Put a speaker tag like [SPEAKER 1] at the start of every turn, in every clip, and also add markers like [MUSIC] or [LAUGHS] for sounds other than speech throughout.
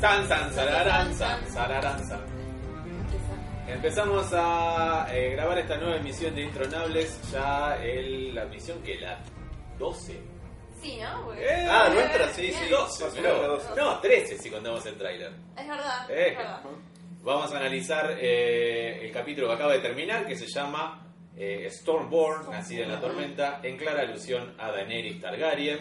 [SPEAKER 1] Sararán, san, sararán, san, sararán, san. Empezamos a eh, grabar esta nueva emisión de Intronables, ya el- la misión que la 12.
[SPEAKER 2] Sí, ¿no? Porque-
[SPEAKER 1] Eh,
[SPEAKER 3] Ah, nuestra, sí,
[SPEAKER 2] bien.
[SPEAKER 3] sí.
[SPEAKER 1] 12,
[SPEAKER 3] más o
[SPEAKER 1] pero-
[SPEAKER 3] menos la 12.
[SPEAKER 1] No, 13 si contamos el tráiler.
[SPEAKER 2] Es verdad,
[SPEAKER 1] Eh.
[SPEAKER 2] es verdad.
[SPEAKER 1] Vamos a analizar eh, el capítulo que acaba de terminar, que se llama eh, Stormborn, nacida en la tormenta, en clara alusión a Daenerys Targaryen.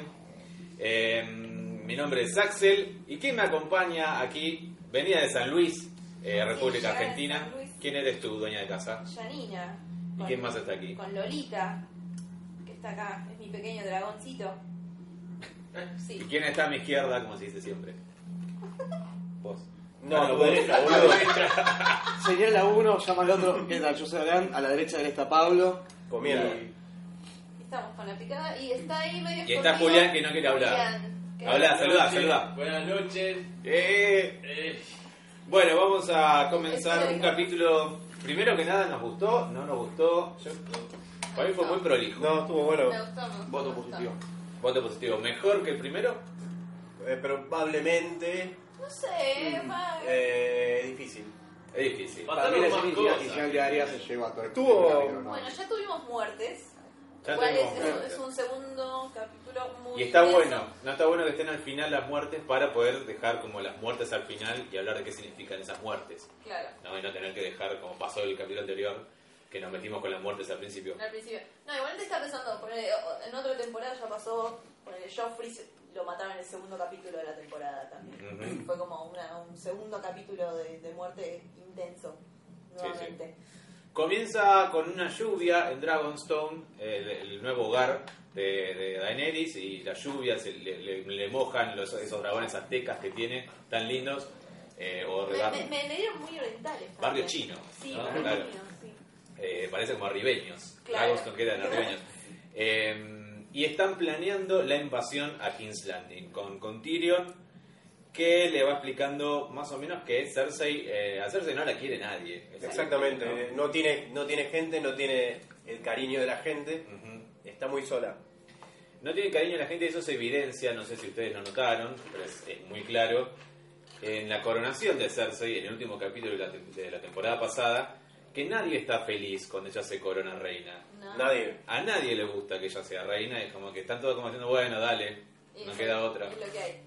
[SPEAKER 1] Eh, mi nombre es Axel, y quien me acompaña aquí, venía de San Luis, eh, República
[SPEAKER 2] llegada de
[SPEAKER 1] Argentina.
[SPEAKER 2] San Luis.
[SPEAKER 1] ¿Quién eres tú, dueña de casa?
[SPEAKER 2] Janina.
[SPEAKER 1] ¿Y
[SPEAKER 2] con-
[SPEAKER 1] quién más está aquí?
[SPEAKER 2] Con Lolita, que está acá, es mi pequeño dragoncito.
[SPEAKER 1] ¿Y
[SPEAKER 2] Sí.
[SPEAKER 1] quién está a mi izquierda, como se dice
[SPEAKER 2] [LAUGHS]
[SPEAKER 1] siempre? Vos.
[SPEAKER 3] No,
[SPEAKER 1] Ah,
[SPEAKER 3] tu
[SPEAKER 1] vos.
[SPEAKER 3] derecha,
[SPEAKER 1] Ah, tu
[SPEAKER 3] boludo.
[SPEAKER 1] derecha.
[SPEAKER 4] Sería la 1, llama al otro, ¿qué tal? Yo soy Adrián, a la derecha de él está Pablo.
[SPEAKER 3] Comiendo.
[SPEAKER 4] Y-
[SPEAKER 2] Estamos con la picada y está ahí medio
[SPEAKER 1] Y está
[SPEAKER 2] escondido.
[SPEAKER 1] Julián, que no quiere hablar.
[SPEAKER 2] Julián, que-
[SPEAKER 1] Habla, saluda, saluda.
[SPEAKER 5] Buenas noches.
[SPEAKER 1] Eh,
[SPEAKER 5] Eh,
[SPEAKER 1] bueno, vamos a comenzar un capítulo. Primero que nada, nos gustó, no nos gustó. Yo- para mí fue muy prolijo.
[SPEAKER 3] No, estuvo bueno.
[SPEAKER 2] Me gustó, me gustó,
[SPEAKER 4] Voto
[SPEAKER 2] me gustó.
[SPEAKER 4] positivo.
[SPEAKER 1] Voto positivo. ¿Mejor que el primero?
[SPEAKER 3] Eh, probablemente
[SPEAKER 2] No sé,
[SPEAKER 1] Mm.
[SPEAKER 2] ma-
[SPEAKER 3] eh, difícil.
[SPEAKER 1] Es difícil.
[SPEAKER 4] Para mí
[SPEAKER 5] Pasaron
[SPEAKER 4] la
[SPEAKER 5] más
[SPEAKER 4] definitiva
[SPEAKER 5] cosas.
[SPEAKER 4] final de Arias se llevó a todo esto.
[SPEAKER 3] Estuvo-
[SPEAKER 2] Bueno, ya tuvimos muertes.
[SPEAKER 1] Ya
[SPEAKER 2] Igual
[SPEAKER 1] tenemos
[SPEAKER 2] es,
[SPEAKER 1] muertes.
[SPEAKER 2] es un segundo capítulo muy.
[SPEAKER 1] Y está
[SPEAKER 2] intenso.
[SPEAKER 1] bueno, no está bueno que estén al final las muertes para poder dejar como las muertes al final y hablar de qué significan esas muertes.
[SPEAKER 2] Claro.
[SPEAKER 1] No, y no tener que dejar como pasó el capítulo anterior, que nos metimos con las muertes al principio.
[SPEAKER 2] Al principio. No, igual te está pensando, ponele, o- en otra temporada ya pasó, ponele, Joffrey se- lo mataron en el segundo capítulo de la temporada también.
[SPEAKER 1] Ujú.
[SPEAKER 2] Fue como una- un segundo capítulo de, de muerte intenso, nuevamente.
[SPEAKER 1] Comienza con una lluvia en Dragonstone, el, el nuevo hogar de, de Daenerys, y la lluvia se le, le- le mojan los- esos dragones aztecas que tiene, tan lindos, eh, o de
[SPEAKER 2] Me,
[SPEAKER 1] bar-
[SPEAKER 2] me, me- me dieron muy orientales. también.
[SPEAKER 1] barrio chino,
[SPEAKER 2] Sí,
[SPEAKER 1] ¿no?
[SPEAKER 2] barrio
[SPEAKER 1] Claro.
[SPEAKER 2] chino, sí.
[SPEAKER 1] eh, parece como arribeños,
[SPEAKER 2] Claro.
[SPEAKER 1] Dragonstone queda en arribeños. Eh, y están planeando la invasión a King's Landing con, con Tyrion, que le va explicando más o menos que Cersei, eh, a Cersei no la quiere nadie. Es algo
[SPEAKER 3] Exactamente.
[SPEAKER 1] que, ¿no?
[SPEAKER 3] eh, No tiene, no tiene gente, no tiene el cariño de la gente.
[SPEAKER 1] Ujú.
[SPEAKER 3] Está muy sola.
[SPEAKER 1] No tiene cariño a la gente, eso se evidencia, no sé si ustedes lo notaron, pero es, es muy claro. En la coronación de Cersei, en el último capítulo de la, tem- de la temporada pasada, que nadie está feliz cuando ella se corona reina.
[SPEAKER 2] No.
[SPEAKER 3] Nadie.
[SPEAKER 1] A nadie le gusta que ella sea reina, es como que están todos como diciendo, bueno, dale,
[SPEAKER 2] Y
[SPEAKER 1] no
[SPEAKER 2] sí,
[SPEAKER 1] queda otra,
[SPEAKER 2] Eh, es lo que hay.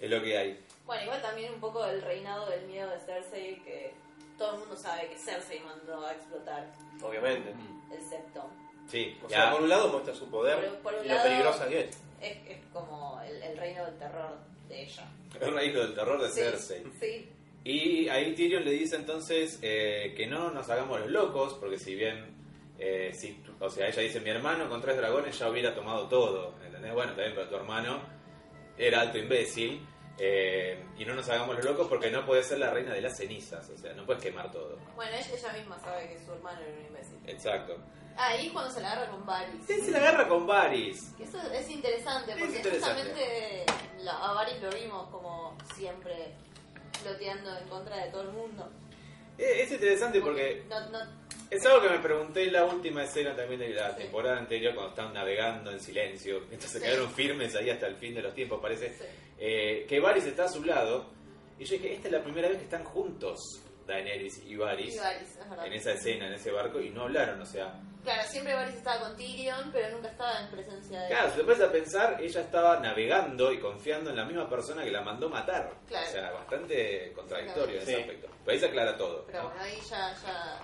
[SPEAKER 1] es lo que hay.
[SPEAKER 2] Bueno, igual también un poco el reinado del miedo de Cersei, que todo el mundo sabe que Cersei mandó a explotar
[SPEAKER 3] Obviamente.
[SPEAKER 2] el septón.
[SPEAKER 1] Sí,
[SPEAKER 3] O
[SPEAKER 1] ya. [LAUGHS]
[SPEAKER 3] sea, por un lado muestra su poder
[SPEAKER 2] Por- por un
[SPEAKER 3] y lo
[SPEAKER 2] lado-
[SPEAKER 3] peligrosa que es.
[SPEAKER 2] Es, es como el, el reino del terror de ella.
[SPEAKER 1] el raíz del terror de
[SPEAKER 2] Sí,
[SPEAKER 1] Cersei.
[SPEAKER 2] Sí.
[SPEAKER 1] Y ahí Tyrion le dice entonces eh, que no nos hagamos los locos, porque si bien, eh, si tu- o sea, ella dice, mi hermano con tres dragones ya hubiera tomado todo, ¿entendés? Bueno, también, pero tu hermano era alto imbécil, eh, y no nos hagamos los locos porque no puedes ser la reina de las cenizas, o sea, no puedes quemar todo.
[SPEAKER 2] Bueno, ella, ella misma sabe que su hermano era un imbécil.
[SPEAKER 1] Exacto.
[SPEAKER 2] Ahí es cuando se la agarra con Varys.
[SPEAKER 1] Sí, se la agarra con Varys.
[SPEAKER 2] Que Eso es interesante,
[SPEAKER 1] Es
[SPEAKER 2] porque
[SPEAKER 1] interesante.
[SPEAKER 2] justamente la- a Varys lo vimos como siempre floteando en contra de todo el mundo.
[SPEAKER 1] Eh, Es interesante porque
[SPEAKER 2] No, no,
[SPEAKER 1] Es algo que me pregunté en la última escena también de la
[SPEAKER 2] Sí.
[SPEAKER 1] temporada anterior, cuando estaban navegando en silencio, entonces se
[SPEAKER 2] Sí.
[SPEAKER 1] quedaron firmes ahí hasta el fin de los tiempos, parece.
[SPEAKER 2] sí.
[SPEAKER 1] Eh, que Varys está a su lado, y yo dije, esta es la primera vez que están juntos, Daenerys y Varys,
[SPEAKER 2] Y Varys, es verdad.
[SPEAKER 1] en esa escena, en ese barco, y no hablaron, o sea...
[SPEAKER 2] Claro, siempre Varys estaba con Tyrion, pero nunca estaba en presencia de
[SPEAKER 1] Claro, si te pones a pensar, ella estaba navegando y confiando en la misma persona que la mandó matar.
[SPEAKER 2] Claro.
[SPEAKER 1] O sea, bastante contradictorio en ese
[SPEAKER 3] Sí.
[SPEAKER 1] aspecto. Pero ahí se aclara todo.
[SPEAKER 2] Pero
[SPEAKER 1] ¿no?
[SPEAKER 2] bueno, ahí ya... ya...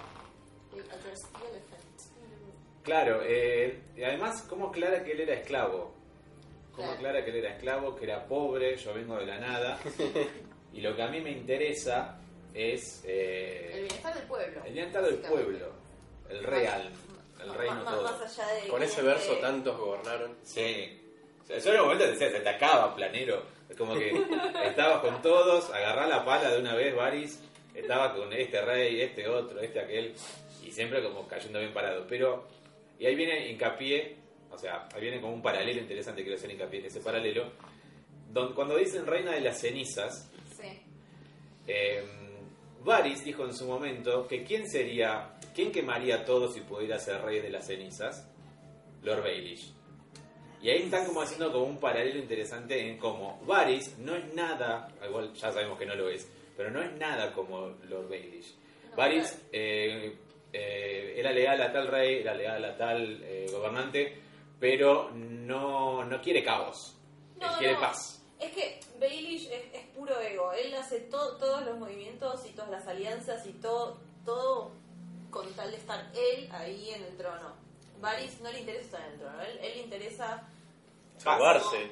[SPEAKER 2] Address the elephant.
[SPEAKER 1] Claro, eh, y además, ¿cómo aclara que él era esclavo? ¿Cómo
[SPEAKER 2] Claro.
[SPEAKER 1] aclara que él era esclavo, que era pobre, yo vengo de la
[SPEAKER 2] [LAUGHS]
[SPEAKER 1] nada? y lo que a mí me interesa es
[SPEAKER 2] El
[SPEAKER 1] eh,
[SPEAKER 2] bienestar del pueblo.
[SPEAKER 1] el bienestar del
[SPEAKER 2] básicamente.
[SPEAKER 1] pueblo, el real, el
[SPEAKER 2] Más-
[SPEAKER 1] reino
[SPEAKER 2] más, Más
[SPEAKER 1] todo.
[SPEAKER 2] allá de
[SPEAKER 3] Con ese
[SPEAKER 2] quién es
[SPEAKER 3] verso
[SPEAKER 2] que-
[SPEAKER 3] tantos gobernaron.
[SPEAKER 1] Sí. O sea, yo en un momento decía, te atacaba, planero. Es como
[SPEAKER 2] [LAUGHS]
[SPEAKER 1] que estabas con todos, agarrá la pala de una vez, Varys. Estaba con este rey, este otro, este aquel. Y siempre como cayendo bien parado. Pero, y ahí viene hincapié, o sea, ahí viene como un paralelo interesante, quiero hacer hincapié en ese paralelo. Don, cuando dicen reina de las cenizas,
[SPEAKER 2] Sí.
[SPEAKER 1] eh, Varys dijo en su momento que quién sería, quién quemaría todo si pudiera ser rey de las cenizas, Lord Baelish. Y Y ahí están como haciendo como un paralelo interesante en cómo Varys no es nada, igual ya sabemos que no lo es, pero no es nada como Lord Baelish.
[SPEAKER 2] No,
[SPEAKER 1] Varys eh, eh, era leal a tal rey, era leal a tal eh, gobernante, pero no, no quiere caos,
[SPEAKER 2] No,
[SPEAKER 1] él
[SPEAKER 2] no,
[SPEAKER 1] quiere
[SPEAKER 2] no.
[SPEAKER 1] paz.
[SPEAKER 2] Es que Baelish es, es puro ego. Él hace to- todos los movimientos y todas las alianzas y todo, todo con tal de estar él ahí en el trono. Varys no le interesa estar en el trono. Él, él le interesa.
[SPEAKER 3] Salvarse.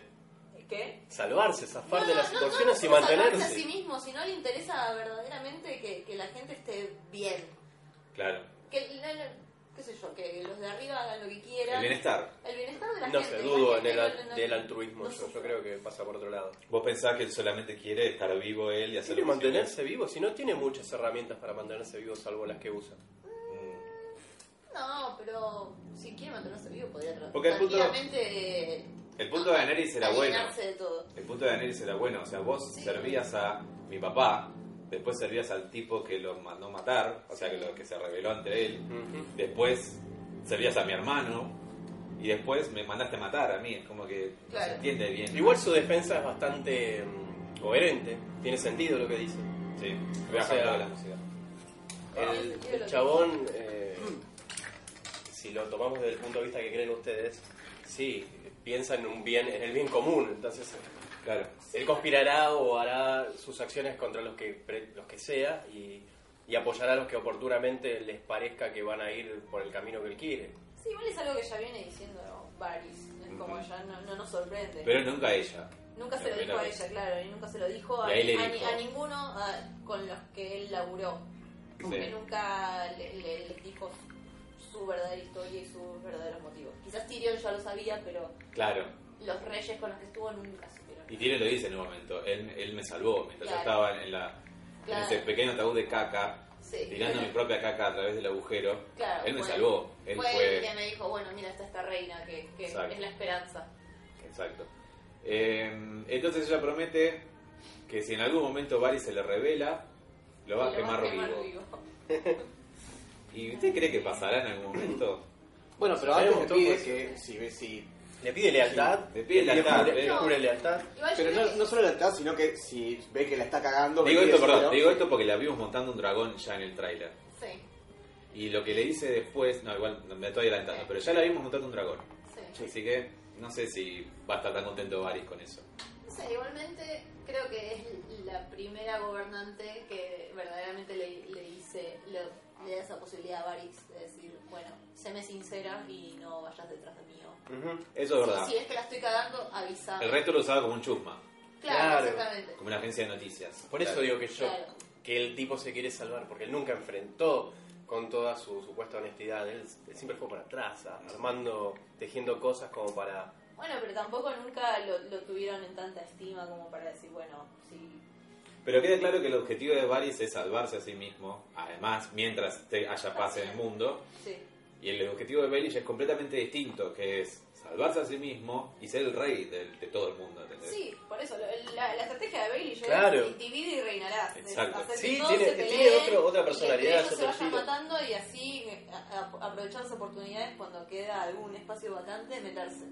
[SPEAKER 2] ¿Qué?
[SPEAKER 3] Salvarse, zafar de las
[SPEAKER 2] no, no,
[SPEAKER 3] situaciones
[SPEAKER 2] no
[SPEAKER 3] y
[SPEAKER 2] solo salvarse a sí
[SPEAKER 3] mantenerse.
[SPEAKER 2] mismo, si no le interesa verdaderamente que, que la gente esté bien.
[SPEAKER 1] Claro,
[SPEAKER 2] Que, no, no, qué sé yo, que los de arriba hagan lo que
[SPEAKER 1] el
[SPEAKER 2] quieran.
[SPEAKER 1] bienestar.
[SPEAKER 2] El bienestar de la
[SPEAKER 3] No
[SPEAKER 2] gente.
[SPEAKER 3] sé, dudo en
[SPEAKER 2] imagínate,
[SPEAKER 3] el,
[SPEAKER 2] no, no,
[SPEAKER 3] al- del
[SPEAKER 2] no,
[SPEAKER 3] altruismo.
[SPEAKER 2] no
[SPEAKER 3] Yo,
[SPEAKER 2] sufra.
[SPEAKER 3] yo creo que pasa por otro lado.
[SPEAKER 1] Vos pensás que él solamente quiere estar vivo él y hacer
[SPEAKER 3] Quiere
[SPEAKER 1] lo que se le-
[SPEAKER 3] mantenerse vivo, si no tiene muchas herramientas para mantenerse vivo, salvo las que usa.
[SPEAKER 1] Mm.
[SPEAKER 2] No, pero si quiere mantenerse vivo, podría tra-
[SPEAKER 1] Porque el punto-
[SPEAKER 2] tranquilamente. eh,
[SPEAKER 1] El punto de Daenerys era bueno.
[SPEAKER 2] alienarse de todo.
[SPEAKER 1] El punto de Daenerys era bueno. O sea, vos
[SPEAKER 2] Sí.
[SPEAKER 1] servías a mi papá, después servías al tipo que lo mandó matar, o sea, que, lo, que se rebeló ante él. Después servías a mi hermano y después me mandaste a matar a mí. Es como que no
[SPEAKER 2] Claro.
[SPEAKER 1] se entiende bien.
[SPEAKER 3] Igual su defensa es bastante mm, coherente, tiene sentido lo que dice.
[SPEAKER 1] Sí, voy a
[SPEAKER 3] O sea,
[SPEAKER 1] cambiar la música.
[SPEAKER 3] El, el chabón, eh, si lo tomamos desde el punto de vista que creen ustedes, sí, piensa en un bien, en el bien común. Entonces,
[SPEAKER 1] Claro.
[SPEAKER 3] él conspirará o hará sus acciones contra los que pre- los que sea y, y apoyará a los que oportunamente les parezca que van a ir por el camino que él quiere.
[SPEAKER 2] Sí, igual es algo que ya viene diciendo Varys. Es como
[SPEAKER 1] Ujú.
[SPEAKER 2] ya no, no nos sorprende.
[SPEAKER 1] Pero nunca ella.
[SPEAKER 2] nunca se
[SPEAKER 1] la
[SPEAKER 2] lo dijo
[SPEAKER 1] primera
[SPEAKER 2] a
[SPEAKER 1] vez.
[SPEAKER 2] ella, claro. Y nunca se lo dijo a,
[SPEAKER 1] Y ahí le
[SPEAKER 2] a ni-
[SPEAKER 1] dijo.
[SPEAKER 2] a ninguno a- con los que él laburó. Porque
[SPEAKER 1] Sí.
[SPEAKER 2] nunca le- le- les dijo su verdadera historia y sus verdaderos motivos. Quizás Tyrion ya lo sabía, pero
[SPEAKER 1] Claro.
[SPEAKER 2] los reyes con los que estuvo nunca supieron.
[SPEAKER 1] Y Tyrion lo dice en un momento. Él, él me salvó mientras yo
[SPEAKER 2] Claro.
[SPEAKER 1] estaba en, la, en
[SPEAKER 2] Claro.
[SPEAKER 1] ese pequeño ataúd de caca.
[SPEAKER 2] Sí.
[SPEAKER 1] tirando mi propia caca a través del agujero,
[SPEAKER 2] Claro,
[SPEAKER 1] él me
[SPEAKER 2] fue-
[SPEAKER 1] salvó. Él fue,
[SPEAKER 2] Fue él que me dijo, bueno, mira, está esta reina que, que es
[SPEAKER 1] Exacto.
[SPEAKER 2] la esperanza.
[SPEAKER 1] Exacto. Eh, entonces ella promete que si en algún momento Varys se le revela, lo va a
[SPEAKER 2] Y
[SPEAKER 1] quemar
[SPEAKER 2] quemar
[SPEAKER 1] vivo. ¿Y usted cree que pasará en algún momento?
[SPEAKER 4] Bueno, pero
[SPEAKER 3] Sabemos
[SPEAKER 4] antes te
[SPEAKER 3] todo
[SPEAKER 4] pide
[SPEAKER 3] eso.
[SPEAKER 4] que si, si
[SPEAKER 3] Le pide lealtad,
[SPEAKER 1] Sí, le pide lealtad,
[SPEAKER 3] pure-
[SPEAKER 1] pero-
[SPEAKER 3] le jure lealtad.
[SPEAKER 2] Igual yo
[SPEAKER 4] Pero
[SPEAKER 2] creo
[SPEAKER 4] no,
[SPEAKER 2] que-
[SPEAKER 4] no solo la está, sino que si ve que la está cagando. que
[SPEAKER 1] Digo
[SPEAKER 4] quiere
[SPEAKER 1] esto, perdón,
[SPEAKER 4] solo-
[SPEAKER 1] digo esto porque la vimos montando un dragón ya en el tráiler.
[SPEAKER 2] Sí,
[SPEAKER 1] Y lo que le dice después, no, igual me estoy adelantando, pero ya la vimos montando un dragón.
[SPEAKER 2] sí.
[SPEAKER 1] Así que no sé si va a estar tan contento Varys con eso.
[SPEAKER 2] No sé, igualmente creo que es la primera gobernante que verdaderamente le, le dice, le, le da esa posibilidad a Varys de decir, bueno, séme sincera y no vayas detrás de mí. o-
[SPEAKER 3] Ujú.
[SPEAKER 1] Eso es verdad.
[SPEAKER 2] Si, si es que la estoy cagando, avisa.
[SPEAKER 1] El resto lo usaba como un chusma,
[SPEAKER 2] Claro,
[SPEAKER 3] Claro.
[SPEAKER 2] exactamente.
[SPEAKER 1] como una agencia de noticias.
[SPEAKER 3] Por eso
[SPEAKER 1] Claro.
[SPEAKER 3] digo que yo,
[SPEAKER 2] Claro.
[SPEAKER 3] que el tipo se quiere salvar, porque él nunca enfrentó con toda su supuesta honestidad. Él, él siempre fue para atrás, a- armando, tejiendo cosas como para.
[SPEAKER 2] Bueno, pero tampoco nunca lo, lo tuvieron en tanta estima como para decir, bueno, sí.
[SPEAKER 1] Pero queda claro que el objetivo de Varys es salvarse a sí mismo, además, mientras te- haya paz en el mundo.
[SPEAKER 2] sí.
[SPEAKER 1] Y el objetivo de Baelish es completamente distinto, que es salvarse a sí mismo y ser el rey del- de, todo el mundo, ¿entendés?
[SPEAKER 2] Sí, por eso, lo- la, la estrategia de Bailey yo
[SPEAKER 3] Claro.
[SPEAKER 2] era divide y reinarás. Es
[SPEAKER 1] Exacto.
[SPEAKER 2] hacer que
[SPEAKER 3] Sí,
[SPEAKER 2] todos
[SPEAKER 3] tiene-
[SPEAKER 2] se peleen
[SPEAKER 3] tiene otro- otra
[SPEAKER 2] y que
[SPEAKER 3] personalidad,
[SPEAKER 2] entre ellos
[SPEAKER 3] es
[SPEAKER 2] se
[SPEAKER 3] otro
[SPEAKER 2] vayan
[SPEAKER 3] estilo.
[SPEAKER 2] matando y así a- a- aprovechar las oportunidades cuando queda algún espacio vacante, meterse.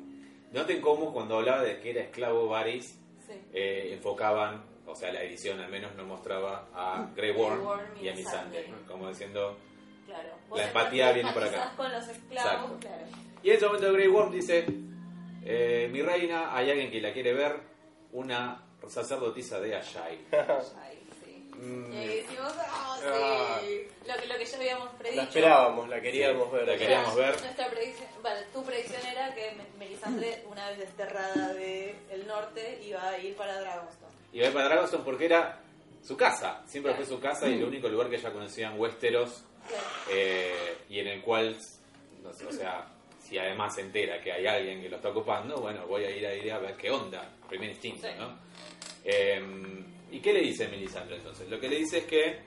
[SPEAKER 1] Noten cómo cuando hablaba de que era esclavo Varys,
[SPEAKER 2] Sí.
[SPEAKER 1] eh, enfocaban, o sea, la edición al menos no mostraba a Grey
[SPEAKER 2] Grey
[SPEAKER 1] Worm
[SPEAKER 2] Worm
[SPEAKER 1] y a
[SPEAKER 2] y
[SPEAKER 1] Missandei,
[SPEAKER 2] Missandei.
[SPEAKER 1] como diciendo...
[SPEAKER 2] Claro.
[SPEAKER 1] La empatía viene por
[SPEAKER 2] para
[SPEAKER 1] acá.
[SPEAKER 2] con los esclavos,
[SPEAKER 1] Exacto.
[SPEAKER 2] claro.
[SPEAKER 1] Y en ese momento Grey Worm dice, eh, mi reina, hay alguien que la quiere ver, una sacerdotisa de Ashai.
[SPEAKER 2] Ay, sí.
[SPEAKER 1] Mm.
[SPEAKER 2] Y ahí decimos, ah, sí.
[SPEAKER 3] Ah.
[SPEAKER 2] Lo, que- lo que ya habíamos predicho.
[SPEAKER 3] La esperábamos, la queríamos
[SPEAKER 1] Sí,
[SPEAKER 3] ver.
[SPEAKER 1] la queríamos. ver.
[SPEAKER 2] Nuestra predicción, bueno, tu predicción era que Me- Melisandre, una vez desterrada del norte, iba a ir para Dragonstone.
[SPEAKER 1] Y va para Dragonstone porque era su casa, siempre
[SPEAKER 2] Claro.
[SPEAKER 1] fue su casa
[SPEAKER 2] Mm.
[SPEAKER 1] y el único lugar que ella conocía en Westeros
[SPEAKER 2] Claro.
[SPEAKER 1] eh, y en el cual, no sé, o sea, si además se entera que hay alguien que lo está ocupando, bueno, voy a ir a ir a ver qué onda, primer instinto,
[SPEAKER 2] Sí.
[SPEAKER 1] ¿no? Eh, ¿Y qué le dice Melisandre entonces? Lo que le dice es
[SPEAKER 2] [LAUGHS]
[SPEAKER 1] que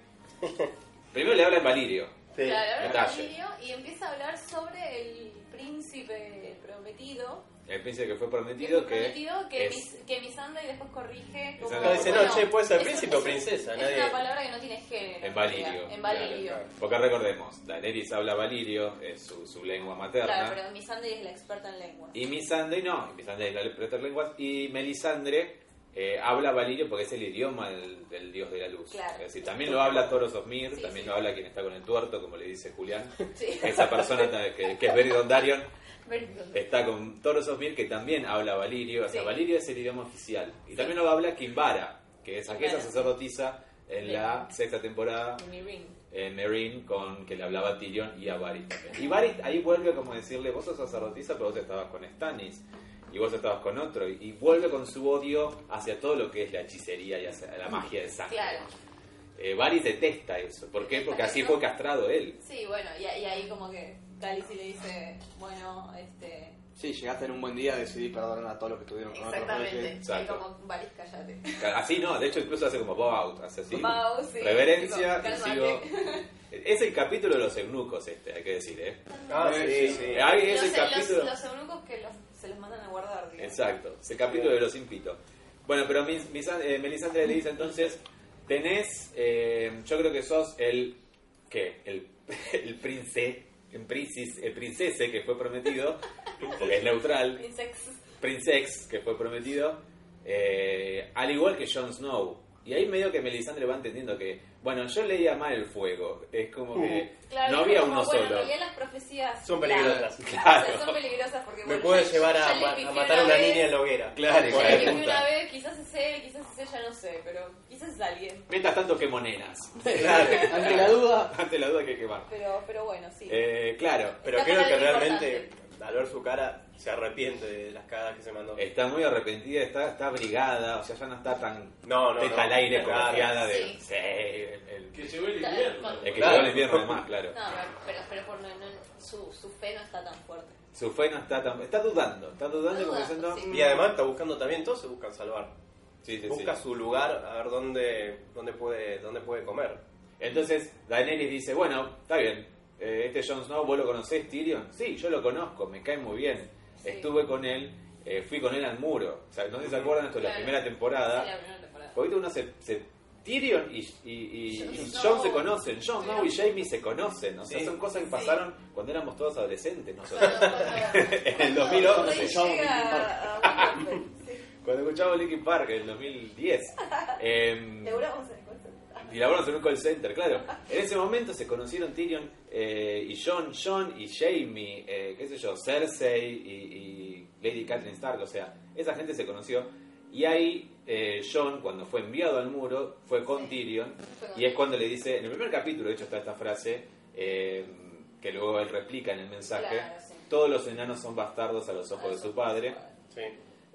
[SPEAKER 1] primero le habla en Valirio,
[SPEAKER 3] Sí.
[SPEAKER 2] Claro, habla con
[SPEAKER 1] Detalle.
[SPEAKER 2] Lirio y empieza a hablar sobre el príncipe prometido
[SPEAKER 1] el príncipe que fue prometido
[SPEAKER 2] Prometido
[SPEAKER 1] que,
[SPEAKER 2] que,
[SPEAKER 1] es-
[SPEAKER 2] mis, que Missandei después corrige como...
[SPEAKER 1] Claro,
[SPEAKER 3] dice,
[SPEAKER 1] bueno,
[SPEAKER 3] no, che, puede ser
[SPEAKER 2] es-
[SPEAKER 3] príncipe o
[SPEAKER 2] es-
[SPEAKER 3] princesa.
[SPEAKER 2] Es
[SPEAKER 3] Nadie...
[SPEAKER 2] una palabra que no tiene género.
[SPEAKER 1] En Valirio,
[SPEAKER 2] realidad. En
[SPEAKER 1] claro,
[SPEAKER 2] Valirio.
[SPEAKER 3] claro.
[SPEAKER 1] Porque recordemos, Daenerys habla Valirio, es su, su lengua materna.
[SPEAKER 6] Claro, pero Missandei es la experta en lengua.
[SPEAKER 1] Y Misandre, no, Misandre es la experta en lenguas. Y Melisandre eh, habla Valirio porque es el idioma del, del dios de la luz.
[SPEAKER 6] Claro.
[SPEAKER 1] Es decir, también lo habla Toros of Mir,
[SPEAKER 6] Sí,
[SPEAKER 1] también
[SPEAKER 6] sí.
[SPEAKER 1] lo habla quien está con el tuerto, como le dice
[SPEAKER 6] [LAUGHS]
[SPEAKER 1] Julián.
[SPEAKER 6] Sí.
[SPEAKER 1] Esa persona ta- que, que es Berry Darion
[SPEAKER 2] Veridon.
[SPEAKER 1] está con Toros of Mir, que también habla Valirio. O sea,
[SPEAKER 6] Sí.
[SPEAKER 1] Valirio es el idioma oficial. Y también lo habla Kimbara, que es aquella
[SPEAKER 6] Kimbara.
[SPEAKER 1] sacerdotisa en
[SPEAKER 2] Sí.
[SPEAKER 1] la sexta temporada
[SPEAKER 2] Mi ring.
[SPEAKER 1] en Meereen eh, con que le hablaba a Tyrion y a Varys también. Y Varys ahí vuelve como a decirle, vos sos sacerdotisa, pero vos estabas con Stannis y vos estabas con otro. Y, y vuelve con su odio hacia todo lo que es la hechicería y hacia la magia de sangre.
[SPEAKER 2] Claro.
[SPEAKER 1] Eh, Varys detesta eso. ¿Por qué? Porque así fue castrado él.
[SPEAKER 6] Sí, bueno, y, y ahí como que Khaleesi le dice, bueno, este...
[SPEAKER 4] Sí, llegaste en un buen día, decidí perdonar a todos los que estuvieron con otros
[SPEAKER 6] Exactamente.
[SPEAKER 4] reyes.
[SPEAKER 1] Exacto.
[SPEAKER 6] Y como, Varys, callate.
[SPEAKER 1] Así no, de hecho incluso hace como bow out, hace así.
[SPEAKER 6] Bow, sí,
[SPEAKER 1] Reverencia
[SPEAKER 6] tipo,
[SPEAKER 1] y sigo.
[SPEAKER 6] cálmate.
[SPEAKER 1] Es el capítulo de los eunucos este, hay que decir, ¿eh?
[SPEAKER 3] Ah, sí, sí.
[SPEAKER 1] Eh, ahí es
[SPEAKER 6] Los,
[SPEAKER 1] el capítulo...
[SPEAKER 6] los, los eunucos que los, se los mandan a guardar, digo.
[SPEAKER 1] Exacto, ese capítulo de los impitos. Bueno, pero mis, mis- eh, Melisandre le dice entonces, tenés, eh, yo creo que sos el, ¿qué? El, [LAUGHS] el prince, el princis, el princese que fue prometido, porque es neutral,
[SPEAKER 6] Insects.
[SPEAKER 1] princex que fue prometido, eh, al igual que Jon Snow. Y ahí medio que Melisandre va entendiendo que, bueno, yo leía mal el fuego, es como que
[SPEAKER 2] Uh.
[SPEAKER 6] Claro,
[SPEAKER 1] no
[SPEAKER 6] y
[SPEAKER 1] había
[SPEAKER 6] como,
[SPEAKER 1] uno
[SPEAKER 6] bueno,
[SPEAKER 1] solo.
[SPEAKER 6] en realidad las profecías...
[SPEAKER 3] Son
[SPEAKER 6] Claro.
[SPEAKER 3] peligrosas.
[SPEAKER 6] O sea,
[SPEAKER 1] [LAUGHS] Claro.
[SPEAKER 6] son peligrosas porque...
[SPEAKER 3] Me
[SPEAKER 6] bueno,
[SPEAKER 3] puede
[SPEAKER 6] ya-
[SPEAKER 3] llevar a,
[SPEAKER 6] ya le
[SPEAKER 3] ma- a
[SPEAKER 6] pifié
[SPEAKER 3] matar a una
[SPEAKER 6] vez,
[SPEAKER 3] niña en la hoguera.
[SPEAKER 1] Claro,
[SPEAKER 3] Por
[SPEAKER 6] Ya
[SPEAKER 1] ya le
[SPEAKER 6] le
[SPEAKER 3] ahí.
[SPEAKER 6] pifié
[SPEAKER 1] puta.
[SPEAKER 6] una vez, quizás es él, quizás es ella, no sé, pero quizás es alguien.
[SPEAKER 1] Mientras tanto que monedas.
[SPEAKER 4] Ante la duda,
[SPEAKER 1] [LAUGHS] Ante la duda que hay que quemar.
[SPEAKER 6] Pero, pero bueno, sí.
[SPEAKER 1] Eh, claro,
[SPEAKER 3] Pero
[SPEAKER 6] Está
[SPEAKER 3] creo que
[SPEAKER 6] bastante
[SPEAKER 3] realmente, al ver su cara, se arrepiente de las cagadas que se mandó.
[SPEAKER 1] Está muy arrepentida, está, está abrigada, o sea, ya no está tan
[SPEAKER 3] No, no,
[SPEAKER 1] teta
[SPEAKER 3] no.
[SPEAKER 1] al aire
[SPEAKER 3] Claro.
[SPEAKER 1] confiada
[SPEAKER 6] Sí.
[SPEAKER 1] de. Sí, el, el-
[SPEAKER 7] Que llegó el
[SPEAKER 6] Claro,
[SPEAKER 7] invierno.
[SPEAKER 6] con-
[SPEAKER 1] el que
[SPEAKER 3] Claro.
[SPEAKER 1] lleva el invierno de más, claro.
[SPEAKER 6] No, pero, pero por no, no- su, su fe no está tan fuerte.
[SPEAKER 1] Su fe no está tan. Está dudando, está dudando y como
[SPEAKER 6] Está dudando,
[SPEAKER 1] diciendo.
[SPEAKER 6] sí.
[SPEAKER 1] mm,
[SPEAKER 3] Y además está buscando también, todos se buscan salvar.
[SPEAKER 1] Sí, sí,
[SPEAKER 3] Busca
[SPEAKER 1] sí.
[SPEAKER 3] su lugar, a ver dónde, dónde, puede, dónde puede comer.
[SPEAKER 1] Entonces, Daenerys dice: Bueno, está bien, eh, este Jon Snow, ¿vos lo conocés, Tyrion? Sí, yo lo conozco, me cae muy bien.
[SPEAKER 6] Sí.
[SPEAKER 1] Estuve con él, eh, fui con él al muro. O sea, no sé si se acuerdan, esto es la
[SPEAKER 6] Claro.
[SPEAKER 1] primera temporada.
[SPEAKER 6] Sí, la primera temporada.
[SPEAKER 1] Porque viste, uno se, se- Tyrion y, y, y-
[SPEAKER 6] Jon
[SPEAKER 1] y
[SPEAKER 6] Snow.
[SPEAKER 1] Jon se conocen, Jon Snow y
[SPEAKER 6] Sí.
[SPEAKER 1] Jamie se conocen, o sea,
[SPEAKER 3] Sí.
[SPEAKER 1] son cosas que
[SPEAKER 6] Sí.
[SPEAKER 1] pasaron cuando éramos todos adolescentes nosotros.
[SPEAKER 6] Cuando- cuando-
[SPEAKER 1] [LAUGHS] en el
[SPEAKER 6] cuando
[SPEAKER 1] 2011,
[SPEAKER 6] Rey
[SPEAKER 4] Yo, Linkin
[SPEAKER 6] llega a pues, Winterfell, sí.
[SPEAKER 1] cuando escuchamos Linkin Park en
[SPEAKER 6] [LAUGHS]
[SPEAKER 1] el 2010. em,
[SPEAKER 6] Laburamos en el call center.
[SPEAKER 1] y laboraron en un call center, claro. En ese momento se conocieron Tyrion eh, y Jon, Jon y Jamie, eh, qué sé yo, Cersei y, y Lady Catelyn Stark, o sea, esa gente se conoció. Y ahí eh, Jon, cuando fue enviado al muro, fue con
[SPEAKER 6] Sí.
[SPEAKER 1] Tyrion
[SPEAKER 6] Fue con
[SPEAKER 1] y es cuando le dice, en el primer capítulo, de hecho, está esta frase eh, que luego él replica en el mensaje.
[SPEAKER 6] Claro, sí.
[SPEAKER 1] Todos los enanos son bastardos a los ojos
[SPEAKER 6] Ah,
[SPEAKER 1] de
[SPEAKER 6] sí,
[SPEAKER 1] su padre.
[SPEAKER 3] Sí.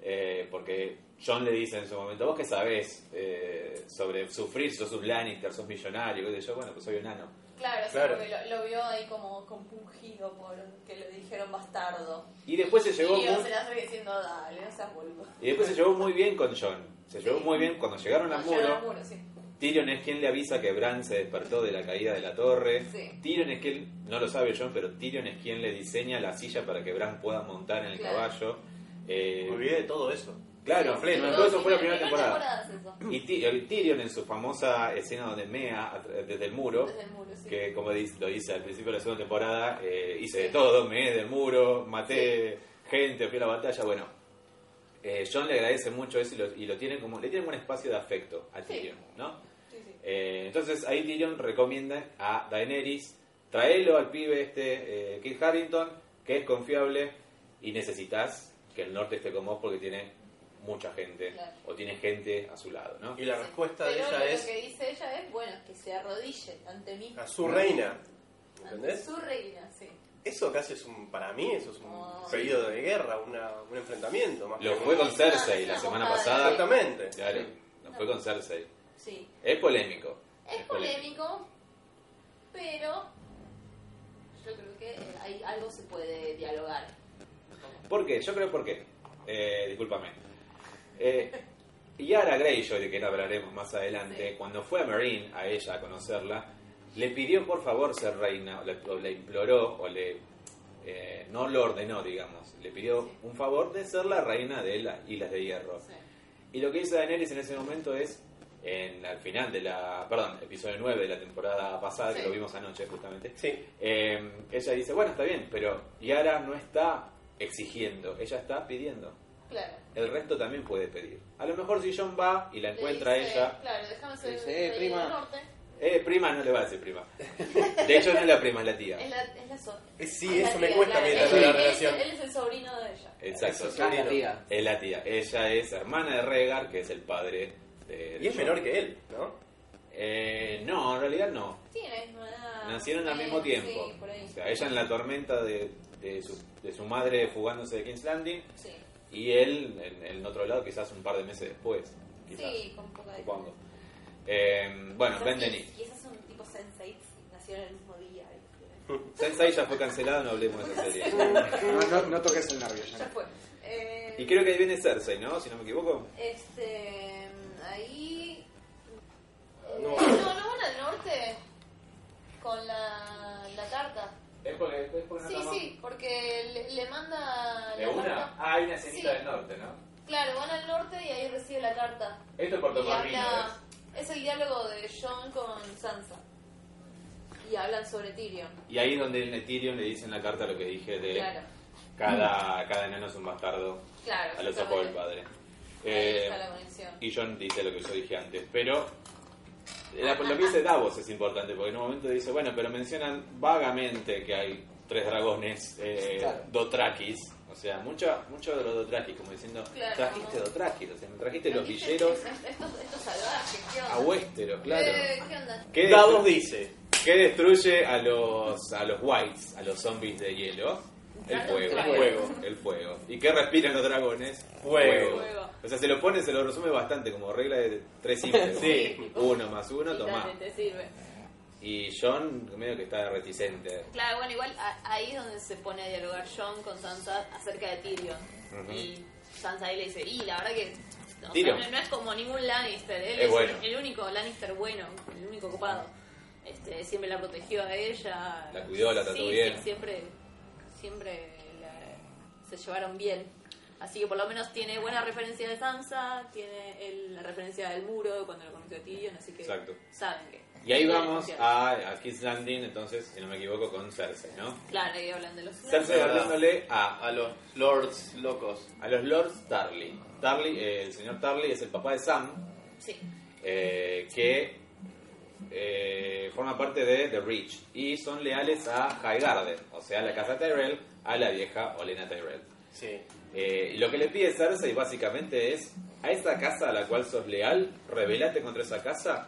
[SPEAKER 1] Eh, porque John le dice en su momento, vos qué sabés eh, sobre sufrir, sos un Lannister, sos millonario, y yo, bueno, pues soy un nano.
[SPEAKER 6] Claro, sí,
[SPEAKER 3] Claro.
[SPEAKER 6] porque lo, lo vio ahí como compungido por que le dijeron bastardo.
[SPEAKER 1] Y después se llevó
[SPEAKER 6] y yo
[SPEAKER 1] muy,
[SPEAKER 6] se la estoy diciendo, dale, no seas boludo.
[SPEAKER 1] y después se llevó muy bien con John. Se llevó muy bien cuando llegaron al
[SPEAKER 6] No, llegaron al
[SPEAKER 1] muro.
[SPEAKER 6] muro, sí.
[SPEAKER 1] Tyrion es quien le avisa que Bran se despertó de la caída de la torre.
[SPEAKER 6] Sí.
[SPEAKER 1] Tyrion es quien, no lo sabe John, pero Tyrion es quien le diseña la silla para que Bran pueda montar en el
[SPEAKER 6] Claro.
[SPEAKER 1] caballo. Eh,
[SPEAKER 3] Me olvidé de todo eso.
[SPEAKER 1] Claro,
[SPEAKER 6] Sí,
[SPEAKER 1] Flema,
[SPEAKER 6] sí,
[SPEAKER 1] todo eso
[SPEAKER 6] sí,
[SPEAKER 1] fue la
[SPEAKER 6] sí,
[SPEAKER 1] primera
[SPEAKER 6] sí,
[SPEAKER 1] temporada.
[SPEAKER 6] temporadas eso.
[SPEAKER 1] Y Ty- el Tyrion en su famosa escena donde mea a tra- desde el muro,
[SPEAKER 6] Desde el muro, sí.
[SPEAKER 1] que como dice- lo hice al principio de la segunda temporada, eh, hice de todo, meé del muro, maté gente, fui a la batalla, bueno. eh, John le agradece mucho eso y lo, y lo tiene como, le tiene como un espacio de afecto a
[SPEAKER 6] Sí.
[SPEAKER 1] Tyrion, ¿no?
[SPEAKER 6] Sí, sí.
[SPEAKER 1] Eh, entonces ahí Tyrion recomienda a Daenerys traelo al pibe este eh, Kit Harrington, que es confiable y necesitas que el norte esté con vos porque tiene mucha gente
[SPEAKER 6] Claro.
[SPEAKER 1] o tiene gente a su lado, ¿no?
[SPEAKER 3] Y la
[SPEAKER 6] Sí.
[SPEAKER 3] respuesta de
[SPEAKER 6] Pero lo
[SPEAKER 3] ella
[SPEAKER 6] que
[SPEAKER 3] es
[SPEAKER 6] dice ella es, bueno, que se arrodille ante mí.
[SPEAKER 3] a su reina.
[SPEAKER 6] Ante
[SPEAKER 3] ¿Entendés?
[SPEAKER 6] Su reina, sí.
[SPEAKER 3] Eso casi es un, para mí, eso es un
[SPEAKER 6] Oh.
[SPEAKER 3] periodo de guerra, una- un enfrentamiento. Más
[SPEAKER 1] Lo
[SPEAKER 3] que
[SPEAKER 1] fue
[SPEAKER 3] un-
[SPEAKER 1] con Cersei la semana pasada.
[SPEAKER 3] Exactamente.
[SPEAKER 1] Claro, lo fue con Cersei.
[SPEAKER 6] Sí.
[SPEAKER 1] Es polémico.
[SPEAKER 6] Es polémico, pero yo creo que eh, hay, algo se puede dialogar.
[SPEAKER 1] ¿Por qué? Yo creo por qué. Eh, discúlpame. Eh, Yara Greyjoy, de quien hablaremos más adelante,
[SPEAKER 6] Sí.
[SPEAKER 1] cuando fue a Marine, a ella, a conocerla, le pidió por favor ser reina, o le, o le imploró, o le eh, no lo ordenó, digamos, le pidió un favor de ser la reina de las Islas de Hierro.
[SPEAKER 6] Sí.
[SPEAKER 1] Y lo que hizo Daenerys en ese momento es, en, al final de la, perdón, episodio 9 de la temporada pasada, que
[SPEAKER 2] Sí.
[SPEAKER 1] lo vimos anoche justamente,
[SPEAKER 3] Sí,
[SPEAKER 1] eh, ella dice, bueno, está bien, pero Yara no está exigiendo, ella está pidiendo.
[SPEAKER 2] Claro.
[SPEAKER 1] El resto también puede pedir. A lo mejor si John va y la
[SPEAKER 2] Le
[SPEAKER 1] encuentra a
[SPEAKER 2] dice,
[SPEAKER 1] ella,
[SPEAKER 2] Claro, déjame ser
[SPEAKER 4] Le dice,
[SPEAKER 2] rey
[SPEAKER 4] "Eh, prima".
[SPEAKER 2] del norte.
[SPEAKER 1] eh, prima no le va a decir prima. De hecho no es la prima, es la tía.
[SPEAKER 2] Es la, es la so-
[SPEAKER 3] Eh,
[SPEAKER 2] es
[SPEAKER 3] sí,
[SPEAKER 2] la
[SPEAKER 3] eso me
[SPEAKER 2] tía,
[SPEAKER 3] cuesta a
[SPEAKER 2] claro.
[SPEAKER 3] mí
[SPEAKER 2] Él-
[SPEAKER 3] dentro de la
[SPEAKER 2] él-
[SPEAKER 3] relación.
[SPEAKER 2] Él es el sobrino de ella.
[SPEAKER 1] Exacto.
[SPEAKER 4] Ah,
[SPEAKER 3] Eso,
[SPEAKER 4] la
[SPEAKER 3] sobrino.
[SPEAKER 4] tía.
[SPEAKER 1] Es la tía. Ella es hermana de Regar, que es el padre de...
[SPEAKER 3] Y es menor que él, ¿no?
[SPEAKER 1] Eh, no, en realidad no.
[SPEAKER 2] Tiene misma edad.
[SPEAKER 1] Nacieron al
[SPEAKER 2] Eh,
[SPEAKER 1] mismo tiempo.
[SPEAKER 2] Sí, por ahí.
[SPEAKER 1] O sea, ella en la tormenta de, de su, de su madre fugándose de King's Landing
[SPEAKER 2] Sí.
[SPEAKER 1] y él en, en otro lado quizás un par de meses después. Quizás.
[SPEAKER 2] Sí, con poca
[SPEAKER 1] ¿O cuándo? Eh, bueno,
[SPEAKER 6] Quizás
[SPEAKER 1] Ben
[SPEAKER 6] sí,
[SPEAKER 1] Denis.
[SPEAKER 6] Quizás son tipo sense nacieron el mismo día. ¿viste?
[SPEAKER 1] Sensei ya fue cancelado, no hablemos de esa serie.
[SPEAKER 4] No, no, no toques el nervio,
[SPEAKER 6] Ya
[SPEAKER 4] ya.
[SPEAKER 6] fue. Eh,
[SPEAKER 1] Y creo que ahí viene Cersei, ¿no? Si no me equivoco.
[SPEAKER 2] Este. Ahí.
[SPEAKER 3] No.
[SPEAKER 1] Ah,
[SPEAKER 2] No, no, van al norte con la, la carta.
[SPEAKER 1] Es porque, es
[SPEAKER 2] Sí, sí, porque le, le manda. la carta.
[SPEAKER 1] Ah, hay una
[SPEAKER 2] escenita Sí. del
[SPEAKER 1] norte, ¿no?
[SPEAKER 2] Claro, van al norte y ahí recibe la carta.
[SPEAKER 1] Esto es por
[SPEAKER 2] Y habla. Es el diálogo de John con Sansa. Y hablan sobre Tyrion.
[SPEAKER 1] Y ahí es donde en Tyrion le dicen la carta lo que dije de
[SPEAKER 2] Claro,
[SPEAKER 1] cada, cada enano es un bastardo.
[SPEAKER 2] claro.
[SPEAKER 1] A lo sacó el
[SPEAKER 2] exactamente.
[SPEAKER 1] padre.
[SPEAKER 2] Ahí
[SPEAKER 1] Eh,
[SPEAKER 2] está la conexión.
[SPEAKER 1] y John dice lo que yo dije antes, pero la- lo que dice Davos es importante, porque en un momento dice, bueno, pero mencionan vagamente que hay tres dragones eh,
[SPEAKER 4] Claro.
[SPEAKER 1] Dothrakis, o sea, mucho, mucho de los Dothrakis, como diciendo,
[SPEAKER 2] Claro.
[SPEAKER 1] trajiste Dothrakis, o sea, me trajiste los
[SPEAKER 2] ¿Viste?
[SPEAKER 1] villeros
[SPEAKER 2] [LAUGHS] Estos, estos salvajes, ¿qué onda?
[SPEAKER 1] a Westeros, claro.
[SPEAKER 2] Eh, ¿Qué onda?
[SPEAKER 1] ¿Qué
[SPEAKER 3] Davos
[SPEAKER 1] destru-
[SPEAKER 3] dice,
[SPEAKER 1] qué destruye a los, a los whites, a los zombies de hielo? El
[SPEAKER 2] Claro,
[SPEAKER 1] fuego,
[SPEAKER 2] claro.
[SPEAKER 1] el fuego. ¿Y qué respiran los dragones?
[SPEAKER 3] Fuego.
[SPEAKER 2] Fuego.
[SPEAKER 1] O sea, se lo pone, se lo resume bastante como regla de tres
[SPEAKER 3] [LAUGHS]
[SPEAKER 1] simples.
[SPEAKER 3] Sí.
[SPEAKER 1] Uno más uno, tomá.
[SPEAKER 2] Literalmente sirve.
[SPEAKER 1] Y John medio que está reticente.
[SPEAKER 2] Claro, bueno, igual a- ahí es donde se pone a dialogar John con Sansa acerca de Tyrion.
[SPEAKER 1] Ujú.
[SPEAKER 2] Y Sansa ahí le dice, y la verdad que no, o sea,
[SPEAKER 1] Tyrion.
[SPEAKER 2] no- no es como ningún Lannister, él
[SPEAKER 1] Es
[SPEAKER 2] es,
[SPEAKER 1] bueno.
[SPEAKER 2] el único Lannister bueno, el único copado. Este, siempre la protegió a ella.
[SPEAKER 1] La cuidó, la trató
[SPEAKER 2] Sí,
[SPEAKER 1] bien.
[SPEAKER 2] sí, siempre, siempre la- se llevaron bien. Así que por lo menos tiene buena referencia de Sansa, tiene el- la referencia del muro cuando lo conoció a Tyrion, así que
[SPEAKER 1] Exacto.
[SPEAKER 2] saben que...
[SPEAKER 1] Y ahí
[SPEAKER 2] que
[SPEAKER 1] vamos
[SPEAKER 2] confiar.
[SPEAKER 1] a, a Kiss Landing, entonces, si no me equivoco, con Cersei, ¿no?
[SPEAKER 2] Claro, ahí hablan de los...
[SPEAKER 1] Cersei
[SPEAKER 3] Verdad.
[SPEAKER 1] hablándole a,
[SPEAKER 3] a los lords locos.
[SPEAKER 1] a los lords Tarly. Tarly, eh, el señor Tarly es el papá de Sam,
[SPEAKER 2] Sí.
[SPEAKER 1] eh, que eh, forma parte de The Reach y son leales a Highgarden, o sea, a la casa Tyrell, a la vieja Olena Tyrell.
[SPEAKER 3] Sí.
[SPEAKER 1] Eh, y lo que le pide Cersei básicamente es, a esa casa a la cual sos leal, rebelate contra esa casa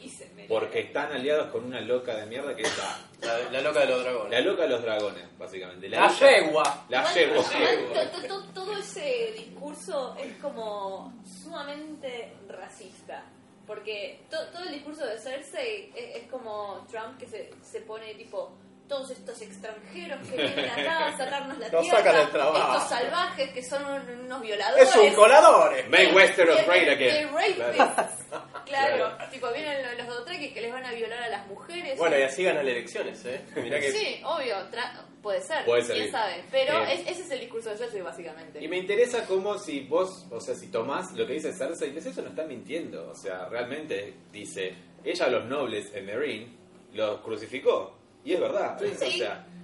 [SPEAKER 2] Y se me...
[SPEAKER 1] porque están aliados con una loca de mierda que es la,
[SPEAKER 3] La, la loca de los dragones.
[SPEAKER 1] la loca de los dragones, básicamente. La,
[SPEAKER 3] La
[SPEAKER 1] loca-
[SPEAKER 3] yegua.
[SPEAKER 1] La
[SPEAKER 2] Igual,
[SPEAKER 1] yegua.
[SPEAKER 2] igual,
[SPEAKER 1] yegua.
[SPEAKER 2] to- to- to-
[SPEAKER 6] Todo ese discurso es como sumamente racista. Porque to- todo el discurso de Cersei es, es como Trump que se, se pone tipo todos estos extranjeros que vienen acá
[SPEAKER 1] [LAUGHS]
[SPEAKER 6] a sacarnos la
[SPEAKER 3] Nos
[SPEAKER 6] tierra,
[SPEAKER 3] sacan el trabajo.
[SPEAKER 6] estos salvajes que son un- unos violadores.
[SPEAKER 3] Es un colador. eh.
[SPEAKER 1] Make Westeros
[SPEAKER 6] Eh,
[SPEAKER 1] great
[SPEAKER 6] eh,
[SPEAKER 1] again.
[SPEAKER 6] eh, rapists.
[SPEAKER 1] Claro.
[SPEAKER 6] Claro,
[SPEAKER 1] Claro.
[SPEAKER 6] tipo vienen los, los Dothraki que les van a violar a las mujeres.
[SPEAKER 3] Bueno, y así ganan elecciones, ¿eh? [LAUGHS] Mirá que...
[SPEAKER 2] Sí, obvio, tra- puede ser,
[SPEAKER 1] Puede
[SPEAKER 2] quién
[SPEAKER 1] ser.
[SPEAKER 2] sabe. Pero
[SPEAKER 1] Eh.
[SPEAKER 2] es- ese es el discurso de Cersei, básicamente.
[SPEAKER 1] Y me interesa cómo si vos, o sea, si tomás lo que dice Cersei, pues eso no está mintiendo. O sea, realmente dice, ella a los nobles en Meereen los crucificó. Y es verdad. o sea,
[SPEAKER 2] es
[SPEAKER 1] sí,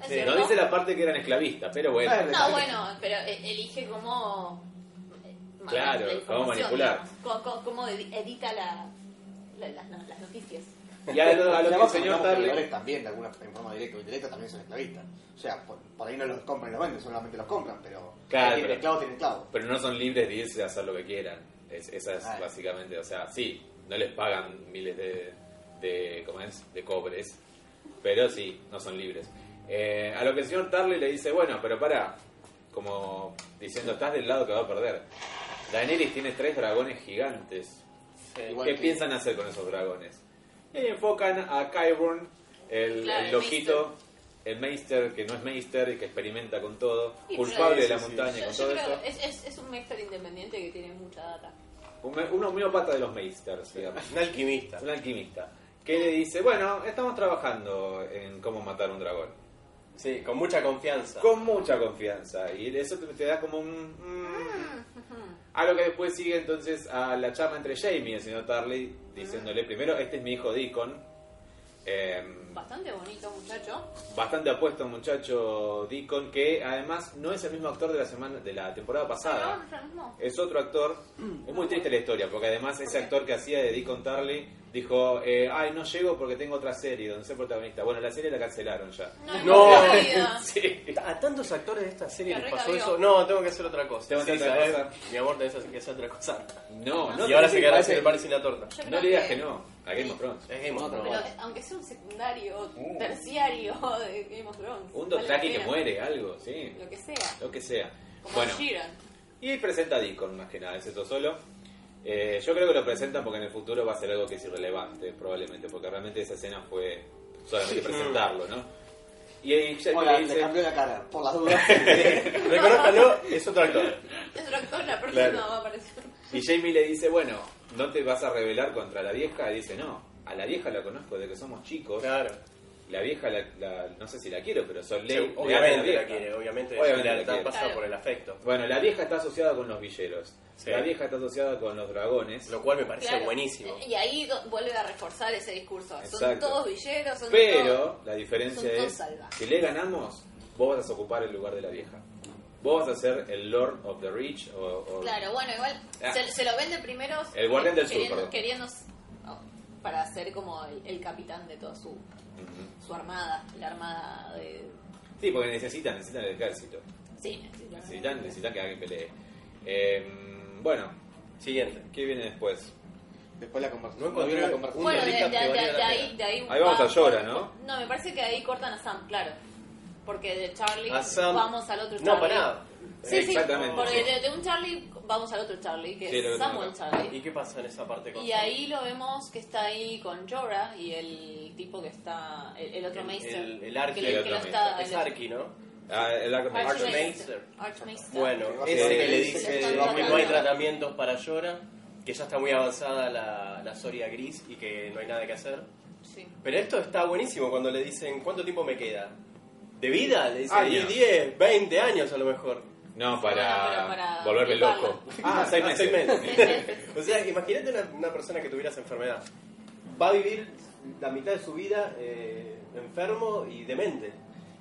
[SPEAKER 2] cierto.
[SPEAKER 1] no dice la parte que eran esclavistas, pero bueno.
[SPEAKER 4] Claro.
[SPEAKER 2] No, bueno, pero e- elige cómo... eh, ma-
[SPEAKER 1] Claro,
[SPEAKER 2] la
[SPEAKER 1] cómo
[SPEAKER 2] información,
[SPEAKER 1] manipular.
[SPEAKER 2] digamos. Cómo, cómo- cómo edi- edita la- la- las, no- las noticias.
[SPEAKER 1] Y a lo, a lo
[SPEAKER 4] Y
[SPEAKER 1] que el señor
[SPEAKER 4] además, digamos que los jugadores
[SPEAKER 1] Tarly...
[SPEAKER 4] también, de alguna en forma directa o indirecta, también son esclavistas. O sea, por, por ahí no los compran y los venden, solamente los compran, pero...
[SPEAKER 1] Claro,
[SPEAKER 4] Tiene
[SPEAKER 1] pero-
[SPEAKER 4] esclavo, tiene esclavo.
[SPEAKER 1] Pero no son libres de irse a hacer lo que quieran. Es- esa es
[SPEAKER 4] Ah.
[SPEAKER 1] básicamente, o sea, sí, no les pagan miles de, de ¿cómo es? De cobres, pero sí, no son libres. Eh, a lo que el señor Tarly le dice, bueno, pero para, como diciendo, estás del lado que va a perder. Daenerys tiene tres dragones gigantes.
[SPEAKER 3] Sí.
[SPEAKER 4] Igual
[SPEAKER 1] ¿Qué
[SPEAKER 4] que-
[SPEAKER 1] piensan hacer con esos dragones? Y enfocan a Qyburn, el,
[SPEAKER 2] Claro,
[SPEAKER 1] el
[SPEAKER 2] el
[SPEAKER 1] loquito, el Meister, que no es Meister y que experimenta con todo,
[SPEAKER 2] Y
[SPEAKER 1] culpable de
[SPEAKER 3] sí,
[SPEAKER 1] la
[SPEAKER 3] sí, sí.
[SPEAKER 1] montaña, y
[SPEAKER 2] Yo,
[SPEAKER 1] con
[SPEAKER 2] yo
[SPEAKER 1] todo eso.
[SPEAKER 2] creo que es, es, es un Mexter independiente que tiene mucha data.
[SPEAKER 1] Un, un homeópata de los Meisters,
[SPEAKER 3] [LAUGHS]
[SPEAKER 1] digamos.
[SPEAKER 3] Un alquimista.
[SPEAKER 1] Un alquimista. Que le dice, bueno, estamos trabajando en cómo matar un dragón.
[SPEAKER 3] Sí, con mucha confianza.
[SPEAKER 1] Con mucha confianza. Y eso te, te da como un. mm. A lo que después sigue entonces a la chama entre Jamie y el señor Tarly, diciéndole primero: Este es mi hijo Deacon. Em,
[SPEAKER 2] Bastante bonito, muchacho.
[SPEAKER 1] bastante apuesto muchacho Deacon, que además no es el mismo actor de la semana de la temporada pasada.
[SPEAKER 2] Ah, No, es el mismo.
[SPEAKER 1] Es otro actor. Es muy triste la historia, porque además ese actor que hacía de Deacon Tarly dijo, eh, ay, no llego porque tengo otra serie donde soy protagonista. Bueno, la serie la cancelaron ya.
[SPEAKER 3] No. [LAUGHS]
[SPEAKER 2] no. hay vida.
[SPEAKER 1] Sí.
[SPEAKER 3] A tantos actores de esta serie
[SPEAKER 2] Que
[SPEAKER 3] les pasó
[SPEAKER 2] recabió.
[SPEAKER 3] eso. No, tengo que hacer otra cosa. eh.
[SPEAKER 1] Tengo que hacer otra
[SPEAKER 3] ¿sabes?
[SPEAKER 1] cosa.
[SPEAKER 3] Mi amor, tenés que hacer otra cosa.
[SPEAKER 1] No, no.
[SPEAKER 3] y ahora se
[SPEAKER 1] te-
[SPEAKER 3] quedará
[SPEAKER 1] parece-
[SPEAKER 3] sin el pan y sin la torta.
[SPEAKER 2] Yo
[SPEAKER 1] No
[SPEAKER 2] creo
[SPEAKER 1] le digas que no, a Game of Thrones.
[SPEAKER 3] Es Game of
[SPEAKER 4] No,
[SPEAKER 2] Pero
[SPEAKER 3] Thrones.
[SPEAKER 2] aunque sea un secundario, o terciario de Game of Thrones.
[SPEAKER 1] Un
[SPEAKER 2] vale la
[SPEAKER 1] Dothraki que
[SPEAKER 2] pena.
[SPEAKER 1] muere, algo, sí.
[SPEAKER 2] Lo que sea.
[SPEAKER 1] Lo que sea.
[SPEAKER 2] Como
[SPEAKER 1] Bueno,
[SPEAKER 2] Sheeran.
[SPEAKER 1] y presenta a Deacon más que nada, es eso solo. Eh, yo creo que lo presentan porque en el futuro va a ser algo que es irrelevante, probablemente, porque realmente esa escena fue solamente presentarlo, ¿no? Y ahí Jamie
[SPEAKER 4] Hola,
[SPEAKER 1] le
[SPEAKER 4] le
[SPEAKER 1] dice,
[SPEAKER 4] cambió la cara, por las dudas.
[SPEAKER 3] Reconózcanlo, es otro actor.
[SPEAKER 2] Es otro actor, la próxima
[SPEAKER 1] Claro.
[SPEAKER 2] va a aparecer.
[SPEAKER 1] y Jamie le dice, bueno, ¿no te vas a rebelar contra la vieja? Y dice, no, a la vieja la conozco desde que somos chicos.
[SPEAKER 3] Claro.
[SPEAKER 1] La vieja, la, la- no sé si la quiero, pero son
[SPEAKER 3] Sí,
[SPEAKER 1] le- leales a
[SPEAKER 3] obviamente
[SPEAKER 1] vieja.
[SPEAKER 3] la quiere, obviamente,
[SPEAKER 1] Obviamente
[SPEAKER 3] la
[SPEAKER 1] la
[SPEAKER 3] está
[SPEAKER 1] quiere.
[SPEAKER 3] pasada
[SPEAKER 2] Claro.
[SPEAKER 3] por el afecto.
[SPEAKER 1] Bueno, la vieja está asociada con los villeros.
[SPEAKER 3] Sí.
[SPEAKER 1] La vieja está asociada con los dragones.
[SPEAKER 3] Lo cual me parece
[SPEAKER 2] Claro. Eh,
[SPEAKER 3] buenísimo.
[SPEAKER 2] Y ahí do- vuelve a reforzar ese discurso. Son
[SPEAKER 1] Exacto.
[SPEAKER 2] todos villeros, son todos.
[SPEAKER 1] Pero la diferencia
[SPEAKER 2] son todos
[SPEAKER 1] es
[SPEAKER 2] salvajes.
[SPEAKER 1] que le ganamos, vos vas a ocupar el lugar de la vieja. Vos vas a ser el Lord of the Rich o, o-
[SPEAKER 2] Claro, bueno, igual
[SPEAKER 1] Ah.
[SPEAKER 2] se, se lo vende primero.
[SPEAKER 1] El guardián del sur,
[SPEAKER 2] queriendo,
[SPEAKER 1] perdón.
[SPEAKER 2] queriendo- oh, para ser como el, el capitán de toda su,
[SPEAKER 1] Ujú.
[SPEAKER 2] su armada, la armada de.
[SPEAKER 1] Sí, porque necesitan, necesitan el ejército.
[SPEAKER 2] Sí, necesitan.
[SPEAKER 1] Necesitan, necesitan que alguien pelee. Eh, bueno,
[SPEAKER 2] eh.
[SPEAKER 3] Siguiente.
[SPEAKER 1] ¿qué viene después?
[SPEAKER 4] Después la conversación.
[SPEAKER 3] No encontré-
[SPEAKER 4] la conversación.
[SPEAKER 2] Bueno, de,
[SPEAKER 3] Una rica
[SPEAKER 2] de-
[SPEAKER 3] que
[SPEAKER 2] de-
[SPEAKER 3] valía
[SPEAKER 2] de
[SPEAKER 3] la
[SPEAKER 2] ahí,
[SPEAKER 3] pena.
[SPEAKER 2] de ahí.
[SPEAKER 1] Ahí vamos a Llora, ¿no?
[SPEAKER 2] No, me parece que ahí cortan a Sam, claro. Porque de Charlie
[SPEAKER 3] A Sam-
[SPEAKER 2] vamos al otro Charlie.
[SPEAKER 3] No, pará.
[SPEAKER 2] Sí, sí,
[SPEAKER 1] Exactamente, sí.
[SPEAKER 2] porque de, de un Charlie vamos al otro Charlie, que
[SPEAKER 1] Sí, lo que
[SPEAKER 2] es Samuel
[SPEAKER 1] tengo
[SPEAKER 2] Charlie.
[SPEAKER 3] ¿Y qué pasa en esa parte con
[SPEAKER 2] Y ahí lo vemos que está ahí con Jorah y el tipo que está, el, el otro
[SPEAKER 3] el,
[SPEAKER 2] Meister.
[SPEAKER 3] el, el
[SPEAKER 2] que,
[SPEAKER 3] Arqui?
[SPEAKER 2] le-
[SPEAKER 1] el
[SPEAKER 2] que lo
[SPEAKER 1] otro
[SPEAKER 2] está...
[SPEAKER 3] Es Arqui, ¿no?
[SPEAKER 1] Ah, el Archmage.
[SPEAKER 3] Archmage.
[SPEAKER 2] Archmeister. Archmeister.
[SPEAKER 3] Bueno,
[SPEAKER 4] Sí,
[SPEAKER 3] ese que le
[SPEAKER 4] sí,
[SPEAKER 3] dice
[SPEAKER 2] sí,
[SPEAKER 3] no
[SPEAKER 2] sí.
[SPEAKER 3] hay tratamientos para llora, que ya está muy avanzada la, la Soria gris y que no hay nada que hacer.
[SPEAKER 2] Sí.
[SPEAKER 3] Pero esto está buenísimo cuando le dicen ¿cuánto tiempo me queda? ¿De vida? Le dicen
[SPEAKER 1] Años.
[SPEAKER 3] "Y 10, 20 años a lo mejor.
[SPEAKER 1] No,
[SPEAKER 2] No,
[SPEAKER 1] para,
[SPEAKER 2] no, pero para
[SPEAKER 1] volverme
[SPEAKER 2] equiparlo.
[SPEAKER 1] loco. Ah, [LAUGHS] seis
[SPEAKER 3] Ah,
[SPEAKER 1] meses.
[SPEAKER 3] [LAUGHS] seis meses.
[SPEAKER 2] Seis meses.
[SPEAKER 3] [LAUGHS] o sea, imagínate una, una persona que tuviera esa enfermedad. Va a vivir la mitad de su vida eh, enfermo y demente.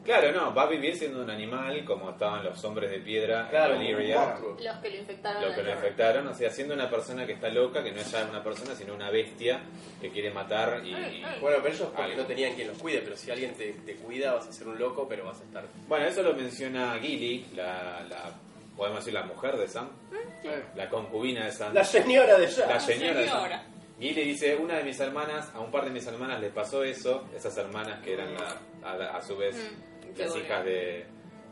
[SPEAKER 1] Claro, no, va a vivir siendo un animal como estaban los hombres de piedra
[SPEAKER 3] Claro,
[SPEAKER 1] en
[SPEAKER 3] un
[SPEAKER 1] Valyria.
[SPEAKER 3] monstruo.
[SPEAKER 2] Los que lo infectaron.
[SPEAKER 1] lo que
[SPEAKER 2] al
[SPEAKER 1] lo
[SPEAKER 2] Jorah.
[SPEAKER 1] infectaron, o sea, siendo una persona que está loca, que no es ya una persona, sino una bestia que quiere matar y...
[SPEAKER 2] Ay, ay.
[SPEAKER 3] Bueno, pero ellos porque
[SPEAKER 1] Algo.
[SPEAKER 3] no tenían quien los cuide, pero si alguien te, te cuida vas a ser un loco, pero vas a estar...
[SPEAKER 1] Bueno, eso lo menciona Gilly, la, la- podemos decir la mujer de Sam, la concubina de Sam,
[SPEAKER 3] La señora de ya.
[SPEAKER 1] la señora de Sam.
[SPEAKER 2] señora.
[SPEAKER 1] Gilly dice, una de mis hermanas, a un par de mis hermanas les pasó eso, esas hermanas que eran la- a, la- a su vez
[SPEAKER 2] Mm,
[SPEAKER 1] las
[SPEAKER 2] seguro.
[SPEAKER 1] hijas de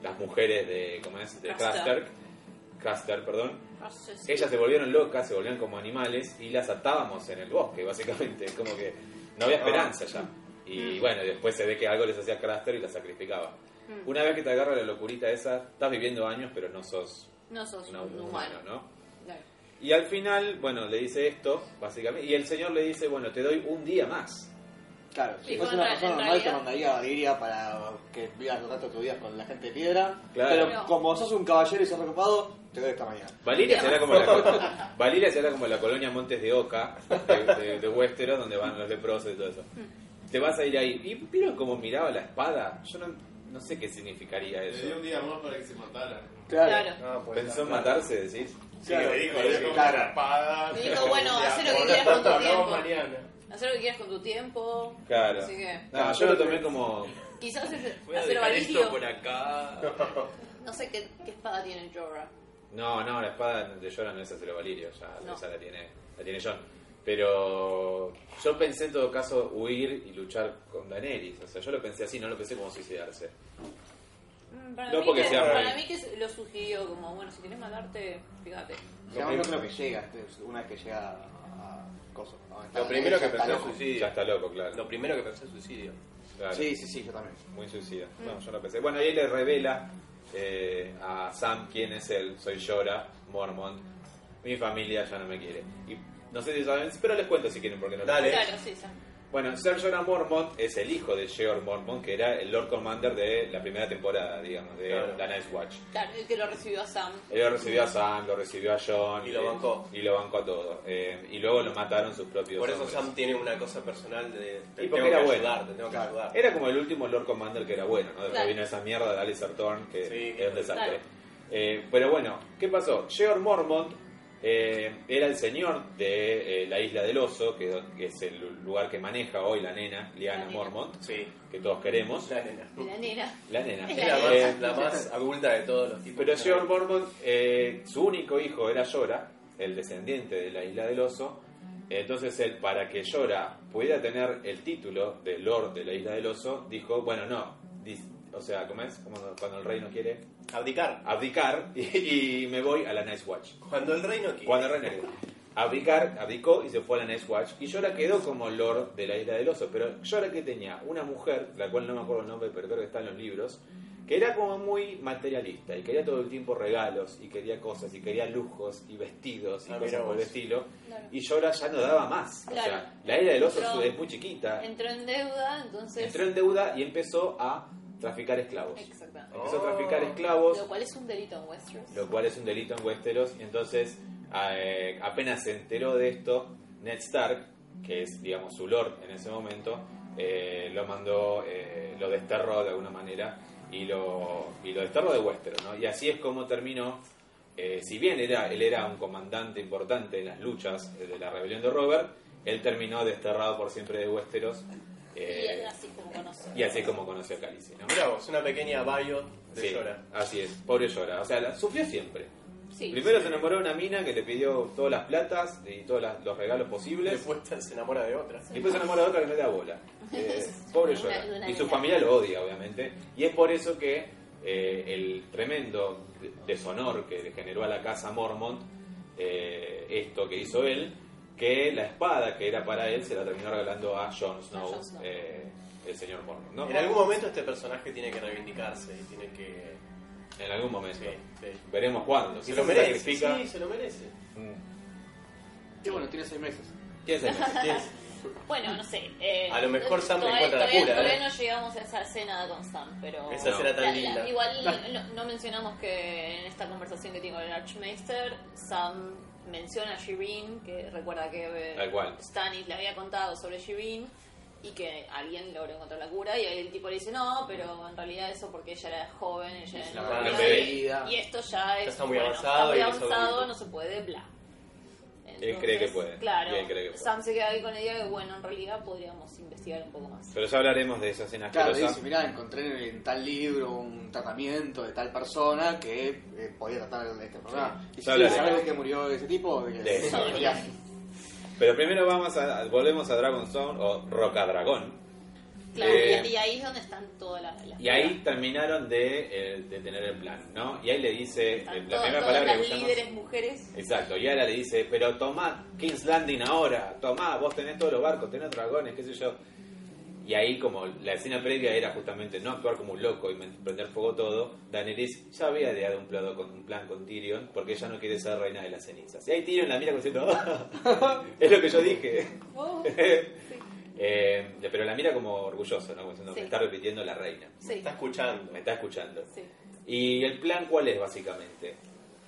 [SPEAKER 1] las mujeres de, ¿cómo es? De
[SPEAKER 2] Craster.
[SPEAKER 1] Craster, Craster, perdón.
[SPEAKER 2] No sé si-
[SPEAKER 1] Ellas se volvieron locas, se volvían como animales y las atábamos en el bosque, básicamente. Es Como que no había esperanza ya.
[SPEAKER 2] Ah.
[SPEAKER 1] Y bueno, después se ve que algo les hacía Craster y las sacrificaba.
[SPEAKER 2] Mm.
[SPEAKER 1] Una vez que te agarra la locurita esa, estás viviendo años, pero no sos
[SPEAKER 2] No sos
[SPEAKER 1] una-
[SPEAKER 2] un
[SPEAKER 1] un humano,
[SPEAKER 2] humano.
[SPEAKER 1] ¿no?
[SPEAKER 2] Claro.
[SPEAKER 1] Y al final, bueno, le dice esto, básicamente. Y el señor le dice, bueno, te doy un día más.
[SPEAKER 4] Claro,
[SPEAKER 2] Y
[SPEAKER 4] si fuese
[SPEAKER 2] bueno,
[SPEAKER 4] una
[SPEAKER 2] en
[SPEAKER 4] persona normal
[SPEAKER 2] realidad-
[SPEAKER 4] te mandaría a Valiria para que vivas los rato de tu vida con la gente de piedra.
[SPEAKER 1] Claro.
[SPEAKER 4] Pero
[SPEAKER 2] No.
[SPEAKER 4] como sos un caballero y sos recopado, te doy esta mañana.
[SPEAKER 1] Valiria será como la, [LAUGHS] co- Valiria será como la colonia Montes de Oca de, de- de Westeros, donde van los leprosos y todo eso.
[SPEAKER 2] Mm.
[SPEAKER 1] Te vas a ir ahí. ¿Y vieron cómo miraba la espada? Yo no, no sé qué significaría
[SPEAKER 7] Le dio
[SPEAKER 1] eso.
[SPEAKER 7] un día más para que se matara.
[SPEAKER 2] Claro.
[SPEAKER 3] Ah, pues,
[SPEAKER 1] Pensó en
[SPEAKER 3] claro.
[SPEAKER 1] matarse, decís.
[SPEAKER 7] Sí, le dijo, le dio
[SPEAKER 4] Claro.
[SPEAKER 7] una espada.
[SPEAKER 2] Le dijo, bueno, hacé lo que
[SPEAKER 7] por
[SPEAKER 2] quieras
[SPEAKER 7] tanto,
[SPEAKER 2] con tu
[SPEAKER 7] hablamos
[SPEAKER 2] tiempo.
[SPEAKER 7] mañana.
[SPEAKER 2] Haz lo que quieras con tu tiempo.
[SPEAKER 1] Claro.
[SPEAKER 2] Así que
[SPEAKER 1] No, yo lo tomé como.
[SPEAKER 2] quizás
[SPEAKER 8] Voy a
[SPEAKER 2] hacer
[SPEAKER 8] dejar esto por
[SPEAKER 2] valirio.
[SPEAKER 8] acá.
[SPEAKER 2] No sé qué, qué espada tiene Jorah.
[SPEAKER 1] No, no, la espada de Jorah no es acero Valirio, ya
[SPEAKER 2] No.
[SPEAKER 1] esa la tiene, la tiene John. Pero yo pensé en todo caso huir y luchar con Daenerys. O sea, yo lo pensé así, no lo pensé como suicidarse.
[SPEAKER 2] Mm, Para,
[SPEAKER 1] No
[SPEAKER 2] mí
[SPEAKER 1] porque
[SPEAKER 2] que,
[SPEAKER 1] sea rey.
[SPEAKER 2] para mí que lo sugirió como, bueno, si querés matarte, fíjate.
[SPEAKER 4] Ya, no creo que llega, este, una vez que llega a, a Coso. ¿no?
[SPEAKER 3] Lo
[SPEAKER 4] Está-
[SPEAKER 3] primero que
[SPEAKER 4] ya está
[SPEAKER 3] pensé es
[SPEAKER 4] loco.
[SPEAKER 3] suicidio.
[SPEAKER 1] Ya está loco, claro.
[SPEAKER 3] Lo primero que pensé es suicidio.
[SPEAKER 1] Claro.
[SPEAKER 4] Sí, sí, sí, yo también.
[SPEAKER 1] Muy suicida. Bueno, yo no pensé. Bueno, y él le revela eh, a Sam quién es él. Soy Llora, Mormont. Mi familia ya no me quiere. Y no sé si saben, pero les cuento si quieren porque no les
[SPEAKER 3] Dale.
[SPEAKER 2] Claro, sí, sí.
[SPEAKER 1] Bueno, Ser Jorah Mormont es el hijo de George Mormont, que era el Lord Commander de la primera temporada, digamos, de
[SPEAKER 3] Claro.
[SPEAKER 1] la Night's Watch.
[SPEAKER 2] Claro, el que lo recibió a Sam.
[SPEAKER 1] Él lo recibió a Sam, lo recibió a John.
[SPEAKER 3] Y lo
[SPEAKER 1] eh,
[SPEAKER 3] bancó.
[SPEAKER 1] y lo bancó a todos. Eh, y luego lo mataron sus propios
[SPEAKER 3] Por eso
[SPEAKER 1] hombres.
[SPEAKER 3] Sam tiene una cosa personal de te
[SPEAKER 1] Y porque
[SPEAKER 3] tengo que
[SPEAKER 1] era bueno.
[SPEAKER 3] ayudar, te tengo que
[SPEAKER 4] Claro.
[SPEAKER 3] ayudar.
[SPEAKER 1] Era como el último Lord Commander que era bueno, ¿no? Después
[SPEAKER 2] Claro.
[SPEAKER 1] vino esa mierda de Alice Sartorn, que
[SPEAKER 3] Sí,
[SPEAKER 1] era un desastre.
[SPEAKER 2] claro.
[SPEAKER 1] Eh, pero bueno, ¿qué pasó? George Mormont eh, era el señor de eh, la Isla del Oso, que, que es el lugar que maneja hoy la nena, Liana
[SPEAKER 2] La nena.
[SPEAKER 1] Mormont,
[SPEAKER 3] Sí,
[SPEAKER 1] que todos queremos.
[SPEAKER 3] la nena.
[SPEAKER 2] La nena.
[SPEAKER 1] La nena.
[SPEAKER 2] Es
[SPEAKER 3] Es la
[SPEAKER 1] Eh,
[SPEAKER 3] más, la más adulta de todos los tipos.
[SPEAKER 1] Pero George Mormont, eh, su único hijo era Llora, el descendiente de la isla del oso. Entonces él, para que Llora pudiera tener el título de Lord de la isla del oso, dijo, bueno, no, dis- o sea, ¿cómo es? Como cuando el rey no quiere
[SPEAKER 3] Abdicar.
[SPEAKER 1] abdicar [LAUGHS] y, y me voy a la Nice Watch.
[SPEAKER 3] Cuando el reino quiere.
[SPEAKER 1] Cuando el rey no quiere. Abdicar, abdicó y se fue a la Nice Watch y Llora quedó como Lord de la isla del oso. Pero Llora que tenía una mujer, la cual no me acuerdo el nombre, pero creo que está en los libros, que era como muy materialista y quería todo el tiempo regalos y quería cosas y quería lujos y vestidos y
[SPEAKER 3] Ah,
[SPEAKER 1] cosas
[SPEAKER 3] mira
[SPEAKER 1] por el
[SPEAKER 3] vos.
[SPEAKER 1] estilo.
[SPEAKER 2] Claro.
[SPEAKER 1] Y Llora ya no daba más. O
[SPEAKER 2] Claro.
[SPEAKER 1] sea, la isla del oso
[SPEAKER 2] Entró-
[SPEAKER 1] es muy chiquita.
[SPEAKER 2] Entró en deuda, entonces.
[SPEAKER 1] Entró en deuda y empezó a traficar esclavos.
[SPEAKER 2] Exactamente.
[SPEAKER 1] Empezó a
[SPEAKER 3] Oh.
[SPEAKER 1] traficar esclavos
[SPEAKER 2] Lo cual es un delito en Westeros.
[SPEAKER 1] lo cual es un delito en Westeros. Y entonces, eh, apenas se enteró de esto, Ned Stark, que es, digamos, su lord en ese momento, eh, lo mandó, eh, lo desterró de alguna manera y lo, y lo desterró de Westeros, ¿no? Y así es como terminó. eh, si bien era, él era un comandante importante en las luchas eh, de la rebelión de Robert, él terminó desterrado por siempre de Westeros.
[SPEAKER 2] Y
[SPEAKER 1] eh,
[SPEAKER 2] es así como conoce.
[SPEAKER 1] y así es como conoció a Calice, ¿no?
[SPEAKER 3] Mirá vos, una pequeña bio de
[SPEAKER 1] Sí,
[SPEAKER 3] Llora.
[SPEAKER 1] así es, pobre llora. O sea, la- sufrió siempre.
[SPEAKER 2] Sí.
[SPEAKER 1] Primero se enamoró de una mina que le pidió todas las platas y todos las- los regalos posibles. Después,
[SPEAKER 3] Después se enamora de otra.
[SPEAKER 1] se enamora de otra que no le da
[SPEAKER 2] [LAUGHS]
[SPEAKER 1] bola. Eh, pobre
[SPEAKER 2] Una
[SPEAKER 1] llora.
[SPEAKER 2] luna
[SPEAKER 1] Y
[SPEAKER 2] de
[SPEAKER 1] su
[SPEAKER 2] la-
[SPEAKER 1] familia lo odia, obviamente. Y es por eso que eh, el tremendo de- deshonor que le generó a la casa Mormont, eh, esto que hizo él, que la espada que era para él se la terminó regalando a Jon Snow,
[SPEAKER 2] Jon Snow.
[SPEAKER 1] eh, el señor Mormont. ¿no?
[SPEAKER 3] En algún momento este personaje tiene que reivindicarse y tiene que.
[SPEAKER 1] En algún momento.
[SPEAKER 3] Sí, sí.
[SPEAKER 1] Veremos cuándo. Si
[SPEAKER 3] Se lo
[SPEAKER 1] se
[SPEAKER 3] merece.
[SPEAKER 1] sacrifica-
[SPEAKER 3] Sí, se lo merece.
[SPEAKER 1] Mm.
[SPEAKER 4] Y bueno, tiene seis meses.
[SPEAKER 1] ¿Quién es el
[SPEAKER 2] [LAUGHS]
[SPEAKER 1] que- quién es?
[SPEAKER 2] Bueno, no sé. eh,
[SPEAKER 3] A lo mejor Sam le
[SPEAKER 2] todavía-
[SPEAKER 3] encuentra la
[SPEAKER 2] todavía-
[SPEAKER 3] cura,
[SPEAKER 2] Todavía
[SPEAKER 3] ¿eh?
[SPEAKER 2] no llegamos a esa escena con Sam, pero.
[SPEAKER 3] Esa
[SPEAKER 1] No.
[SPEAKER 3] será
[SPEAKER 2] La-
[SPEAKER 3] tan
[SPEAKER 2] la-
[SPEAKER 3] linda.
[SPEAKER 2] igual no, no mencionamos que en esta conversación que tiene con el Archmeister, Sam menciona a Shireen, que recuerda que eh,
[SPEAKER 1] Tal cual.
[SPEAKER 2] Stannis le había contado sobre Shireen y que alguien logró encontrar la cura y ahí el tipo le dice no, pero en realidad eso porque ella era joven, ella era
[SPEAKER 4] la
[SPEAKER 2] niña,
[SPEAKER 3] verdad,
[SPEAKER 2] y,
[SPEAKER 4] bebé.
[SPEAKER 2] y esto ya es
[SPEAKER 3] está muy
[SPEAKER 2] bueno, está
[SPEAKER 3] avanzado
[SPEAKER 2] muy
[SPEAKER 3] y eso-
[SPEAKER 2] avanzado, no se puede, bla.
[SPEAKER 1] Él cree que puede,
[SPEAKER 2] Claro,
[SPEAKER 1] y él cree que puede.
[SPEAKER 2] Sam se queda ahí con la idea de bueno, en realidad podríamos investigar un poco más.
[SPEAKER 1] Pero ya hablaremos de esa escena
[SPEAKER 4] Claro,
[SPEAKER 1] asquerosa.
[SPEAKER 4] dice, mirá, encontré en tal libro un tratamiento de tal persona que eh, podía tratar de este problema. Y si
[SPEAKER 1] Ya hablaré.
[SPEAKER 4] sabes de qué murió ese tipo, de que
[SPEAKER 1] De-
[SPEAKER 4] se moría.
[SPEAKER 1] Pero primero vamos a, volvemos a Dragonstone o Roca Dragón.
[SPEAKER 2] Claro,
[SPEAKER 1] Eh,
[SPEAKER 2] y, y ahí es donde están todas las... las
[SPEAKER 1] Y ahí terminaron de, eh, de tener el plan, ¿no? Y ahí le dice, eh, la
[SPEAKER 2] están todas-
[SPEAKER 1] primera
[SPEAKER 2] todas
[SPEAKER 1] palabra que
[SPEAKER 2] las
[SPEAKER 1] usamos...
[SPEAKER 2] líderes mujeres.
[SPEAKER 1] Exacto, y ahora le dice, pero tomá King's Landing ahora, tomá, vos tenés todos los barcos, tenés dragones, qué sé yo. Y ahí como la escena previa era justamente no actuar como un loco y men- prender fuego todo, Daenerys ya había ideado un, plado con, un plan con Tyrion porque ella no quiere ser reina de las cenizas. Y ahí Tyrion la mira como diciendo, [LAUGHS] "Ah, es lo que yo dije.
[SPEAKER 2] [LAUGHS] Oh,
[SPEAKER 1] Eh, pero la mira como orgulloso, ¿no? Como diciendo,
[SPEAKER 2] Sí.
[SPEAKER 1] me está repitiendo la reina,
[SPEAKER 3] Me
[SPEAKER 2] sí,
[SPEAKER 3] está escuchando.
[SPEAKER 1] me está escuchando.
[SPEAKER 2] sí.
[SPEAKER 1] ¿Y el plan cuál es básicamente?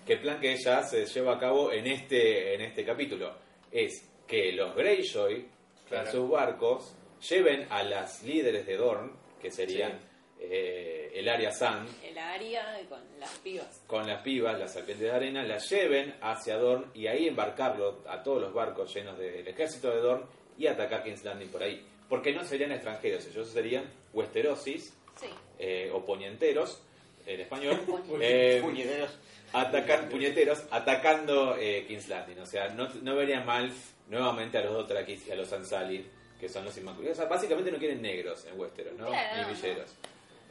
[SPEAKER 1] Que el plan que ella se lleva a cabo en este, en este capítulo es que los Greyjoy
[SPEAKER 3] Claro.
[SPEAKER 1] en sus barcos lleven a las líderes de Dorn, que serían eh, el Arya Sand,
[SPEAKER 2] El área con las pibas.
[SPEAKER 1] con las pibas, las serpientes de arena, las lleven hacia Dorn y ahí embarcarlo a todos los barcos llenos del ejército de Dorn y atacar King's Landing por ahí. Porque no serían extranjeros, ellos serían Westerosis
[SPEAKER 2] Sí.
[SPEAKER 1] eh, o Ponienteros, en español. eh,
[SPEAKER 4] Puñeteros.
[SPEAKER 1] atacar puñeteros atacando eh, King's Landing. O sea, no, no vería mal nuevamente a los Dothrakis y a los Ansali, que son los Inmaculados. O sea, básicamente no quieren negros en Westeros, ¿no?
[SPEAKER 2] Claro, no,
[SPEAKER 1] Ni villeros.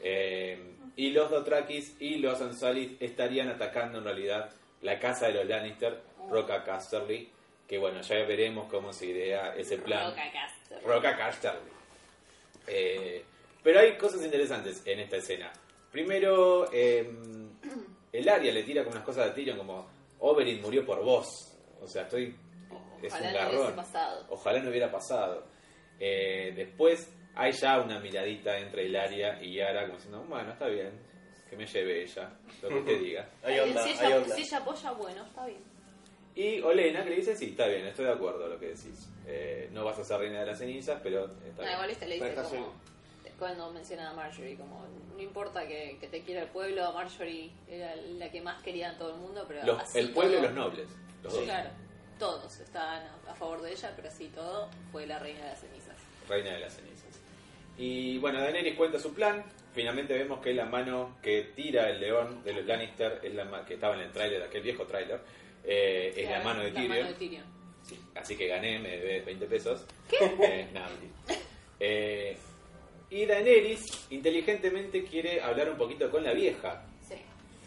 [SPEAKER 1] Eh, y los Dothrakis y los Ansali estarían atacando en realidad la casa de los Lannister, Roca Casterly, que bueno, ya veremos cómo se idea ese plan.
[SPEAKER 2] Roca Castro.
[SPEAKER 1] Roca Casterly. Eh, pero hay cosas interesantes en esta escena. Primero, eh, el Aria le tira como unas cosas a Tyrion como Oberyn murió por vos. O sea, estoy... es
[SPEAKER 2] Ojalá
[SPEAKER 1] un
[SPEAKER 2] no hubiese
[SPEAKER 1] garrón.
[SPEAKER 2] pasado.
[SPEAKER 1] Ojalá no hubiera pasado. Eh, después hay ya una miradita entre Hilaria y Yara como diciendo, bueno, está bien, que me lleve ella, lo que te diga.
[SPEAKER 3] Hay onda,
[SPEAKER 2] si,
[SPEAKER 3] hay
[SPEAKER 2] ella,
[SPEAKER 3] onda.
[SPEAKER 2] si ella apoya, bueno, está bien.
[SPEAKER 1] Y Olena que le dice, sí, está bien, estoy de acuerdo a lo que decís. Eh, no vas a ser reina de las cenizas, pero está
[SPEAKER 2] No,
[SPEAKER 1] bien.
[SPEAKER 2] igual este le
[SPEAKER 4] Pero
[SPEAKER 2] dice
[SPEAKER 4] está
[SPEAKER 2] como cuando menciona a Marjorie, como no importa que, que te quiera el pueblo, Marjorie era la que más quería a todo el mundo, pero
[SPEAKER 1] Los-
[SPEAKER 2] así
[SPEAKER 1] el pueblo y
[SPEAKER 2] todo-
[SPEAKER 1] los nobles. Los dos.
[SPEAKER 2] Claro, todos estaban a, a favor de ella, pero así todo fue la reina de las cenizas.
[SPEAKER 1] Reina de las cenizas. Y bueno, Daenerys cuenta su plan. Finalmente vemos que la mano que tira el león de los Lannister, es la ma- que estaba en el tráiler, aquel viejo tráiler, eh, es la
[SPEAKER 2] Claro,
[SPEAKER 1] mano de Tyrion.
[SPEAKER 2] mano de Tyrion.
[SPEAKER 1] Sí, Así que gané, me debes 20 pesos.
[SPEAKER 2] ¿Qué?
[SPEAKER 1] Eh, nada, mentira. Eh, y Daenerys inteligentemente quiere hablar un poquito con la vieja.
[SPEAKER 2] Sí.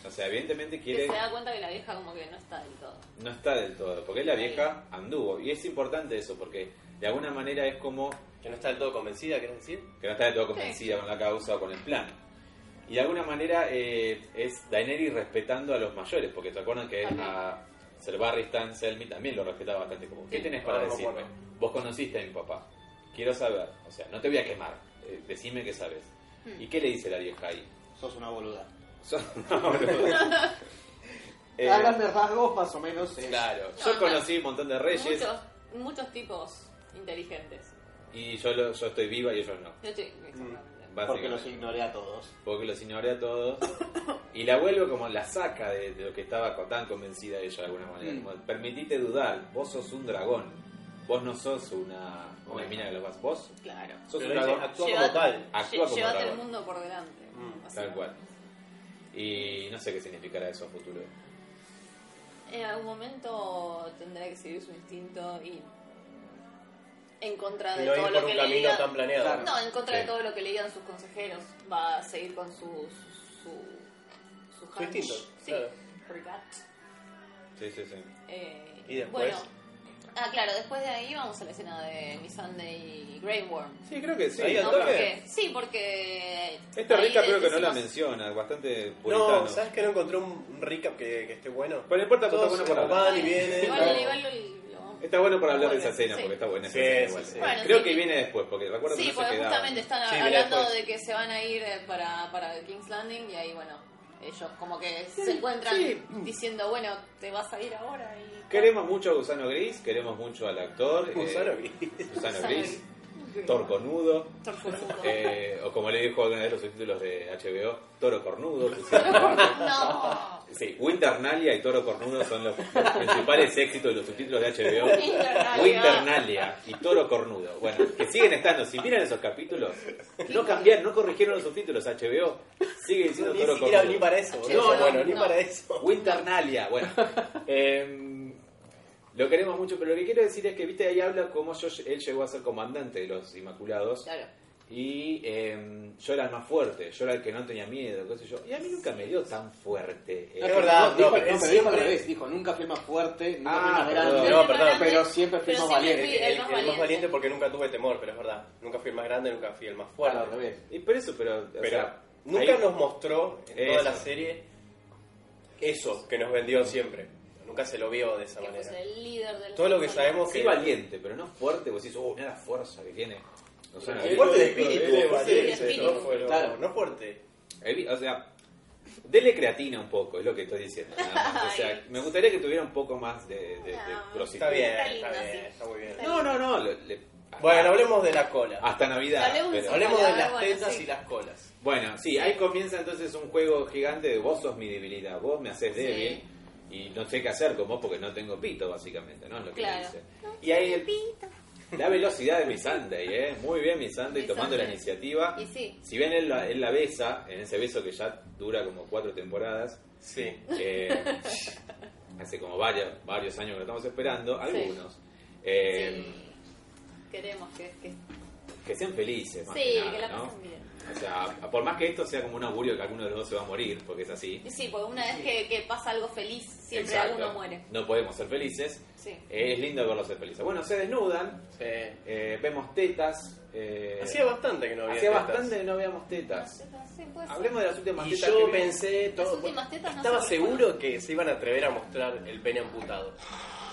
[SPEAKER 1] O sea, evidentemente
[SPEAKER 2] Que
[SPEAKER 1] quiere...
[SPEAKER 2] se da cuenta que la vieja como que no está del todo.
[SPEAKER 1] No está del todo, porque la vieja anduvo. Y es importante eso, porque de alguna manera es como
[SPEAKER 3] Que no está del todo convencida, ¿querés decir?
[SPEAKER 1] que no está del todo convencida con la causa o con el plan. Y de alguna manera eh, es Daenerys respetando a los mayores, porque te acuerdan que
[SPEAKER 2] Ajá.
[SPEAKER 1] a Ser Barristan Selmy también lo respetaba bastante. Como, ¿qué
[SPEAKER 2] Sí.
[SPEAKER 1] tenés
[SPEAKER 3] Ah,
[SPEAKER 1] para
[SPEAKER 3] no me
[SPEAKER 1] decirme?
[SPEAKER 3] acuerdo.
[SPEAKER 1] Vos conociste a mi papá. Quiero saber. O sea, no te voy a quemar. Eh, decime qué sabes.
[SPEAKER 2] Hmm.
[SPEAKER 1] ¿Y qué le dice la vieja ahí?
[SPEAKER 4] Sos una boluda.
[SPEAKER 1] Yo- no, boludo. [LAUGHS]
[SPEAKER 2] [LAUGHS]
[SPEAKER 1] Eh,
[SPEAKER 4] A grandes rasgos, más o menos. es-
[SPEAKER 1] claro.
[SPEAKER 2] No,
[SPEAKER 1] Yo
[SPEAKER 2] no.
[SPEAKER 1] conocí un montón de reyes
[SPEAKER 2] Muchos, muchos tipos inteligentes.
[SPEAKER 1] y yo, lo- yo estoy viva y ellos no.
[SPEAKER 2] Yo estoy-
[SPEAKER 3] Mm.
[SPEAKER 2] exactamente.
[SPEAKER 1] básicamente.
[SPEAKER 4] Porque los ignoré a todos.
[SPEAKER 1] porque los ignoré a todos. Y la vuelve como la saca de, de lo que estaba co- tan convencida ella de alguna manera.
[SPEAKER 4] Mm.
[SPEAKER 1] Como, permitite dudar, vos sos un dragón. Vos no sos una, una mina de los vas. Vos
[SPEAKER 2] Claro.
[SPEAKER 1] sos
[SPEAKER 3] Pero
[SPEAKER 1] un
[SPEAKER 3] ella
[SPEAKER 1] dragón.
[SPEAKER 3] actúa como
[SPEAKER 2] Llévate-
[SPEAKER 3] tal.
[SPEAKER 1] Actúa
[SPEAKER 2] lle-
[SPEAKER 1] como
[SPEAKER 2] llévate
[SPEAKER 1] dragón.
[SPEAKER 2] el mundo por delante.
[SPEAKER 3] Mm,
[SPEAKER 2] así.
[SPEAKER 1] Tal cual. Y no sé qué significará eso a futuro.
[SPEAKER 2] En algún momento tendrá que seguir su instinto y en contra de
[SPEAKER 3] No
[SPEAKER 2] todo
[SPEAKER 3] ir
[SPEAKER 2] lo
[SPEAKER 3] por
[SPEAKER 2] que
[SPEAKER 3] un
[SPEAKER 2] le
[SPEAKER 3] camino
[SPEAKER 2] digan.
[SPEAKER 3] tan planeado.
[SPEAKER 4] Claro.
[SPEAKER 2] No, en contra
[SPEAKER 1] Sí.
[SPEAKER 2] de todo lo que le digan sus consejeros, va a seguir con su su su,
[SPEAKER 3] Su
[SPEAKER 2] hunch.
[SPEAKER 3] instinto,
[SPEAKER 2] sí,
[SPEAKER 3] claro.
[SPEAKER 2] her gut.
[SPEAKER 1] Sí, sí, sí.
[SPEAKER 2] Eh,
[SPEAKER 3] ¿Y después?
[SPEAKER 2] Bueno, ah, claro, después de ahí vamos a la escena de Miss Sunday y Grey Worm.
[SPEAKER 1] Sí, creo que sí.
[SPEAKER 3] Ahí
[SPEAKER 1] al
[SPEAKER 2] No,
[SPEAKER 3] toque.
[SPEAKER 2] porque, sí, porque.
[SPEAKER 1] Esta
[SPEAKER 2] ahí
[SPEAKER 1] rica
[SPEAKER 2] le
[SPEAKER 1] creo que no la
[SPEAKER 2] decimos-
[SPEAKER 1] menciona, bastante puritano.
[SPEAKER 3] No, ¿sabes que no encontré un un recap que, que esté bueno?
[SPEAKER 1] Pero no importa, porque
[SPEAKER 3] Todos
[SPEAKER 1] está bueno para
[SPEAKER 3] se
[SPEAKER 1] hablar.
[SPEAKER 3] van y vienen.
[SPEAKER 2] Igual, igual lo-
[SPEAKER 1] Está bueno para hablar de
[SPEAKER 2] Bueno,
[SPEAKER 1] esa escena,
[SPEAKER 2] sí.
[SPEAKER 1] porque está buena esa
[SPEAKER 3] Sí,
[SPEAKER 1] escena
[SPEAKER 3] sí,
[SPEAKER 1] igual.
[SPEAKER 3] sí.
[SPEAKER 2] Bueno,
[SPEAKER 1] creo
[SPEAKER 2] sí,
[SPEAKER 1] que
[SPEAKER 2] sí.
[SPEAKER 1] viene después, porque recuerdo que
[SPEAKER 2] Sí,
[SPEAKER 1] no se
[SPEAKER 2] porque
[SPEAKER 1] quedaba.
[SPEAKER 2] justamente están
[SPEAKER 3] Sí, mira,
[SPEAKER 2] hablando
[SPEAKER 3] después.
[SPEAKER 2] de que se van a ir eh, para, para King's Landing y ahí, bueno, ellos como que se
[SPEAKER 1] Sí,
[SPEAKER 2] encuentran
[SPEAKER 1] sí.
[SPEAKER 2] diciendo, bueno, te vas a ir ahora y...
[SPEAKER 1] Queremos mucho a Gusano Gris, queremos mucho al actor. eh,
[SPEAKER 3] Gusano Gris.
[SPEAKER 1] Gusano Gris, Torconudo,
[SPEAKER 2] Thor Cornudo.
[SPEAKER 1] eh, o como le dijo alguna vez los subtítulos de HBO, Toro Cornudo. pusieron.
[SPEAKER 2] No,
[SPEAKER 1] Sí, Winternalia y Toro Cornudo son los, los principales éxitos de los subtítulos de HBO.
[SPEAKER 2] Winternalia.
[SPEAKER 1] Winternalia y Toro Cornudo. Bueno, que siguen estando. Si miran esos capítulos, no cambiaron, no corrigieron los subtítulos. HBO sigue diciendo
[SPEAKER 3] Ni
[SPEAKER 1] Toro
[SPEAKER 3] siquiera
[SPEAKER 1] Cornudo.
[SPEAKER 3] ni para eso.
[SPEAKER 2] Sí,
[SPEAKER 3] No,
[SPEAKER 2] no,
[SPEAKER 3] bueno, ni
[SPEAKER 2] no.
[SPEAKER 3] para eso.
[SPEAKER 1] Winternalia,
[SPEAKER 3] [LAUGHS]
[SPEAKER 1] bueno. Em, lo queremos mucho, pero lo que quiero decir es que, viste, ahí habla cómo yo, él llegó a ser comandante de los Inmaculados
[SPEAKER 2] claro.
[SPEAKER 1] y em, yo era el más fuerte, yo era el que no tenía miedo, qué sé yo. Y a mí nunca me dio tan fuerte. eh.
[SPEAKER 3] Es verdad,
[SPEAKER 4] dijo,
[SPEAKER 3] no, pero
[SPEAKER 4] no,
[SPEAKER 3] él
[SPEAKER 4] pero dijo al
[SPEAKER 3] siempre-
[SPEAKER 4] revés. Dijo, nunca fui más fuerte, nunca
[SPEAKER 1] Ah,
[SPEAKER 4] fui más
[SPEAKER 1] perdón.
[SPEAKER 4] grande.
[SPEAKER 3] No, perdón.
[SPEAKER 4] Pero siempre fui
[SPEAKER 2] pero
[SPEAKER 4] más
[SPEAKER 2] siempre
[SPEAKER 4] valiente.
[SPEAKER 2] fui el, más valiente.
[SPEAKER 3] porque nunca tuve temor, pero es verdad. Nunca fui el más grande, nunca fui el más
[SPEAKER 4] Claro, al
[SPEAKER 3] fuerte.
[SPEAKER 4] revés.
[SPEAKER 1] Y por eso, pero... o
[SPEAKER 3] pero
[SPEAKER 1] sea,
[SPEAKER 3] nunca
[SPEAKER 1] ahí-
[SPEAKER 3] nos mostró en toda
[SPEAKER 1] Eso.
[SPEAKER 3] la serie eso que nos vendió siempre. Nunca se lo vio de esa
[SPEAKER 2] Que
[SPEAKER 3] manera.
[SPEAKER 2] fuese el líder del...
[SPEAKER 3] Todo lo que sabemos
[SPEAKER 1] Sí
[SPEAKER 3] que...
[SPEAKER 1] valiente, pero no fuerte, vos decís, oh, mira la fuerza que tiene. O sea,
[SPEAKER 3] El fuerte de espíritu,
[SPEAKER 7] Sí,
[SPEAKER 3] valiente,
[SPEAKER 2] espíritu.
[SPEAKER 3] no, fue loco,
[SPEAKER 4] Claro.
[SPEAKER 3] no fuerte.
[SPEAKER 1] El vi- o sea, dele creatina un poco, es lo que estoy diciendo. nada más. O
[SPEAKER 3] [LAUGHS]
[SPEAKER 1] sea,
[SPEAKER 2] Ay.
[SPEAKER 1] me gustaría que tuviera un poco más de, de, de
[SPEAKER 2] No,
[SPEAKER 1] grositud.
[SPEAKER 3] Ah. Está bien,
[SPEAKER 2] Está
[SPEAKER 3] está
[SPEAKER 2] lindo,
[SPEAKER 3] bien,
[SPEAKER 2] sí.
[SPEAKER 3] está muy bien.
[SPEAKER 1] No, no, no. le- le- hasta,
[SPEAKER 3] Bueno, hablemos de la cola.
[SPEAKER 1] hasta Navidad.
[SPEAKER 2] Hablemos de
[SPEAKER 1] pero-
[SPEAKER 2] eso.
[SPEAKER 3] Hablemos de
[SPEAKER 2] Bueno,
[SPEAKER 3] las
[SPEAKER 2] bueno,
[SPEAKER 3] tetas
[SPEAKER 2] sí.
[SPEAKER 3] y las colas.
[SPEAKER 1] Bueno, sí, ahí comienza entonces un juego gigante de vos sos mi debilidad, vos me haces
[SPEAKER 2] Sí.
[SPEAKER 1] débil y no sé qué hacer con vos porque no tengo pito, básicamente, ¿no? Es lo que
[SPEAKER 2] Claro.
[SPEAKER 1] dice. y ahí el- la velocidad de mi Sunday, ¿eh? Muy bien mi Sunday
[SPEAKER 2] Mi
[SPEAKER 1] tomando la
[SPEAKER 2] Sunday.
[SPEAKER 1] iniciativa.
[SPEAKER 2] Y sí.
[SPEAKER 1] Si bien él la, él la besa, en ese beso que ya dura como cuatro temporadas,
[SPEAKER 3] Sí.
[SPEAKER 2] [LAUGHS]
[SPEAKER 1] Eh, hace como varios, varios años que lo estamos esperando, algunos. Eh,
[SPEAKER 2] Sí. Queremos que... que-
[SPEAKER 1] Que sean felices, más
[SPEAKER 2] sí,
[SPEAKER 1] que nada,
[SPEAKER 2] que la
[SPEAKER 1] ¿no?
[SPEAKER 2] pasen bien.
[SPEAKER 1] O sea, por más que esto sea como un augurio que alguno de los dos se va a morir, porque es así.
[SPEAKER 2] Y sí, porque una vez que, que pasa algo feliz, siempre
[SPEAKER 1] Exacto.
[SPEAKER 2] alguno muere.
[SPEAKER 1] No podemos ser felices.
[SPEAKER 2] Sí.
[SPEAKER 1] Eh, Es lindo verlos ser felices. Bueno, se desnudan,
[SPEAKER 3] Sí.
[SPEAKER 1] eh, vemos tetas, Eh,
[SPEAKER 3] Hacía bastante que no había
[SPEAKER 1] hacía
[SPEAKER 3] tetas.
[SPEAKER 1] bastante que no veíamos tetas.
[SPEAKER 2] Sí, puede ser.
[SPEAKER 1] Hablemos de las últimas
[SPEAKER 3] Y
[SPEAKER 1] tetas.
[SPEAKER 3] yo
[SPEAKER 1] que vi.
[SPEAKER 3] pensé, todo-
[SPEAKER 2] Las últimas tetas no
[SPEAKER 3] estaba
[SPEAKER 2] se
[SPEAKER 3] seguro que se iban a atrever a mostrar el pene amputado.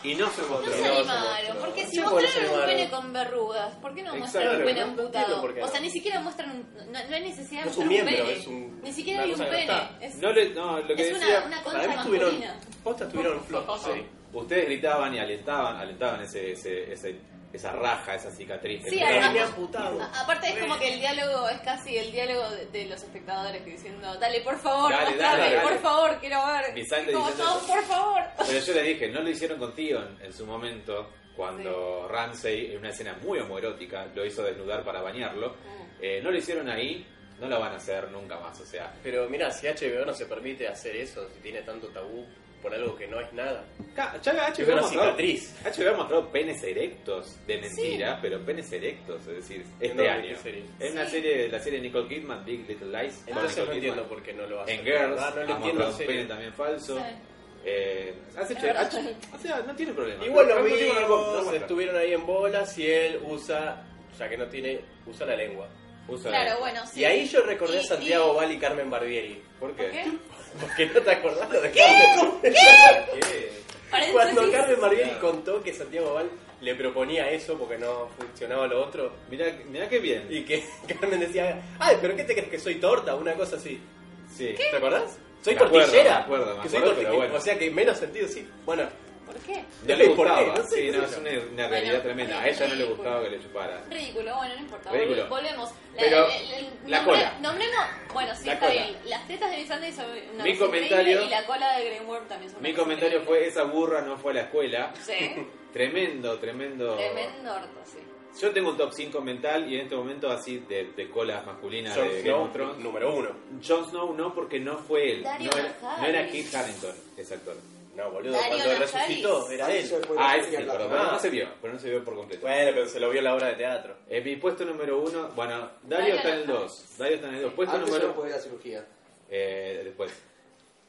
[SPEAKER 1] Y no se
[SPEAKER 2] No
[SPEAKER 1] mostró.
[SPEAKER 2] se
[SPEAKER 3] No,
[SPEAKER 2] animaron,
[SPEAKER 3] no,
[SPEAKER 2] porque
[SPEAKER 3] no.
[SPEAKER 2] si
[SPEAKER 3] Sí, porque no se
[SPEAKER 2] mostraron un
[SPEAKER 3] animaron.
[SPEAKER 2] pene con verrugas, ¿por qué no muestran
[SPEAKER 3] Exacto,
[SPEAKER 2] un pene
[SPEAKER 3] no entiendo
[SPEAKER 2] amputado?
[SPEAKER 3] por qué
[SPEAKER 2] O
[SPEAKER 3] no.
[SPEAKER 2] sea, ni siquiera muestran, no, no hay necesidad de
[SPEAKER 3] No es
[SPEAKER 2] mostrar
[SPEAKER 3] un
[SPEAKER 2] un,
[SPEAKER 3] miembro,
[SPEAKER 2] pene.
[SPEAKER 3] es un-
[SPEAKER 2] ni siquiera
[SPEAKER 3] una
[SPEAKER 2] hay un
[SPEAKER 3] cosa que
[SPEAKER 2] pene.
[SPEAKER 3] no está.
[SPEAKER 2] es
[SPEAKER 1] No, le- no, lo que
[SPEAKER 2] es
[SPEAKER 1] decía.
[SPEAKER 2] una, una
[SPEAKER 3] Para
[SPEAKER 2] concha
[SPEAKER 3] mí tuvieron,
[SPEAKER 2] masculina.
[SPEAKER 3] postas tuvieron flojos, sí.
[SPEAKER 1] Ustedes gritaban y alentaban, alentaban ese, ese, ese- esa raja, esa cicatriz.
[SPEAKER 2] Sí,
[SPEAKER 1] Era-
[SPEAKER 2] además-
[SPEAKER 3] Pene amputado.
[SPEAKER 2] A- Aparte es como que el diálogo es casi el diálogo de, de los espectadores que diciendo, dale por favor,
[SPEAKER 1] Dale,
[SPEAKER 2] más
[SPEAKER 1] dale,
[SPEAKER 2] tarde,
[SPEAKER 1] dale.
[SPEAKER 2] por favor, quiero ver.
[SPEAKER 1] Mi sangre
[SPEAKER 2] Y como
[SPEAKER 1] diciendo
[SPEAKER 2] todos,
[SPEAKER 1] eso.
[SPEAKER 2] por favor.
[SPEAKER 1] Pero yo les dije, no lo hicieron contigo en, en su momento, cuando Ramsey, en una escena muy homoerótica, lo hizo desnudar para bañarlo. Eh, no lo hicieron ahí, no lo van a hacer nunca más. O sea,
[SPEAKER 3] Pero mira, si HBO no se permite hacer eso, si tiene tanto tabú por algo que no es nada.
[SPEAKER 1] ca- ya
[SPEAKER 3] Es una
[SPEAKER 1] HBO, mostró,
[SPEAKER 3] cicatriz.
[SPEAKER 1] HBO ha mostrado penes erectos de mentira, pero penes erectos, es decir, este
[SPEAKER 3] No, ¿de
[SPEAKER 1] año.
[SPEAKER 3] qué serie?
[SPEAKER 1] Es una
[SPEAKER 2] Sí.
[SPEAKER 1] serie de la serie de Nicole Kidman, Big Little Lies. con
[SPEAKER 3] Entonces no
[SPEAKER 1] Nicole Kidman.
[SPEAKER 3] entiendo por qué no lo hacen.
[SPEAKER 1] En Girls,
[SPEAKER 3] Ah, no lo
[SPEAKER 1] ha
[SPEAKER 3] entiendo.
[SPEAKER 1] mostrado
[SPEAKER 3] en
[SPEAKER 1] un pene
[SPEAKER 3] serio.
[SPEAKER 1] también falso.
[SPEAKER 2] Sí.
[SPEAKER 1] Eh, hace
[SPEAKER 2] Es
[SPEAKER 1] che-
[SPEAKER 2] verdad.
[SPEAKER 1] hace- o sea, no tiene problema.
[SPEAKER 3] Igual
[SPEAKER 1] Pero
[SPEAKER 3] los
[SPEAKER 1] hay muchísimos
[SPEAKER 3] vimos,
[SPEAKER 1] no lo muestran.
[SPEAKER 3] estuvieron ahí en bolas y él usa, ya que no tiene, usa la lengua.
[SPEAKER 1] Usa-
[SPEAKER 2] Claro, bueno, sí.
[SPEAKER 3] Y ahí yo recordé a
[SPEAKER 2] Y-
[SPEAKER 3] Santiago
[SPEAKER 2] y-
[SPEAKER 3] Val y Carmen Barbieri.
[SPEAKER 1] ¿Por [LAUGHS] qué?
[SPEAKER 2] ¿Qué?
[SPEAKER 3] Porque no te acordás lo de Carmen.
[SPEAKER 1] ¿Qué?
[SPEAKER 3] Cuando
[SPEAKER 2] Paréntesis.
[SPEAKER 3] Carmen Barbieri contó que Santiago Val le proponía eso porque no funcionaba lo otro.
[SPEAKER 1] Mirá, mirá qué bien.
[SPEAKER 3] Y que [LAUGHS] Carmen decía, ay, pero ¿qué te crees que soy torta? Una cosa así.
[SPEAKER 1] Sí.
[SPEAKER 3] ¿Te acordás? Soy
[SPEAKER 1] Me acuerdo,
[SPEAKER 3] tortillera.
[SPEAKER 1] me acuerdo, me
[SPEAKER 3] que soy
[SPEAKER 1] acuerdo, pero
[SPEAKER 3] tortillera.
[SPEAKER 1] bueno.
[SPEAKER 3] O sea que menos sentido, sí. Bueno,
[SPEAKER 2] ¿Por qué?
[SPEAKER 1] No le
[SPEAKER 3] ¿Por qué?
[SPEAKER 1] gustaba.
[SPEAKER 3] No sé,
[SPEAKER 1] sí,
[SPEAKER 3] qué
[SPEAKER 1] no,
[SPEAKER 3] sé
[SPEAKER 1] es
[SPEAKER 3] yo.
[SPEAKER 1] una, una
[SPEAKER 2] Bueno,
[SPEAKER 1] realidad tremenda. A ella no le
[SPEAKER 2] ridículo.
[SPEAKER 1] gustaba que le chupara.
[SPEAKER 2] Ridículo, bueno, no importa.
[SPEAKER 1] Ridículo.
[SPEAKER 2] vol- Volvemos. La-
[SPEAKER 1] Pero,
[SPEAKER 2] el- el-
[SPEAKER 1] la
[SPEAKER 2] nombre-
[SPEAKER 1] cola.
[SPEAKER 2] Nombremos. Bueno, sí,
[SPEAKER 1] La
[SPEAKER 2] está
[SPEAKER 1] cola.
[SPEAKER 2] bien. Las tetas de Miss Sunday son una
[SPEAKER 1] Mi
[SPEAKER 2] cosa
[SPEAKER 1] comentario-
[SPEAKER 2] increíble y la cola de Grey Worm también son una
[SPEAKER 1] Mi
[SPEAKER 2] cosa
[SPEAKER 1] comentario
[SPEAKER 2] increíble.
[SPEAKER 1] fue, esa burra no fue a la escuela. [LAUGHS]
[SPEAKER 2] Sí,
[SPEAKER 1] Tremendo, tremendo.
[SPEAKER 2] tremendo orto, sí.
[SPEAKER 1] Yo tengo un top 5 mental y en este momento así de, de colas masculinas
[SPEAKER 3] Jon
[SPEAKER 1] de Game
[SPEAKER 3] Snow,
[SPEAKER 1] of Thrones.
[SPEAKER 3] número uno.
[SPEAKER 1] Jon Snow no, porque no fue él.
[SPEAKER 2] Dario
[SPEAKER 1] no, era,
[SPEAKER 2] Naharis.
[SPEAKER 1] no era Kit Harington, ese actor.
[SPEAKER 3] No, boludo,
[SPEAKER 2] Darío
[SPEAKER 3] cuando
[SPEAKER 2] Najaris.
[SPEAKER 3] resucitó era él.
[SPEAKER 1] Ah, ese sí, perdón.
[SPEAKER 3] Ah.
[SPEAKER 1] Pero no se vio, pero no se vio por completo.
[SPEAKER 3] Bueno, pero se lo vio en la obra de teatro.
[SPEAKER 1] Eh, mi puesto número uno, bueno, Dario
[SPEAKER 2] Dario
[SPEAKER 1] está en el
[SPEAKER 2] Naharis.
[SPEAKER 1] 2. Dario está en el 2. Puesto
[SPEAKER 4] Antes
[SPEAKER 1] número
[SPEAKER 4] yo puedo ir a cirugía.
[SPEAKER 1] Eh, después.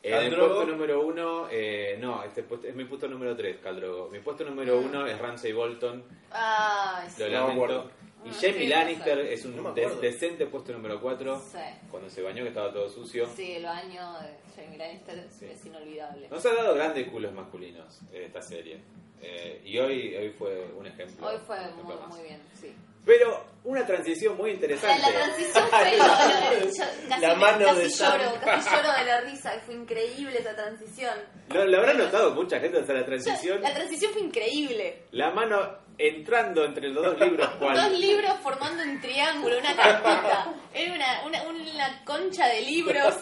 [SPEAKER 1] En el
[SPEAKER 3] ¿Caldrogo?
[SPEAKER 1] puesto número uno, eh, no, este puesto- es mi puesto número tres, Caldrogo. Mi puesto
[SPEAKER 2] Ah.
[SPEAKER 1] número uno es Ramsay Bolton,
[SPEAKER 2] Ay, sí.
[SPEAKER 1] lo
[SPEAKER 3] No me
[SPEAKER 1] lamento.
[SPEAKER 3] acuerdo.
[SPEAKER 1] Y
[SPEAKER 2] Ah,
[SPEAKER 1] Jamie
[SPEAKER 2] sí,
[SPEAKER 1] Lannister
[SPEAKER 2] no
[SPEAKER 1] es un
[SPEAKER 3] No me
[SPEAKER 1] de-
[SPEAKER 3] acuerdo.
[SPEAKER 1] decente puesto número cuatro,
[SPEAKER 2] Sí.
[SPEAKER 1] cuando se bañó que estaba todo sucio.
[SPEAKER 2] Sí, el baño de Jamie Lannister es-
[SPEAKER 1] Sí.
[SPEAKER 2] es inolvidable.
[SPEAKER 1] Nos ha dado grandes culos masculinos eh, esta serie. Eh, y hoy, hoy fue un ejemplo.
[SPEAKER 2] Hoy fue
[SPEAKER 1] un ejemplo
[SPEAKER 2] muy,
[SPEAKER 1] más.
[SPEAKER 2] muy bien, sí.
[SPEAKER 1] Pero una transición muy interesante.
[SPEAKER 2] La transición
[SPEAKER 1] [LAUGHS]
[SPEAKER 2] fue lo- lo- yo casi,
[SPEAKER 3] La mano
[SPEAKER 2] casi
[SPEAKER 3] de Sam.
[SPEAKER 2] lloro, casi lloro de la risa, fue increíble esa transición.
[SPEAKER 1] Lo, lo habrán notado mucha gente hasta la
[SPEAKER 2] Yo-
[SPEAKER 1] transición.
[SPEAKER 2] la transición fue increíble.
[SPEAKER 1] La mano entrando entre los dos libros, cual
[SPEAKER 2] Dos libros formando un triángulo, una carpeta. Era una, una, una concha
[SPEAKER 1] [LAUGHS]
[SPEAKER 2] de libros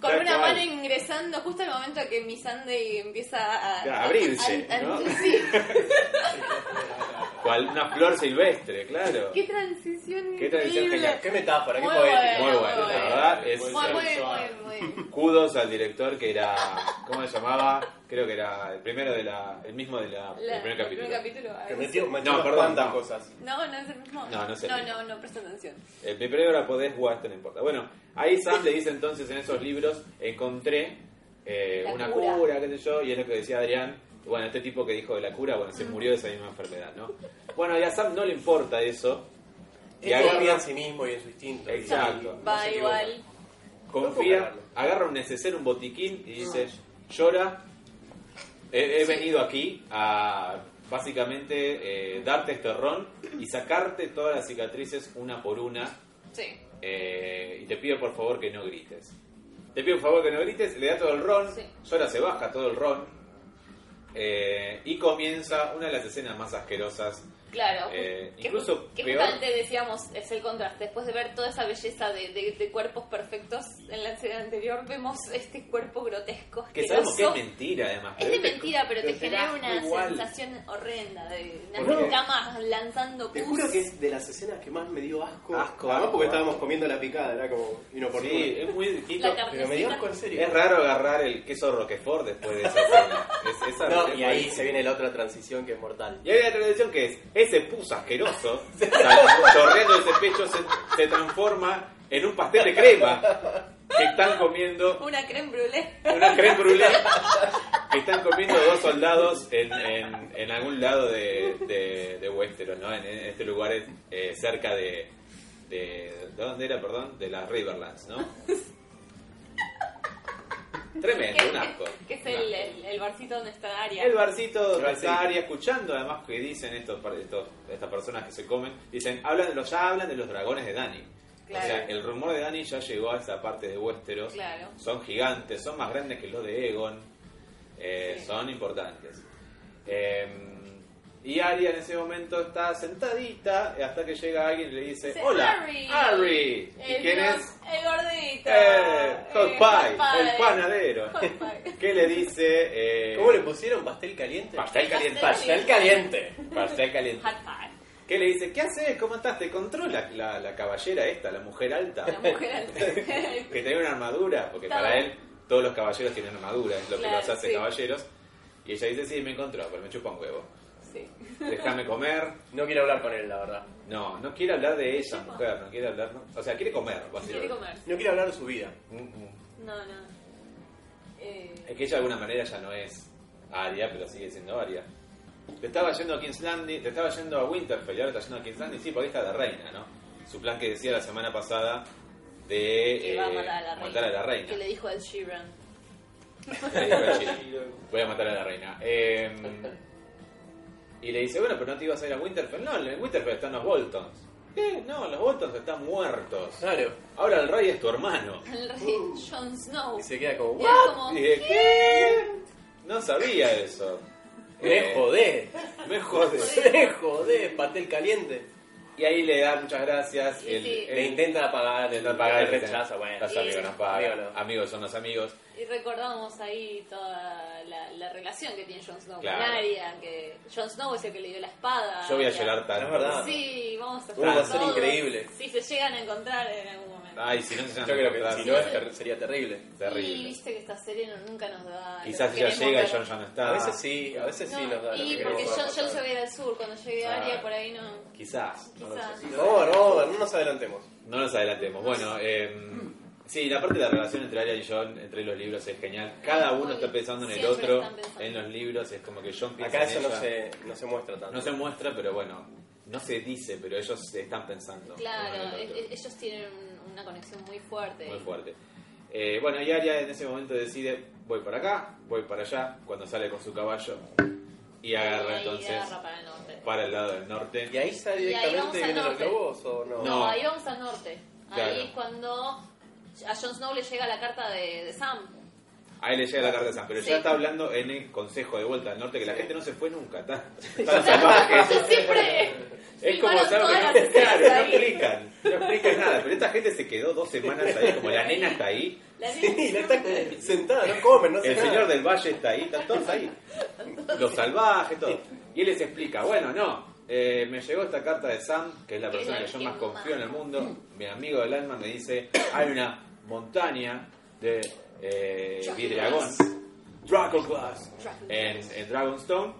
[SPEAKER 2] con
[SPEAKER 1] Tal
[SPEAKER 2] una
[SPEAKER 1] cual.
[SPEAKER 2] mano ingresando justo al momento que mi Sunday empieza a,
[SPEAKER 1] A abrirse, ¿no? [LAUGHS]
[SPEAKER 2] sí.
[SPEAKER 1] Cual una flor silvestre, claro.
[SPEAKER 2] Qué transición
[SPEAKER 1] Qué transición
[SPEAKER 2] increíble.
[SPEAKER 1] genial.
[SPEAKER 3] Qué metáfora, qué
[SPEAKER 2] Muy
[SPEAKER 3] poética.
[SPEAKER 1] Muy
[SPEAKER 2] bueno,
[SPEAKER 1] bueno,
[SPEAKER 2] muy
[SPEAKER 1] la
[SPEAKER 2] bueno.
[SPEAKER 1] verdad es
[SPEAKER 2] Muy, muy, muy, muy.
[SPEAKER 1] kudos al director que era, ¿cómo se llamaba? Creo que era el primero de la, el mismo de la,
[SPEAKER 2] La-
[SPEAKER 1] el primer capítulo.
[SPEAKER 2] a
[SPEAKER 3] Que
[SPEAKER 2] ver.
[SPEAKER 3] metió, metió
[SPEAKER 1] No,
[SPEAKER 3] unas
[SPEAKER 1] perdón,
[SPEAKER 3] cuantas
[SPEAKER 1] no.
[SPEAKER 3] cosas.
[SPEAKER 2] No, no es el mismo.
[SPEAKER 1] No, no es el
[SPEAKER 2] no,
[SPEAKER 1] mismo.
[SPEAKER 2] no, no, presta atención.
[SPEAKER 1] El primero la podés jugar, esto no importa. Bueno, ahí Sam le dice entonces en esos libros, encontré eh,
[SPEAKER 2] La
[SPEAKER 1] una cura.
[SPEAKER 2] cura.
[SPEAKER 1] qué sé yo, y es lo que decía Adrián, bueno, este tipo que dijo de la cura, bueno, se murió de esa misma enfermedad, ¿no? Bueno, y a Sam no le importa eso. Y
[SPEAKER 3] Él confía
[SPEAKER 1] agarra,
[SPEAKER 3] en sí mismo y en su instinto.
[SPEAKER 1] Exacto.
[SPEAKER 3] Y- y no
[SPEAKER 2] Va
[SPEAKER 3] se equivoca.
[SPEAKER 2] igual.
[SPEAKER 1] confía, agarra un neceser, un botiquín
[SPEAKER 2] Ah.
[SPEAKER 1] y dice, llora, he, he venido aquí a básicamente eh, darte este ron y sacarte todas las cicatrices una por una
[SPEAKER 2] Sí.
[SPEAKER 1] eh, y te pido por favor que no grites. Te pido por favor que no grites, le da todo el ron,
[SPEAKER 2] Sí.
[SPEAKER 1] llora, se baja todo el ron eh, y comienza una de las escenas más asquerosas
[SPEAKER 2] Claro,
[SPEAKER 1] Eh,
[SPEAKER 2] que-
[SPEAKER 1] incluso
[SPEAKER 2] que
[SPEAKER 1] peor.
[SPEAKER 2] justamente decíamos es el contraste. Después de ver toda esa belleza de, de- de cuerpos perfectos en la serie anterior, vemos este cuerpo grotesco.
[SPEAKER 1] que sabemos que es
[SPEAKER 2] asqueroso.
[SPEAKER 1] mentira además.
[SPEAKER 2] Es
[SPEAKER 1] pero
[SPEAKER 2] de mentira, pero te genera
[SPEAKER 1] da
[SPEAKER 2] una
[SPEAKER 1] igual. Pues
[SPEAKER 2] sensación horrenda de
[SPEAKER 1] ¿Por
[SPEAKER 2] unas
[SPEAKER 1] qué?
[SPEAKER 2] camas lanzando
[SPEAKER 3] Te
[SPEAKER 2] pus.
[SPEAKER 3] juro que es de las escenas que más me dio asco.
[SPEAKER 1] Asco,
[SPEAKER 3] Además
[SPEAKER 1] asco,
[SPEAKER 3] porque
[SPEAKER 1] asco.
[SPEAKER 3] estábamos comiendo la picada, era como inoportuno.
[SPEAKER 1] Sí, es muy distinto.
[SPEAKER 2] La carne
[SPEAKER 3] Pero me dio asco en serio.
[SPEAKER 1] Es raro agarrar el queso Roquefort después de esa escena. Es- esa-
[SPEAKER 3] No,
[SPEAKER 1] es
[SPEAKER 3] y ahí
[SPEAKER 1] buenísimo.
[SPEAKER 3] se viene la otra transición que es mortal.
[SPEAKER 1] Y hay una tradición que es, ese pus
[SPEAKER 3] [LAUGHS]
[SPEAKER 1] asqueroso, sal- torreando ese pecho, se, se transforma en un pastel de crema que están comiendo
[SPEAKER 2] Una creme brûlée.
[SPEAKER 1] una creme brûlée que están comiendo dos soldados en, en, en algún lado de, de, de Westeros, ¿no? En, en este lugar eh, cerca de, de... ¿Dónde era, perdón? De las Riverlands, ¿no? Tremendo, un asco.
[SPEAKER 2] Que es
[SPEAKER 1] un asco.
[SPEAKER 2] el, el, el barcito donde está Aria.
[SPEAKER 1] El barcito de
[SPEAKER 3] Barcito.
[SPEAKER 1] esa área, escuchando además que dicen estos, par- estos- estas personas que se comen, dicen, hablan de los, ya hablan de los dragones de Dani. O sea,
[SPEAKER 2] Claro.
[SPEAKER 1] el rumor de Dani ya llegó a esa parte de Westeros.
[SPEAKER 2] Claro.
[SPEAKER 1] Son gigantes, son más grandes que los de Egon. Eh,
[SPEAKER 2] Sí.
[SPEAKER 1] Son importantes. Eh, y Arya en ese momento está sentadita hasta que llega alguien y le dice,
[SPEAKER 2] Dice,
[SPEAKER 1] Este, hola,
[SPEAKER 2] "Arry".
[SPEAKER 1] Arry. ¿Y
[SPEAKER 2] El
[SPEAKER 1] quién
[SPEAKER 2] gor-
[SPEAKER 1] es?
[SPEAKER 2] El gordito.
[SPEAKER 1] Eh, hot
[SPEAKER 2] Eh,
[SPEAKER 1] Pie,
[SPEAKER 2] Hot
[SPEAKER 1] el
[SPEAKER 2] Pie.
[SPEAKER 1] panadero.
[SPEAKER 2] Hot Pie.
[SPEAKER 1] que le dice... eh,
[SPEAKER 3] ¿Cómo le pusieron pastel caliente?
[SPEAKER 1] Pastel caliente.
[SPEAKER 2] Pastel
[SPEAKER 3] caliente.
[SPEAKER 1] Pastel caliente.
[SPEAKER 2] Hot Pie.
[SPEAKER 1] ¿Qué le dice? ¿Qué haces? ¿Cómo estás? ¿Te controla la, la caballera esta, la mujer alta?
[SPEAKER 2] La mujer
[SPEAKER 1] [LAUGHS]
[SPEAKER 2] alta.
[SPEAKER 1] Que tenía una armadura, porque
[SPEAKER 2] Estaba-
[SPEAKER 1] para él todos los caballeros tienen armadura, es lo que
[SPEAKER 2] Claro,
[SPEAKER 1] los hace
[SPEAKER 2] sí.
[SPEAKER 1] caballeros. Y ella dice, sí, me encontró, pero me chupa un huevo.
[SPEAKER 2] Sí.
[SPEAKER 1] Déjame comer.
[SPEAKER 3] No quiero hablar con él, la verdad.
[SPEAKER 1] No, no quiere hablar de ella, mujer, no quiere hablar... no- O sea, quiere comer,
[SPEAKER 2] Quiere
[SPEAKER 1] básicamente.
[SPEAKER 2] comer.
[SPEAKER 3] No quiero hablar de su vida.
[SPEAKER 1] Mm, mm.
[SPEAKER 2] No, no. Eh,
[SPEAKER 1] Es que ella de alguna manera ya no es Aria, pero sigue siendo Aria. Te estaba yendo a King's Landing, te estaba yendo a Winterfell y ahora está yendo a King's Landing, sí, porque está la reina, ¿no? Su plan que decía la semana pasada de eh,
[SPEAKER 2] que va a matar a la reina.
[SPEAKER 1] matar a la reina.
[SPEAKER 2] Que le dijo al Sheeran.
[SPEAKER 1] Le dijo a Sheeran, Voy a matar a la reina. Eh, y le dice, bueno, pero no te ibas a ir a Winterfell. No, en Winterfell están los Boltons. ¿Qué? No, los Boltons están muertos.
[SPEAKER 3] Claro.
[SPEAKER 1] Ahora el rey es tu hermano.
[SPEAKER 2] El rey
[SPEAKER 1] Uh.
[SPEAKER 2] Jon Snow.
[SPEAKER 3] Y se queda como,
[SPEAKER 2] Y era
[SPEAKER 3] ¿What?
[SPEAKER 2] como,
[SPEAKER 1] Y dije, ¿qué? No sabía eso.
[SPEAKER 3] Me
[SPEAKER 1] Eh,
[SPEAKER 3] jodé.
[SPEAKER 1] Me jode.
[SPEAKER 3] Me jodé, pastel caliente.
[SPEAKER 1] Y ahí le da muchas gracias.
[SPEAKER 2] Sí,
[SPEAKER 1] el-
[SPEAKER 2] sí.
[SPEAKER 1] el-
[SPEAKER 3] Le intentan apagar, le
[SPEAKER 1] intentan pagar el
[SPEAKER 3] rechaza,
[SPEAKER 1] rechazo.
[SPEAKER 3] bueno.
[SPEAKER 1] Los amigos no pagan.
[SPEAKER 3] Amigo no.
[SPEAKER 1] Amigos son los amigos.
[SPEAKER 2] Y recordamos ahí toda la, la relación que tiene Jon Snow
[SPEAKER 1] Claro.
[SPEAKER 2] con Arya, que Jon Snow es el que le dio la espada.
[SPEAKER 1] Yo voy a
[SPEAKER 2] Arya.
[SPEAKER 1] llorar tanto.
[SPEAKER 3] Es verdad.
[SPEAKER 2] Ah, Sí, vamos a
[SPEAKER 3] Uh, va a
[SPEAKER 2] estar
[SPEAKER 3] ser
[SPEAKER 2] todos.
[SPEAKER 3] increíble.
[SPEAKER 2] Si se llegan a encontrar en algún momento.
[SPEAKER 1] Ay, si no se
[SPEAKER 3] Yo
[SPEAKER 1] llama
[SPEAKER 3] creo que
[SPEAKER 1] Cortázar,
[SPEAKER 3] si no es
[SPEAKER 1] es
[SPEAKER 3] ter- sería terrible.
[SPEAKER 2] Y
[SPEAKER 1] Ah, terrible.
[SPEAKER 2] viste que esta serie no- nunca nos da.
[SPEAKER 1] Quizás
[SPEAKER 2] ya
[SPEAKER 1] ella llega y John ya no está.
[SPEAKER 3] A veces sí, a veces sí nos da lo
[SPEAKER 2] y
[SPEAKER 3] que
[SPEAKER 2] porque
[SPEAKER 3] queremos
[SPEAKER 2] John,
[SPEAKER 3] ver.
[SPEAKER 2] John se va a ir al sur, cuando llegue
[SPEAKER 1] Ah.
[SPEAKER 2] Arya por ahí no.
[SPEAKER 1] Quizás.
[SPEAKER 2] Quizás. No,
[SPEAKER 3] No, no, no nos adelantemos.
[SPEAKER 1] No nos adelantemos. Bueno, eh, sí, la parte de la relación entre Arya y John, entre los libros, es genial. Cada uno
[SPEAKER 2] Muy
[SPEAKER 1] está pensando en el
[SPEAKER 2] siempre
[SPEAKER 1] otro,
[SPEAKER 2] están pensando.
[SPEAKER 1] en los libros. Es como que John piensa
[SPEAKER 3] Acá
[SPEAKER 1] en
[SPEAKER 3] eso no
[SPEAKER 1] ella.
[SPEAKER 3] se, no se muestra tanto.
[SPEAKER 1] No se muestra, pero bueno, no se dice, pero ellos se están pensando. uno en
[SPEAKER 2] Claro,
[SPEAKER 1] el
[SPEAKER 2] e-
[SPEAKER 1] otro.
[SPEAKER 2] e- ellos tienen un- una conexión muy fuerte.
[SPEAKER 1] Muy fuerte. Eh, bueno, y Arya en ese momento decide, voy para acá, voy para allá, cuando sale con su caballo y
[SPEAKER 2] Y
[SPEAKER 1] agarra
[SPEAKER 2] ahí
[SPEAKER 1] entonces
[SPEAKER 2] agarra para el norte.
[SPEAKER 1] para el lado del norte.
[SPEAKER 3] ¿Y ahí sale
[SPEAKER 2] Y ahí vamos al
[SPEAKER 3] directamente y vienen los
[SPEAKER 2] norte.
[SPEAKER 3] globos o no?
[SPEAKER 2] No, ahí vamos al norte.
[SPEAKER 1] Claro.
[SPEAKER 2] Ahí es cuando a Jon Snow le llega la carta de, de Sam.
[SPEAKER 1] Ahí le llega la carta de San, pero
[SPEAKER 2] Sí.
[SPEAKER 1] ya está hablando en el consejo de vuelta al norte, que la
[SPEAKER 3] Sí.
[SPEAKER 1] gente no se fue nunca,
[SPEAKER 2] [LAUGHS]
[SPEAKER 1] está-
[SPEAKER 2] O
[SPEAKER 1] están
[SPEAKER 2] sea,
[SPEAKER 1] salvajes.
[SPEAKER 2] ellos siempre
[SPEAKER 1] Es como
[SPEAKER 2] filmaron
[SPEAKER 1] algo que
[SPEAKER 2] todas
[SPEAKER 1] no
[SPEAKER 2] las
[SPEAKER 1] te claro,
[SPEAKER 2] escenas
[SPEAKER 1] no
[SPEAKER 2] ahí.
[SPEAKER 1] explican, no explican nada, pero esta gente se quedó dos semanas ahí, como la nena está ahí,
[SPEAKER 2] La
[SPEAKER 3] [LAUGHS] Sí, la
[SPEAKER 2] nena siempre-
[SPEAKER 3] está sentada, no come, no se
[SPEAKER 1] el señor del valle está ahí, están todos ahí. Los salvajes, todo. Y él les explica, bueno, no, eh, me llegó esta carta de Sam, que es la
[SPEAKER 2] Que
[SPEAKER 1] persona
[SPEAKER 2] la
[SPEAKER 1] que yo más
[SPEAKER 2] que
[SPEAKER 1] confío
[SPEAKER 2] más-
[SPEAKER 1] en el mundo. Mi amigo del alma me dice, hay una montaña de eh,
[SPEAKER 2] Dragon
[SPEAKER 1] Vidragón,
[SPEAKER 2] Glass.
[SPEAKER 1] Dragon Glass,
[SPEAKER 2] Dragon
[SPEAKER 1] en, en Dragonstone.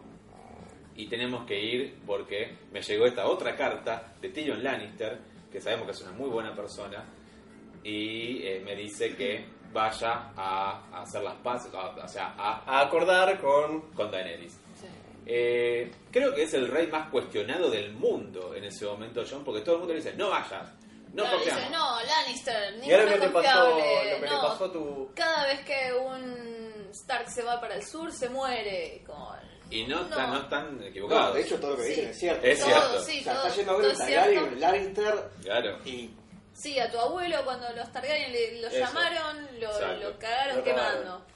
[SPEAKER 1] Y tenemos que ir porque me llegó esta otra carta de Tyrion Lannister, que sabemos que es una muy buena persona, y eh, me dice que vaya a, a hacer las paces, a- o sea, a
[SPEAKER 3] A acordar con...
[SPEAKER 1] con Daenerys.
[SPEAKER 2] Sí.
[SPEAKER 1] Eh, creo que es el rey más cuestionado del mundo en ese momento, John, porque todo el mundo le dice, no vayas, no
[SPEAKER 2] Claro, dice,
[SPEAKER 1] confiamos.
[SPEAKER 2] no, Lannister,
[SPEAKER 3] Y
[SPEAKER 2] ninguno
[SPEAKER 3] ahora lo que
[SPEAKER 2] es
[SPEAKER 3] te pasó,
[SPEAKER 2] confiable.
[SPEAKER 3] lo que
[SPEAKER 2] no,
[SPEAKER 3] le pasó a tu...
[SPEAKER 2] Cada vez que un Stark se va para el sur, se muere. Como...
[SPEAKER 1] Y no,
[SPEAKER 2] No.
[SPEAKER 1] Están, no están equivocados.
[SPEAKER 4] No, de hecho, todo lo que
[SPEAKER 2] Sí.
[SPEAKER 4] dicen es cierto.
[SPEAKER 1] Es
[SPEAKER 2] todo,
[SPEAKER 1] cierto.
[SPEAKER 2] sí,
[SPEAKER 4] O sea,
[SPEAKER 2] todo,
[SPEAKER 4] está yendo a
[SPEAKER 2] todo
[SPEAKER 4] ver
[SPEAKER 2] es
[SPEAKER 4] a
[SPEAKER 2] cierto.
[SPEAKER 4] Targaryen, Lannister
[SPEAKER 1] claro.
[SPEAKER 4] y
[SPEAKER 2] Sí, a tu abuelo cuando los Targaryen le- lo
[SPEAKER 1] Eso.
[SPEAKER 2] llamaron, lo,
[SPEAKER 1] Exacto.
[SPEAKER 2] lo cagaron
[SPEAKER 3] Lo cagaron.
[SPEAKER 2] quemando.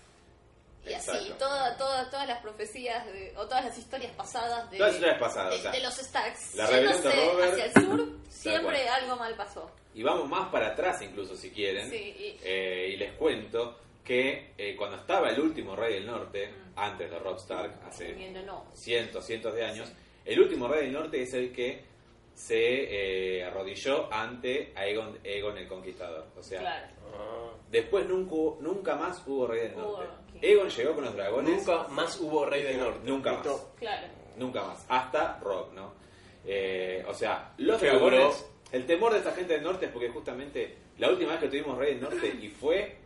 [SPEAKER 2] Y así,
[SPEAKER 1] Exacto.
[SPEAKER 2] toda, toda, todas las profecías de- o todas las historias pasadas de,
[SPEAKER 1] Todas las historias pasadas,
[SPEAKER 2] de,
[SPEAKER 1] o sea,
[SPEAKER 2] de los Starks
[SPEAKER 1] la
[SPEAKER 2] yéndose
[SPEAKER 1] rebelión de Robert,
[SPEAKER 2] hacia el sur, siempre
[SPEAKER 1] cual.
[SPEAKER 2] algo mal pasó.
[SPEAKER 1] Y vamos más para atrás incluso, si quieren.
[SPEAKER 2] Sí, y-
[SPEAKER 1] Eh, y les cuento que eh, cuando estaba el último rey del norte,
[SPEAKER 2] Mm.
[SPEAKER 1] antes de Robb Stark, hace
[SPEAKER 2] Viendo, no.
[SPEAKER 1] cientos, cientos de años, el último rey del norte es el que se eh, arrodilló ante Aegon, Aegon el Conquistador. O sea,
[SPEAKER 2] Claro.
[SPEAKER 1] Ah. Después nunca, hubo- nunca más hubo Rey del
[SPEAKER 2] Hubo,
[SPEAKER 1] Norte.
[SPEAKER 2] ok.
[SPEAKER 1] Egon llegó con los dragones.
[SPEAKER 3] Nunca más hubo Rey del Norte.
[SPEAKER 1] Nunca más.
[SPEAKER 4] Listo.
[SPEAKER 2] Claro.
[SPEAKER 1] Nunca más. Hasta Rock, ¿no? Eh, o sea, los
[SPEAKER 3] Que
[SPEAKER 1] dragones.
[SPEAKER 3] duró.
[SPEAKER 1] El temor de esta gente del norte es porque justamente la última vez que tuvimos Rey del Norte y fue.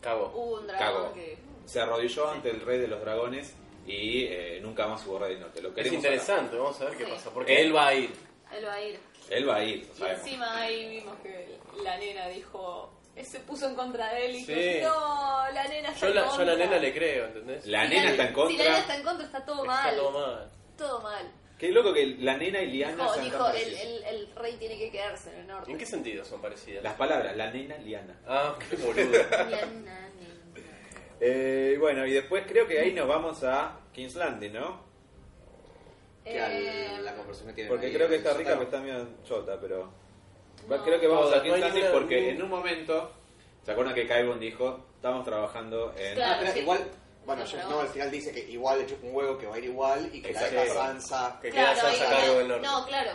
[SPEAKER 3] Cabo.
[SPEAKER 2] Hubo un dragón
[SPEAKER 1] Cagó.
[SPEAKER 2] que.
[SPEAKER 1] se arrodilló ante el rey de los dragones y eh, nunca más hubo rey del norte. Lo
[SPEAKER 3] Es
[SPEAKER 1] queremos
[SPEAKER 3] interesante, vamos a ver qué
[SPEAKER 2] Sí.
[SPEAKER 3] pasa. Porque él va a ir.
[SPEAKER 2] Él va a ir.
[SPEAKER 1] ahora. Él va a ir, lo
[SPEAKER 2] Y
[SPEAKER 1] sabemos.
[SPEAKER 2] encima ahí vimos que la nena dijo. él Se puso en contra de él y
[SPEAKER 3] Sí.
[SPEAKER 2] dijo: No, la nena está
[SPEAKER 3] Yo,
[SPEAKER 2] en
[SPEAKER 3] la, yo a la
[SPEAKER 2] contra".
[SPEAKER 3] nena le creo, ¿entendés?
[SPEAKER 1] La
[SPEAKER 2] Si
[SPEAKER 1] nena está en
[SPEAKER 2] Si la nena está
[SPEAKER 1] contra.
[SPEAKER 2] en contra, está todo
[SPEAKER 3] Está
[SPEAKER 2] mal.
[SPEAKER 3] todo mal.
[SPEAKER 2] Todo mal.
[SPEAKER 1] Qué loco que la nena y Liana
[SPEAKER 2] Dijo,
[SPEAKER 1] sean
[SPEAKER 2] dijo,
[SPEAKER 1] tan
[SPEAKER 2] el,
[SPEAKER 1] parecidas.
[SPEAKER 2] el, el rey tiene que quedarse en el norte.
[SPEAKER 3] ¿En qué sentido son parecidas?
[SPEAKER 1] Las palabras, la nena, Liana.
[SPEAKER 3] Ah, qué boludo.
[SPEAKER 2] Ña, ña, ña.
[SPEAKER 1] Eh, bueno, y después creo que ahí nos vamos a King's Landing, ¿no?
[SPEAKER 4] Que
[SPEAKER 2] Eh,
[SPEAKER 4] al- la conversación que tienen
[SPEAKER 1] Porque
[SPEAKER 4] ahí,
[SPEAKER 1] creo que
[SPEAKER 4] el
[SPEAKER 1] está rica,
[SPEAKER 4] sótano.
[SPEAKER 1] pero está medio chota, pero...
[SPEAKER 2] No.
[SPEAKER 1] creo que vamos
[SPEAKER 3] No,
[SPEAKER 1] a King's
[SPEAKER 3] no hay
[SPEAKER 1] Landing
[SPEAKER 3] ninguna-
[SPEAKER 1] porque en un momento... ¿Se acuerdan que Kaibon dijo? Estamos trabajando en...
[SPEAKER 2] Claro,
[SPEAKER 4] Ah, pero
[SPEAKER 2] sí.
[SPEAKER 4] igual, bueno,
[SPEAKER 2] Sí,
[SPEAKER 4] Jon
[SPEAKER 2] pero
[SPEAKER 4] Snow
[SPEAKER 2] vos-
[SPEAKER 4] al final dice que igual le chupa un huevo, que va a ir igual y que la
[SPEAKER 1] Exacto.
[SPEAKER 4] deja Sansa.
[SPEAKER 3] Que
[SPEAKER 2] Claro,
[SPEAKER 3] queda Sansa a
[SPEAKER 2] ahí-
[SPEAKER 3] cargo del norte.
[SPEAKER 2] No, claro.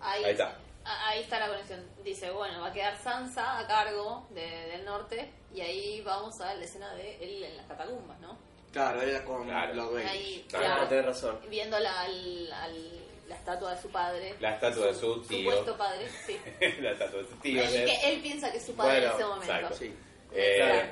[SPEAKER 2] Ahí,
[SPEAKER 1] Ahí está.
[SPEAKER 2] a- Ahí está la conexión. Dice, bueno, va a quedar Sansa a cargo de- del norte y ahí vamos a la escena de él en las catacumbas, ¿no?
[SPEAKER 4] Claro, era con
[SPEAKER 1] Claro.
[SPEAKER 4] los Baelish.
[SPEAKER 2] Ahí,
[SPEAKER 1] Claro.
[SPEAKER 3] Ah,
[SPEAKER 2] claro,
[SPEAKER 3] tenés razón.
[SPEAKER 2] viendo la, al- al- la estatua de su padre,
[SPEAKER 1] La estatua de su
[SPEAKER 2] su
[SPEAKER 1] tío.
[SPEAKER 2] supuesto padre, sí.
[SPEAKER 1] [LAUGHS] la estatua de eh? su tío.
[SPEAKER 2] Ahí
[SPEAKER 1] Ned.
[SPEAKER 2] que él piensa que es su padre en
[SPEAKER 1] Bueno,
[SPEAKER 2] ese momento.
[SPEAKER 1] exacto.
[SPEAKER 4] Sí.
[SPEAKER 1] Eh,
[SPEAKER 2] Claro.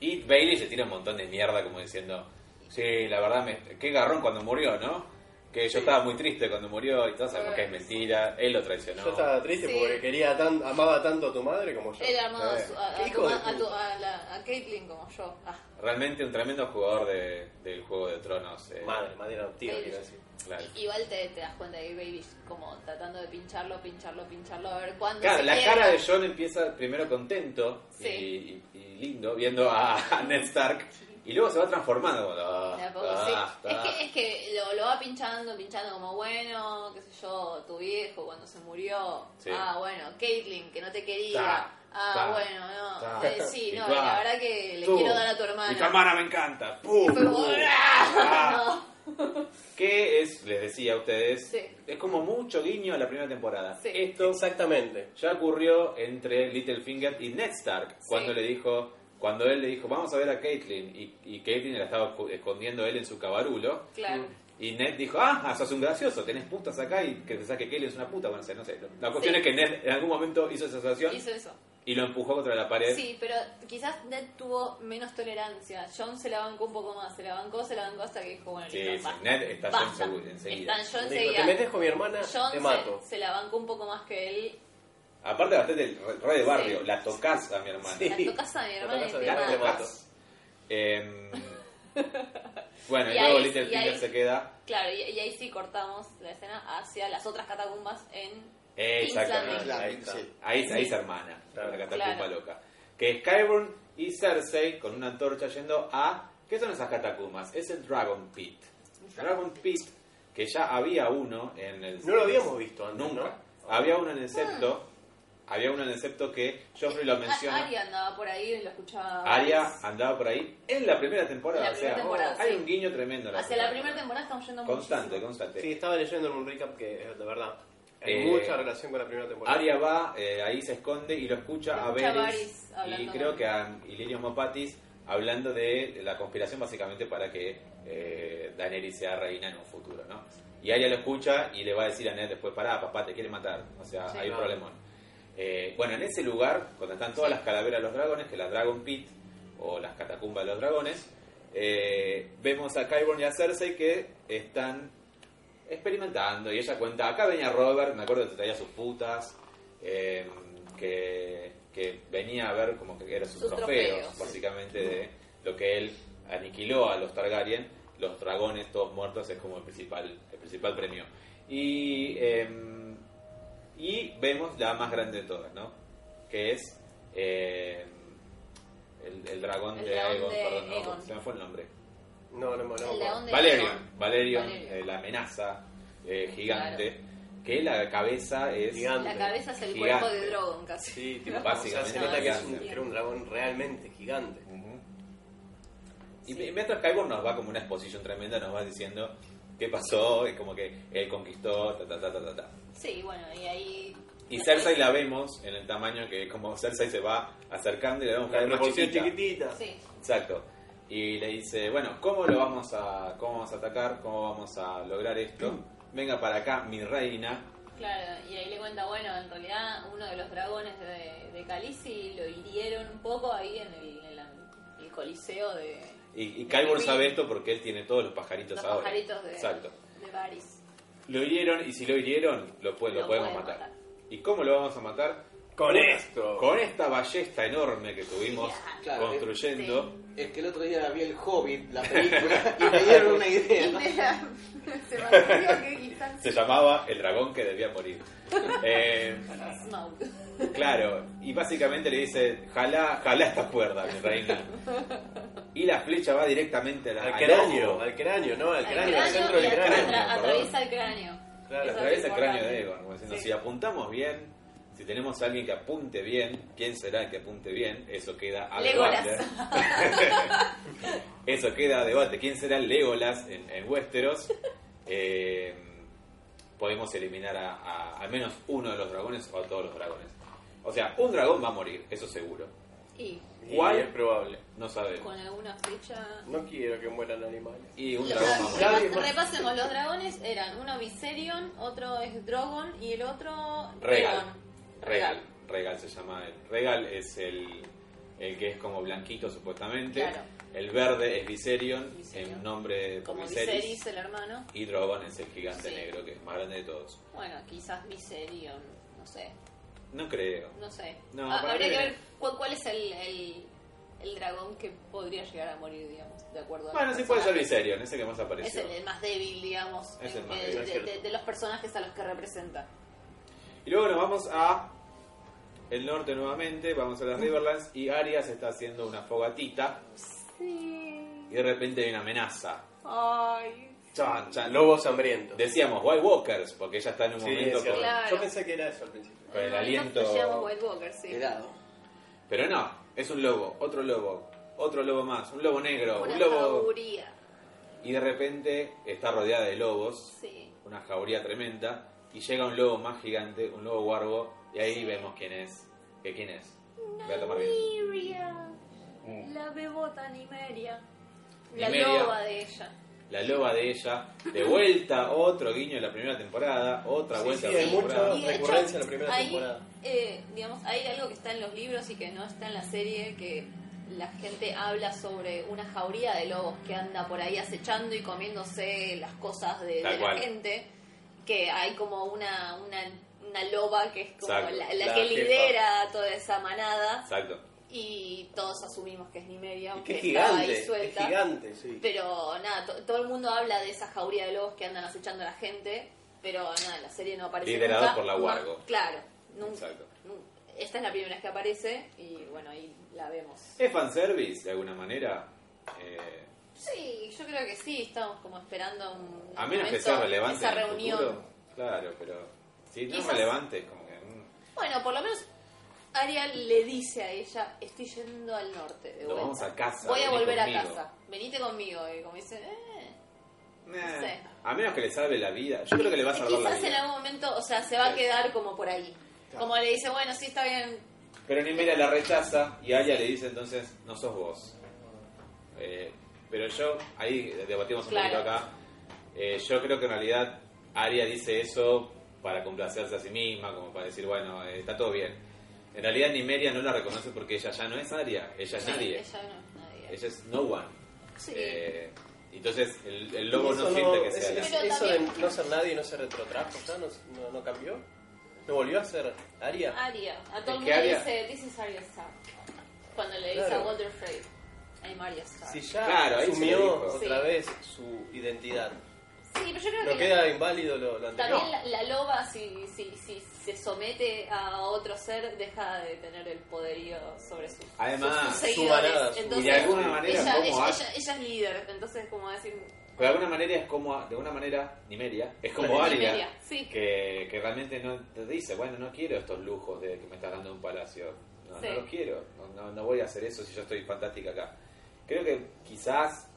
[SPEAKER 1] Y Bailey se tira un montón de mierda como diciendo, sí, la verdad, me, qué garrón cuando murió, ¿no? Que yo estaba muy triste cuando murió y todos sabemos que es mentira, él lo traicionó.
[SPEAKER 3] Yo estaba triste
[SPEAKER 2] Sí.
[SPEAKER 3] porque quería tan, amaba tanto a tu madre como yo.
[SPEAKER 2] Él armado a,
[SPEAKER 3] Eh,
[SPEAKER 2] su- a-
[SPEAKER 3] ¿qué
[SPEAKER 2] a
[SPEAKER 3] hijo
[SPEAKER 2] tu,
[SPEAKER 3] de
[SPEAKER 2] ma- a, tu-
[SPEAKER 3] puta?
[SPEAKER 2] a la- a Caitlyn como yo. Ah,
[SPEAKER 1] Realmente un tremendo jugador de- del Juego de Tronos. eh,
[SPEAKER 3] Madre, madre adoptiva,
[SPEAKER 2] Baelish.
[SPEAKER 3] quiero decir.
[SPEAKER 1] claro.
[SPEAKER 2] y- Igual te, te das cuenta de que Baby como tratando de pincharlo, pincharlo, pincharlo, a ver cuándo
[SPEAKER 1] Claro,
[SPEAKER 2] se
[SPEAKER 1] la
[SPEAKER 2] quiebra.
[SPEAKER 1] cara de John empieza primero contento
[SPEAKER 2] Sí.
[SPEAKER 1] y, y- y lindo, viendo a, a Ned Stark, y luego se va transformando. como, "Ah,
[SPEAKER 2] De a poco,
[SPEAKER 1] ah,
[SPEAKER 2] sí.
[SPEAKER 1] ah".
[SPEAKER 2] Es que, es que lo, lo va pinchando, pinchando como, bueno, qué sé yo, tu viejo cuando se murió.
[SPEAKER 1] Sí.
[SPEAKER 2] Ah, bueno, Caitlyn, que no te quería.
[SPEAKER 1] Ta,
[SPEAKER 2] ah,
[SPEAKER 1] ta,
[SPEAKER 2] bueno, no.
[SPEAKER 1] ta.
[SPEAKER 2] Eh, sí,
[SPEAKER 1] Y
[SPEAKER 2] no,
[SPEAKER 1] ta.
[SPEAKER 2] la verdad que le
[SPEAKER 1] Tú,
[SPEAKER 2] quiero dar a tu hermana.
[SPEAKER 1] Mi hermana me encanta.
[SPEAKER 2] [LAUGHS]
[SPEAKER 1] ¡Pum!
[SPEAKER 2] Fue como,
[SPEAKER 1] Ah.
[SPEAKER 2] no.
[SPEAKER 1] Que es, les decía a ustedes,
[SPEAKER 2] Sí.
[SPEAKER 1] es como mucho guiño a la primera temporada.
[SPEAKER 2] Sí.
[SPEAKER 1] Esto
[SPEAKER 3] Exactamente.
[SPEAKER 1] ya ocurrió entre Littlefinger y Ned Stark,
[SPEAKER 2] Sí.
[SPEAKER 1] cuando le dijo, cuando él le dijo, vamos a ver a Caitlyn, y, y Caitlyn la estaba escu- escondiendo él en su cabarulo.
[SPEAKER 2] Claro.
[SPEAKER 1] Y Ned dijo, ah, sos un gracioso, tenés putas acá y que pensás que Caitlyn es una puta. Bueno, o sea, no sé. La cuestión
[SPEAKER 2] Sí.
[SPEAKER 1] es que Ned en algún momento hizo esa asociación
[SPEAKER 2] Hizo eso.
[SPEAKER 1] y lo empujó contra la pared.
[SPEAKER 2] Sí, pero quizás Ned tuvo menos tolerancia. John se la bancó un poco más, se la bancó, se la bancó hasta que dijo, bueno,
[SPEAKER 1] Sí,
[SPEAKER 2] listo,
[SPEAKER 1] sí,
[SPEAKER 2] basta,
[SPEAKER 1] Ned está John
[SPEAKER 2] basta.
[SPEAKER 1] seguro, enseguida.
[SPEAKER 2] Está John
[SPEAKER 3] Digo,
[SPEAKER 2] enseguida.
[SPEAKER 3] te metes con mi hermana,
[SPEAKER 2] John
[SPEAKER 3] te
[SPEAKER 2] se-
[SPEAKER 3] mato.
[SPEAKER 2] Se, la bancó un poco más que él.
[SPEAKER 1] Aparte, bastante el re- re de barrio,
[SPEAKER 2] Sí.
[SPEAKER 1] la tocás a mi hermana.
[SPEAKER 3] Sí.
[SPEAKER 2] La tocas a mi hermana
[SPEAKER 3] tocas a mi
[SPEAKER 2] y te
[SPEAKER 1] La
[SPEAKER 3] hermana.
[SPEAKER 2] mata.
[SPEAKER 1] tocás.
[SPEAKER 2] [LAUGHS]
[SPEAKER 1] Em, bueno, y
[SPEAKER 2] Y
[SPEAKER 1] luego
[SPEAKER 2] ahí- y
[SPEAKER 1] Littlefinger
[SPEAKER 2] ahí-
[SPEAKER 1] se queda.
[SPEAKER 2] Claro, y, y ahí sí cortamos la escena hacia las otras catacumbas en...
[SPEAKER 1] Eh,
[SPEAKER 2] King's
[SPEAKER 1] Exactamente,
[SPEAKER 2] Landing.
[SPEAKER 4] Claro,
[SPEAKER 1] ahí está.
[SPEAKER 4] sí.
[SPEAKER 1] Ahí, ahí
[SPEAKER 2] Sí.
[SPEAKER 1] se hermana,
[SPEAKER 3] Claro.
[SPEAKER 1] la catacumba
[SPEAKER 2] Claro.
[SPEAKER 1] loca. Que es Kyburn y Cersei con una antorcha yendo a. ¿Qué son esas catacumbas? Es el Dragon Pit. Dragon Pit, que ya había uno en el.
[SPEAKER 3] No lo habíamos visto antes,
[SPEAKER 1] Nunca.
[SPEAKER 3] ¿no?
[SPEAKER 1] Había uno en
[SPEAKER 2] Ah.
[SPEAKER 1] el septo. Había uno en el septo que Joffrey lo
[SPEAKER 2] A-
[SPEAKER 1] menciona.
[SPEAKER 2] Ah, Arya andaba por ahí, lo escuchaba...
[SPEAKER 1] Aria andaba por ahí en la primera temporada.
[SPEAKER 2] En la
[SPEAKER 1] o
[SPEAKER 2] primera
[SPEAKER 1] sea,
[SPEAKER 2] temporada,
[SPEAKER 1] hay
[SPEAKER 2] sí.
[SPEAKER 1] un guiño tremendo. en
[SPEAKER 2] Hacia la primera temporada estamos yendo
[SPEAKER 1] Constante,
[SPEAKER 2] muchísimo.
[SPEAKER 1] constante.
[SPEAKER 3] Sí, estaba leyendo en un recap que, eh, de verdad, hay
[SPEAKER 1] Eh,
[SPEAKER 3] mucha relación con la primera temporada.
[SPEAKER 1] Aria va, eh, ahí se esconde y lo escucha
[SPEAKER 2] Lo
[SPEAKER 1] a
[SPEAKER 2] escucha a
[SPEAKER 1] Beres
[SPEAKER 2] Varys hablando
[SPEAKER 1] y creo
[SPEAKER 2] con-
[SPEAKER 1] que a Illyrio Mopatis hablando de la conspiración básicamente para que eh, Daenerys sea reina en un futuro, ¿no? Y Aria lo escucha y le va a decir a Ned después, pará, papá, te quiere matar. O sea,
[SPEAKER 2] Sí,
[SPEAKER 1] hay un
[SPEAKER 3] claro.
[SPEAKER 1] problemón. Eh, bueno, en ese lugar, cuando están todas las calaveras de los dragones, que es la Dragon Pit o las catacumbas de los dragones, eh, vemos a Kyburn y a Cersei que están experimentando y ella cuenta, acá venía Robert, me acuerdo que traía sus putas, eh, que, que venía a ver como que eran sus,
[SPEAKER 2] Sus
[SPEAKER 1] trofeos,
[SPEAKER 2] trofeos.
[SPEAKER 1] básicamente de lo que él aniquiló a los Targaryen, los dragones todos muertos es como el principal, el principal premio. Y, eh, y vemos la más grande de todas, ¿no? Que es eh, el, el dragón
[SPEAKER 2] El
[SPEAKER 1] de
[SPEAKER 2] dragón
[SPEAKER 1] Aegon,
[SPEAKER 2] de
[SPEAKER 1] perdón, no,
[SPEAKER 2] Aegon.
[SPEAKER 1] se me fue el nombre.
[SPEAKER 3] No, no, no.
[SPEAKER 2] El león de
[SPEAKER 1] Valerion,
[SPEAKER 2] Aegon.
[SPEAKER 1] Valerion,
[SPEAKER 2] Valerion.
[SPEAKER 1] eh, la amenaza eh, gigante, que la cabeza es...
[SPEAKER 3] Gigante.
[SPEAKER 2] La cabeza es el
[SPEAKER 1] Gigante.
[SPEAKER 2] cuerpo de Drogon casi.
[SPEAKER 3] Sí, tipo,
[SPEAKER 1] Básicamente
[SPEAKER 3] o sea, se nota que es un,
[SPEAKER 1] gigante.
[SPEAKER 3] que era un dragón realmente gigante.
[SPEAKER 1] Ujú. Y
[SPEAKER 2] Sí.
[SPEAKER 1] mi- mientras Kyborn nos va como una exposición tremenda, nos va diciendo qué pasó, es como que él conquistó, ta ta ta ta ta. ta.
[SPEAKER 2] Sí, bueno, y ahí...
[SPEAKER 1] Y Cersei la vemos en el tamaño que es como Cersei se va acercando y la vemos cada vez más
[SPEAKER 3] proporción
[SPEAKER 1] chiquita.
[SPEAKER 3] chiquitita.
[SPEAKER 2] Sí.
[SPEAKER 1] Exacto. Y le dice, bueno, ¿cómo lo vamos a, cómo vamos a atacar? ¿Cómo vamos a lograr esto? Venga para acá, mi reina.
[SPEAKER 2] Claro, y ahí le cuenta, bueno, en realidad uno de los dragones de, de Khaleesi lo hirieron un poco ahí en el, en la- el coliseo de...
[SPEAKER 1] Y, y Kyborg sabe esto porque él tiene todos los pajaritos
[SPEAKER 2] Los
[SPEAKER 1] ahora.
[SPEAKER 2] pajaritos de,
[SPEAKER 1] Exacto.
[SPEAKER 2] de Varys.
[SPEAKER 1] Lo hirieron y si lo hirieron, lo, pu- lo podemos
[SPEAKER 2] Lo pueden
[SPEAKER 1] matar.
[SPEAKER 2] matar.
[SPEAKER 1] ¿Y cómo lo vamos a matar?
[SPEAKER 3] Con
[SPEAKER 1] Una-
[SPEAKER 3] esto.
[SPEAKER 1] Con esta ballesta enorme que estuvimos
[SPEAKER 4] Claro,
[SPEAKER 1] construyendo.
[SPEAKER 4] Es que el otro día vi el Hobbit, [LAUGHS] la película, y me [LAUGHS] dieron una idea.
[SPEAKER 2] [LAUGHS]
[SPEAKER 8] se me ocurrió que quizás
[SPEAKER 1] Se llamaba El dragón que debía
[SPEAKER 2] [LAUGHS]
[SPEAKER 1] morir. Eh,
[SPEAKER 2] Snow.
[SPEAKER 1] claro, y básicamente le dice, jala, jala esta cuerda, mi
[SPEAKER 2] [LAUGHS]
[SPEAKER 1] reina. Y la flecha va directamente a la-
[SPEAKER 3] Al
[SPEAKER 1] al
[SPEAKER 3] cráneo,
[SPEAKER 1] cráneo.
[SPEAKER 3] al cráneo, ¿no? Al
[SPEAKER 2] Al
[SPEAKER 3] cráneo, al centro
[SPEAKER 2] y
[SPEAKER 3] del
[SPEAKER 2] atra-
[SPEAKER 1] cráneo,
[SPEAKER 2] atra-
[SPEAKER 1] perdón.
[SPEAKER 2] atraviesa el cráneo.
[SPEAKER 3] Claro,
[SPEAKER 2] Eso es
[SPEAKER 1] Atraviesa el cráneo
[SPEAKER 2] importante.
[SPEAKER 1] de Egon, como diciendo,
[SPEAKER 2] ¿eh? Sí.
[SPEAKER 1] si apuntamos bien, si tenemos a alguien que apunte bien, ¿quién será el que apunte bien? Eso queda a
[SPEAKER 2] Legolas.
[SPEAKER 1] debate. [LAUGHS] Eso queda a debate. ¿Quién será el Legolas en, en Westeros? Eh, podemos eliminar a, a- al menos uno de los dragones o a todos los dragones. O sea, un dragón va a morir, eso seguro.
[SPEAKER 2] Y
[SPEAKER 1] ¿Cuál?
[SPEAKER 3] ¿Cuál? es probable.
[SPEAKER 1] No sabemos.
[SPEAKER 2] con alguna flecha.
[SPEAKER 3] No quiero que mueran animales.
[SPEAKER 1] Y un
[SPEAKER 2] Los-
[SPEAKER 1] dragón va a morir.
[SPEAKER 2] repas- repasemos, los dragones eran uno Viserion, otro es Drogon y el otro
[SPEAKER 1] Regal.
[SPEAKER 2] Drogon.
[SPEAKER 1] Regal. Regal se llama él. Regal es el, el que es como blanquito supuestamente.
[SPEAKER 2] Claro.
[SPEAKER 1] El verde es Viserion,
[SPEAKER 2] Viserion.
[SPEAKER 1] en nombre
[SPEAKER 2] Como
[SPEAKER 1] Viserys.
[SPEAKER 2] Viserys, el hermano.
[SPEAKER 1] Y Drogon es el gigante
[SPEAKER 2] Sí.
[SPEAKER 1] negro que es más grande de todos.
[SPEAKER 2] Bueno, quizás Viserion, no sé,
[SPEAKER 1] No creo.
[SPEAKER 2] no sé.
[SPEAKER 1] No,
[SPEAKER 2] Ah,
[SPEAKER 1] para
[SPEAKER 2] habría
[SPEAKER 1] mí-
[SPEAKER 2] que ver cuál, cuál es el, el, el dragón que podría llegar a morir, digamos, de acuerdo pues a
[SPEAKER 1] Bueno,
[SPEAKER 2] los
[SPEAKER 1] sí puede ser
[SPEAKER 2] personajes.
[SPEAKER 1] Viserion, ese que más
[SPEAKER 2] Es
[SPEAKER 1] apareció.
[SPEAKER 2] el, el más débil, digamos,
[SPEAKER 1] Es el más
[SPEAKER 2] de,
[SPEAKER 1] débil,
[SPEAKER 2] de-
[SPEAKER 3] es cierto.
[SPEAKER 2] de- de los personajes a los que representa.
[SPEAKER 1] Y luego nos vamos a el norte nuevamente, vamos a las Riverlands y Arias está haciendo una fogatita
[SPEAKER 2] Sí.
[SPEAKER 1] y de repente hay una amenaza.
[SPEAKER 2] Ay.
[SPEAKER 1] Chan, chan. Luego
[SPEAKER 3] Lobos hambrientos.
[SPEAKER 1] Decíamos White Walkers, porque ella está en un
[SPEAKER 3] Sí,
[SPEAKER 1] momento
[SPEAKER 3] es
[SPEAKER 1] con,
[SPEAKER 3] cierto.
[SPEAKER 2] Claro.
[SPEAKER 3] Yo pensé que era eso al principio.
[SPEAKER 1] con el
[SPEAKER 2] No,
[SPEAKER 1] aliento.
[SPEAKER 2] nosotros llevamos White Walker, sí.
[SPEAKER 4] Esperado.
[SPEAKER 1] Pero no, es un lobo, otro lobo, otro lobo más, un lobo negro,
[SPEAKER 2] Una
[SPEAKER 1] un lobo.
[SPEAKER 2] jauría,
[SPEAKER 1] Y de repente está rodeada de lobos,
[SPEAKER 2] sí.
[SPEAKER 1] una jauría tremenda, y llega un lobo más gigante, un lobo guarbo, y ahí
[SPEAKER 2] Sí.
[SPEAKER 1] vemos quién es. ¿Qué quién es? Voy a tomar bien. Mm.
[SPEAKER 2] Nimeria, la bebota Nimeria. La
[SPEAKER 1] Nimeria.
[SPEAKER 2] loba de ella.
[SPEAKER 1] La loba de ella,
[SPEAKER 2] [LAUGHS]
[SPEAKER 1] de vuelta, otro guiño de la primera temporada, otra
[SPEAKER 3] Sí,
[SPEAKER 1] vuelta
[SPEAKER 3] sí,
[SPEAKER 1] de
[SPEAKER 3] hay
[SPEAKER 1] la temporada.
[SPEAKER 3] mucho- recurrencia en la primera
[SPEAKER 2] hay,
[SPEAKER 3] temporada.
[SPEAKER 2] eh, digamos, hay algo que está en los libros y que no está en la serie, que la gente habla sobre una jauría de lobos que anda por ahí acechando y comiéndose las cosas de, de
[SPEAKER 1] Tal
[SPEAKER 2] la
[SPEAKER 1] cual.
[SPEAKER 2] gente, que hay como una, una, una loba que es como
[SPEAKER 1] Exacto,
[SPEAKER 2] la, la
[SPEAKER 3] la
[SPEAKER 2] que
[SPEAKER 3] jefa.
[SPEAKER 2] lidera toda esa manada
[SPEAKER 1] Exacto.
[SPEAKER 2] y todos asumimos que es Nimeria,
[SPEAKER 3] Y
[SPEAKER 2] aunque
[SPEAKER 3] que es
[SPEAKER 2] estaba
[SPEAKER 3] gigante,
[SPEAKER 2] ahí
[SPEAKER 3] es
[SPEAKER 2] suelta.
[SPEAKER 3] gigante, sí.
[SPEAKER 2] Pero nada, to- todo el mundo habla de esa jauría de lobos que andan acechando a la gente, pero nada, la serie no aparece
[SPEAKER 1] Liderado
[SPEAKER 2] nunca.
[SPEAKER 1] por la
[SPEAKER 2] No,
[SPEAKER 1] Wargo.
[SPEAKER 2] claro, nunca.
[SPEAKER 1] Exacto.
[SPEAKER 2] nun- Esta es la primera vez que aparece y bueno, ahí la vemos.
[SPEAKER 1] ¿Es fanservice de alguna manera? Eh,
[SPEAKER 2] Sí, yo creo que sí, estamos como esperando un
[SPEAKER 1] a menos que
[SPEAKER 2] momento,
[SPEAKER 1] sea relevante.
[SPEAKER 2] esa
[SPEAKER 1] en el
[SPEAKER 2] reunión.
[SPEAKER 1] futuro. Claro, pero si no es
[SPEAKER 2] Quizás-
[SPEAKER 1] relevante, es como que. mm.
[SPEAKER 2] Bueno, por lo menos Ariel le dice a ella, estoy yendo al norte de
[SPEAKER 1] Nos
[SPEAKER 2] vuelta.
[SPEAKER 1] vamos a casa,
[SPEAKER 2] Voy a
[SPEAKER 1] vení
[SPEAKER 2] volver a
[SPEAKER 1] conmigo".
[SPEAKER 2] casa. Venite conmigo. Y como dice, eh,
[SPEAKER 1] Nah.
[SPEAKER 2] sé.
[SPEAKER 1] A menos que le salve la vida. Yo creo que le va a salvar la
[SPEAKER 2] Quizás en
[SPEAKER 1] vida.
[SPEAKER 2] algún momento, o sea, se va a
[SPEAKER 1] Sí.
[SPEAKER 2] quedar como por ahí.
[SPEAKER 4] Claro.
[SPEAKER 2] Como le dice, bueno, sí, está bien.
[SPEAKER 1] Pero Nimera la rechaza y Arya le dice entonces, no sos vos. Eh, pero yo, ahí debatimos un
[SPEAKER 2] Claro.
[SPEAKER 1] poquito acá. Eh, yo creo que en realidad Arya dice eso para complacerse a sí misma, como para decir, bueno, eh, está todo bien. En realidad Nimeria no la reconoce porque ella ya no es Arya, ella es
[SPEAKER 2] Sí,
[SPEAKER 1] nadie.
[SPEAKER 2] Ella no es nadie.
[SPEAKER 1] Ella es no one.
[SPEAKER 2] Sí.
[SPEAKER 1] Eh, entonces el, el lobo
[SPEAKER 3] Eso
[SPEAKER 1] no siente que sea
[SPEAKER 3] es-
[SPEAKER 1] Arya.
[SPEAKER 3] es-
[SPEAKER 2] Pero
[SPEAKER 3] Eso de
[SPEAKER 2] también-
[SPEAKER 3] no ser nadie y no ser retrotrajo, ¿ya? ¿No, no, no cambió? ¿No volvió a ser Aria?
[SPEAKER 2] Aria. A todo el
[SPEAKER 1] que
[SPEAKER 2] mundo
[SPEAKER 1] Aria-
[SPEAKER 2] dice, this is Arya Stark. Cuando le dice
[SPEAKER 3] Claro.
[SPEAKER 2] a Walter Frey, I'm Arya Stark.
[SPEAKER 3] Si
[SPEAKER 2] Sí,
[SPEAKER 3] ya
[SPEAKER 1] Claro, ahí se lo
[SPEAKER 3] asumió
[SPEAKER 1] dijo.
[SPEAKER 3] otra
[SPEAKER 2] Sí.
[SPEAKER 3] vez su identidad,
[SPEAKER 2] pero yo creo
[SPEAKER 3] ¿no
[SPEAKER 2] que
[SPEAKER 3] queda inválido lo, lo anterior?
[SPEAKER 2] también la, la loba, si, si, si se somete a otro ser, deja de tener el poderío sobre sus,
[SPEAKER 1] Además,
[SPEAKER 2] sus
[SPEAKER 3] su
[SPEAKER 2] seguidores.
[SPEAKER 3] manada, su-
[SPEAKER 2] Entonces,
[SPEAKER 1] Ah, y de alguna manera,
[SPEAKER 2] ella,
[SPEAKER 1] ¿cómo
[SPEAKER 2] ella,
[SPEAKER 1] hace?
[SPEAKER 2] ella- ella es líder, entonces como decir...
[SPEAKER 1] Pero de alguna manera es como, de una manera, Nimeria, es como
[SPEAKER 3] Claro,
[SPEAKER 1] Arya,
[SPEAKER 2] Nymeria, sí.
[SPEAKER 1] que, que realmente no te dice, bueno, no quiero estos lujos de que me estás dando un palacio, no,
[SPEAKER 2] Sí.
[SPEAKER 1] no los quiero, no, no, no voy a hacer eso si yo estoy fantástica acá. Creo que quizás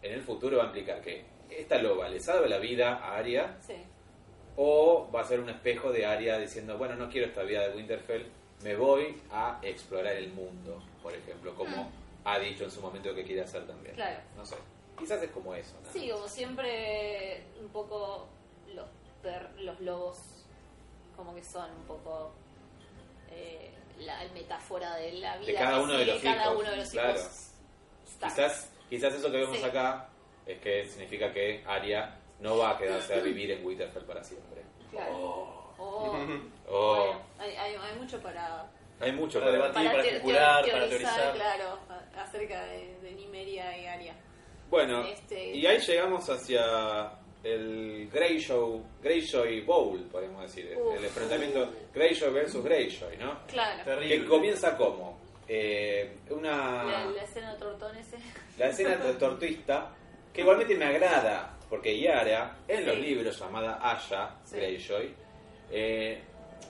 [SPEAKER 1] en el futuro va a implicar que esta loba le salve la vida a Arya
[SPEAKER 2] Sí.
[SPEAKER 1] o va a ser un espejo de Arya diciendo, bueno, no quiero esta vida de Winterfell, me voy a explorar el mundo, por ejemplo, como ha dicho en su momento que quiere hacer también.
[SPEAKER 2] Mm. Claro.
[SPEAKER 1] No sé, quizás es como eso. ¿no?
[SPEAKER 2] Sí, como siempre, un poco los, per- los lobos, como que son un poco eh, la metáfora de la vida.
[SPEAKER 1] cada
[SPEAKER 2] que
[SPEAKER 1] uno de
[SPEAKER 2] sigue
[SPEAKER 1] los
[SPEAKER 2] cada
[SPEAKER 1] hijos,
[SPEAKER 2] uno de los
[SPEAKER 1] claro.
[SPEAKER 2] hijos Stark.
[SPEAKER 1] Quizás Quizás eso que vemos
[SPEAKER 2] Sí.
[SPEAKER 1] acá es que significa que Arya no va a quedarse a vivir en Winterfell para siempre.
[SPEAKER 2] Claro.
[SPEAKER 1] [LAUGHS]
[SPEAKER 2] Oh.
[SPEAKER 1] Oh.
[SPEAKER 2] Bueno, hay, hay, hay mucho para,
[SPEAKER 1] Hay mucho
[SPEAKER 3] Para
[SPEAKER 1] para
[SPEAKER 3] debatir. para
[SPEAKER 2] teo-
[SPEAKER 3] especular,
[SPEAKER 2] teo-
[SPEAKER 3] para teorizar.
[SPEAKER 2] Claro, a- acerca de, de Nimeria y Aria.
[SPEAKER 1] Bueno,
[SPEAKER 2] Este-
[SPEAKER 1] y ahí llegamos hacia el Greyjoy, Greyjoy Bowl, podemos decir. el-
[SPEAKER 2] Uf.
[SPEAKER 1] El enfrentamiento Greyjoy versus Greyjoy, ¿no?
[SPEAKER 2] Claro.
[SPEAKER 1] Que
[SPEAKER 3] Terrible.
[SPEAKER 1] comienza como eh,
[SPEAKER 2] La,
[SPEAKER 1] una
[SPEAKER 2] la escena de Tortón ese.
[SPEAKER 1] la escena de tortuista que igualmente me agrada porque Yara en los
[SPEAKER 2] Sí.
[SPEAKER 1] libros llamada Aya
[SPEAKER 2] Sí.
[SPEAKER 1] Greyjoy eh,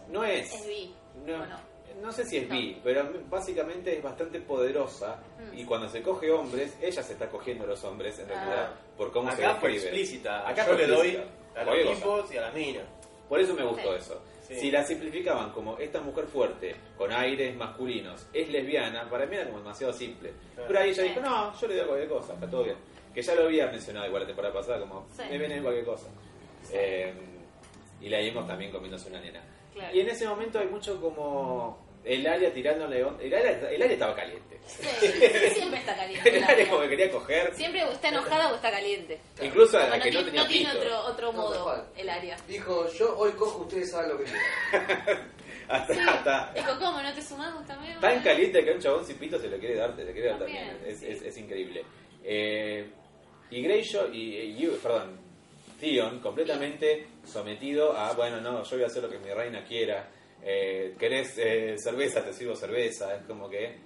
[SPEAKER 1] no es, [LAUGHS]
[SPEAKER 2] Es vi.
[SPEAKER 1] no,
[SPEAKER 2] ¿o no?
[SPEAKER 1] no sé si es
[SPEAKER 2] No.
[SPEAKER 1] bi, pero básicamente es bastante poderosa
[SPEAKER 2] Mm.
[SPEAKER 1] y cuando se coge hombres ella se está cogiendo a los hombres en
[SPEAKER 2] Ah.
[SPEAKER 1] realidad por cómo se
[SPEAKER 3] Acá fue
[SPEAKER 1] describe.
[SPEAKER 3] explícita.
[SPEAKER 1] Acá
[SPEAKER 3] Yo
[SPEAKER 1] fue
[SPEAKER 3] le doy
[SPEAKER 1] explícita.
[SPEAKER 3] a los
[SPEAKER 1] Cualquier cosa.
[SPEAKER 3] tipos y a las minas.
[SPEAKER 1] Por eso me gustó
[SPEAKER 2] Sí.
[SPEAKER 1] eso.
[SPEAKER 3] Sí.
[SPEAKER 1] Si la simplificaban como esta mujer fuerte, con aires masculinos, es lesbiana, para mí era como demasiado simple.
[SPEAKER 3] Claro.
[SPEAKER 1] Pero ahí ella
[SPEAKER 2] Sí.
[SPEAKER 1] dijo, no, yo le doy cualquier cosa, está todo bien. Que ya lo había mencionado igual la temporada pasada, como,
[SPEAKER 2] Sí.
[SPEAKER 1] me viene cualquier cosa. Eh, y la vimos también comiéndose una nena.
[SPEAKER 2] Claro.
[SPEAKER 1] Y en ese momento hay mucho como el área tirándole... on- El área, el área estaba caliente. [LAUGHS]
[SPEAKER 2] Sí, siempre está caliente.
[SPEAKER 1] El
[SPEAKER 2] la
[SPEAKER 1] [LAUGHS] área
[SPEAKER 2] Aria.
[SPEAKER 1] como que quería coger.
[SPEAKER 2] Siempre o está enojada o está caliente.
[SPEAKER 1] Incluso a
[SPEAKER 2] Como
[SPEAKER 1] la
[SPEAKER 2] no
[SPEAKER 1] que no
[SPEAKER 2] tiene,
[SPEAKER 1] tenía
[SPEAKER 2] no tiene
[SPEAKER 1] pito.
[SPEAKER 2] otro, otro
[SPEAKER 4] No, tal
[SPEAKER 2] modo
[SPEAKER 4] cual.
[SPEAKER 2] el Aria.
[SPEAKER 1] [LAUGHS]
[SPEAKER 4] Dijo, yo hoy cojo, ustedes saben lo que quieren.
[SPEAKER 1] Hasta,
[SPEAKER 2] Sí.
[SPEAKER 1] hasta-
[SPEAKER 2] Dijo, ¿cómo no te sumamos también?
[SPEAKER 1] Tan caliente que a un chabón sin pito se lo quiere dar, se lo quiere dar también.
[SPEAKER 2] También,
[SPEAKER 1] Es,
[SPEAKER 2] sí.
[SPEAKER 1] es- es increíble. Eh, y Greyjoy, y, y- perdón, Theon completamente sometido a, bueno, no, yo voy a hacer lo que mi reina quiera. Eh, ¿Querés eh, cerveza? Te sirvo cerveza. Es como que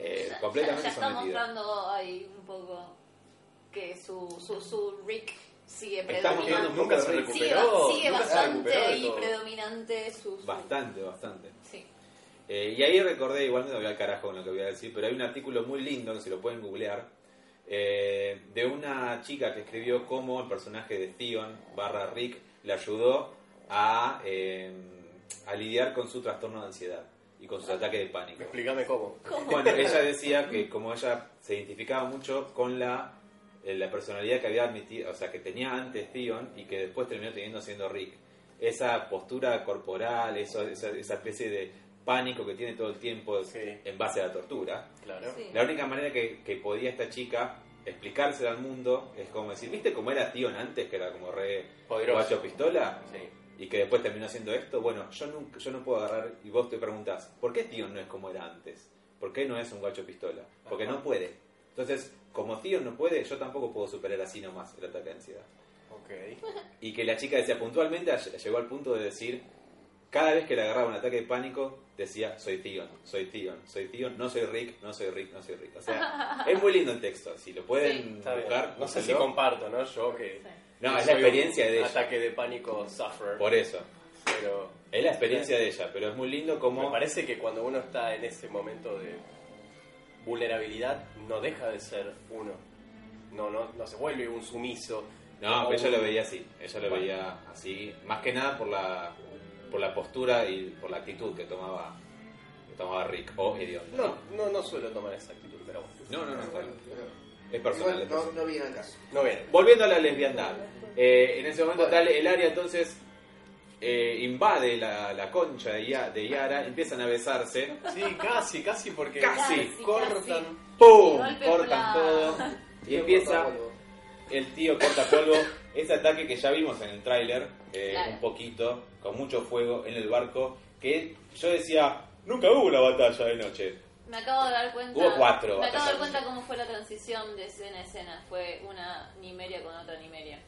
[SPEAKER 1] eh,
[SPEAKER 2] Ya-
[SPEAKER 1] completamente
[SPEAKER 2] ya, está
[SPEAKER 1] sometido.
[SPEAKER 2] mostrando ahí un poco que su, su, su Rick sigue
[SPEAKER 1] Está mostrando
[SPEAKER 2] predominante.
[SPEAKER 1] un poco
[SPEAKER 3] Nunca se
[SPEAKER 1] de-
[SPEAKER 2] Sigue,
[SPEAKER 3] recuperó.
[SPEAKER 2] sigue
[SPEAKER 3] nunca se
[SPEAKER 2] bastante
[SPEAKER 3] recuperó de
[SPEAKER 2] ahí
[SPEAKER 3] todo.
[SPEAKER 2] predominante su, su-
[SPEAKER 1] Bastante, bastante.
[SPEAKER 2] Sí.
[SPEAKER 1] Eh, y ahí recordé, igual me voy al carajo con lo que voy a decir, pero hay un artículo muy lindo que se lo pueden googlear, eh, de una chica que escribió cómo el personaje de Theon barra Rick le ayudó a, eh, a lidiar con su trastorno de ansiedad y con sus ataques de pánico.
[SPEAKER 3] Explícame cómo.
[SPEAKER 1] Bueno, ella decía que como ella se identificaba mucho con la, eh, la personalidad que había admitido, o sea, que tenía antes Theon y que después terminó teniendo siendo Rick. Esa postura corporal, eso, esa, esa especie de pánico que tiene todo el tiempo es-
[SPEAKER 3] Sí.
[SPEAKER 1] en base a la tortura.
[SPEAKER 3] Claro.
[SPEAKER 2] Sí.
[SPEAKER 1] La única manera que, que podía esta chica explicársela al mundo es como decir, ¿viste cómo era Theon antes, que era como re
[SPEAKER 3] Poderoso.
[SPEAKER 1] guacho pistola?
[SPEAKER 3] Sí.
[SPEAKER 1] Y que después terminó haciendo esto, bueno, yo nunca, yo no puedo agarrar, y vos te preguntás, ¿por qué Tío no es como era antes? ¿Por qué no es un guacho pistola? Porque
[SPEAKER 3] Ajá.
[SPEAKER 1] no puede. Entonces, como Tío no puede, yo tampoco puedo superar así nomás el ataque de ansiedad.
[SPEAKER 3] Ok.
[SPEAKER 1] Y que la chica decía puntualmente, ll- llegó al punto de decir, cada vez que le agarraba un ataque de pánico, decía, soy Tío, soy Tío, soy Tío, no soy Rick, no soy Rick, no soy Rick. O sea, es muy lindo el texto, si lo pueden
[SPEAKER 3] Está bien.
[SPEAKER 1] buscar.
[SPEAKER 3] No sé si
[SPEAKER 1] búsquenlo.
[SPEAKER 3] comparto, ¿no? Yo que.
[SPEAKER 1] No,
[SPEAKER 3] que
[SPEAKER 1] es la
[SPEAKER 3] soy
[SPEAKER 1] experiencia
[SPEAKER 3] un
[SPEAKER 1] de ella.
[SPEAKER 3] Ataque de pánico suffer.
[SPEAKER 1] Por eso,
[SPEAKER 3] Pero.
[SPEAKER 1] es la experiencia de ella, pero es muy lindo
[SPEAKER 3] Me
[SPEAKER 1] como...
[SPEAKER 3] parece que cuando uno está en ese momento de vulnerabilidad, no deja de ser uno. No, no, no se vuelve un sumiso.
[SPEAKER 1] No,
[SPEAKER 3] O
[SPEAKER 1] pero ella
[SPEAKER 3] un-
[SPEAKER 1] lo veía así, ella lo
[SPEAKER 3] Bueno.
[SPEAKER 1] veía así, más que nada por la por la postura y por la actitud que tomaba que tomaba Rick o Edion.
[SPEAKER 3] No, no, no suelo tomar esa actitud, pero bueno.
[SPEAKER 1] no, no, no, está bien.
[SPEAKER 4] Pero
[SPEAKER 1] es personal. es
[SPEAKER 4] igual no,
[SPEAKER 1] personal.
[SPEAKER 4] no viene al caso.
[SPEAKER 3] No bien.
[SPEAKER 1] Volviendo a la lesbiandad, eh, en ese momento
[SPEAKER 4] Bueno.
[SPEAKER 1] tal el área entonces eh, invade la, la concha de, Ya- de Yara, empiezan a besarse,
[SPEAKER 3] Sí, casi, casi porque
[SPEAKER 1] Casi.
[SPEAKER 2] Casi,
[SPEAKER 3] cortan.
[SPEAKER 1] ¡pum!
[SPEAKER 2] golpe
[SPEAKER 1] cortan
[SPEAKER 2] plan.
[SPEAKER 1] todo y
[SPEAKER 4] Yo
[SPEAKER 1] empieza
[SPEAKER 4] cortaba, boludo.
[SPEAKER 1] el tío corta polvo, ese ataque que ya vimos en el tráiler, eh,
[SPEAKER 2] Claro.
[SPEAKER 1] un poquito, con mucho fuego en el barco, que yo decía, nunca hubo una batalla de noche.
[SPEAKER 2] Me acabo de dar cuenta.
[SPEAKER 1] Hubo cuatro
[SPEAKER 2] Me acabo de dar
[SPEAKER 1] batallas.
[SPEAKER 2] cuenta cómo fue la transición de escena a escena. Fue una Nimeria con otra Nimeria.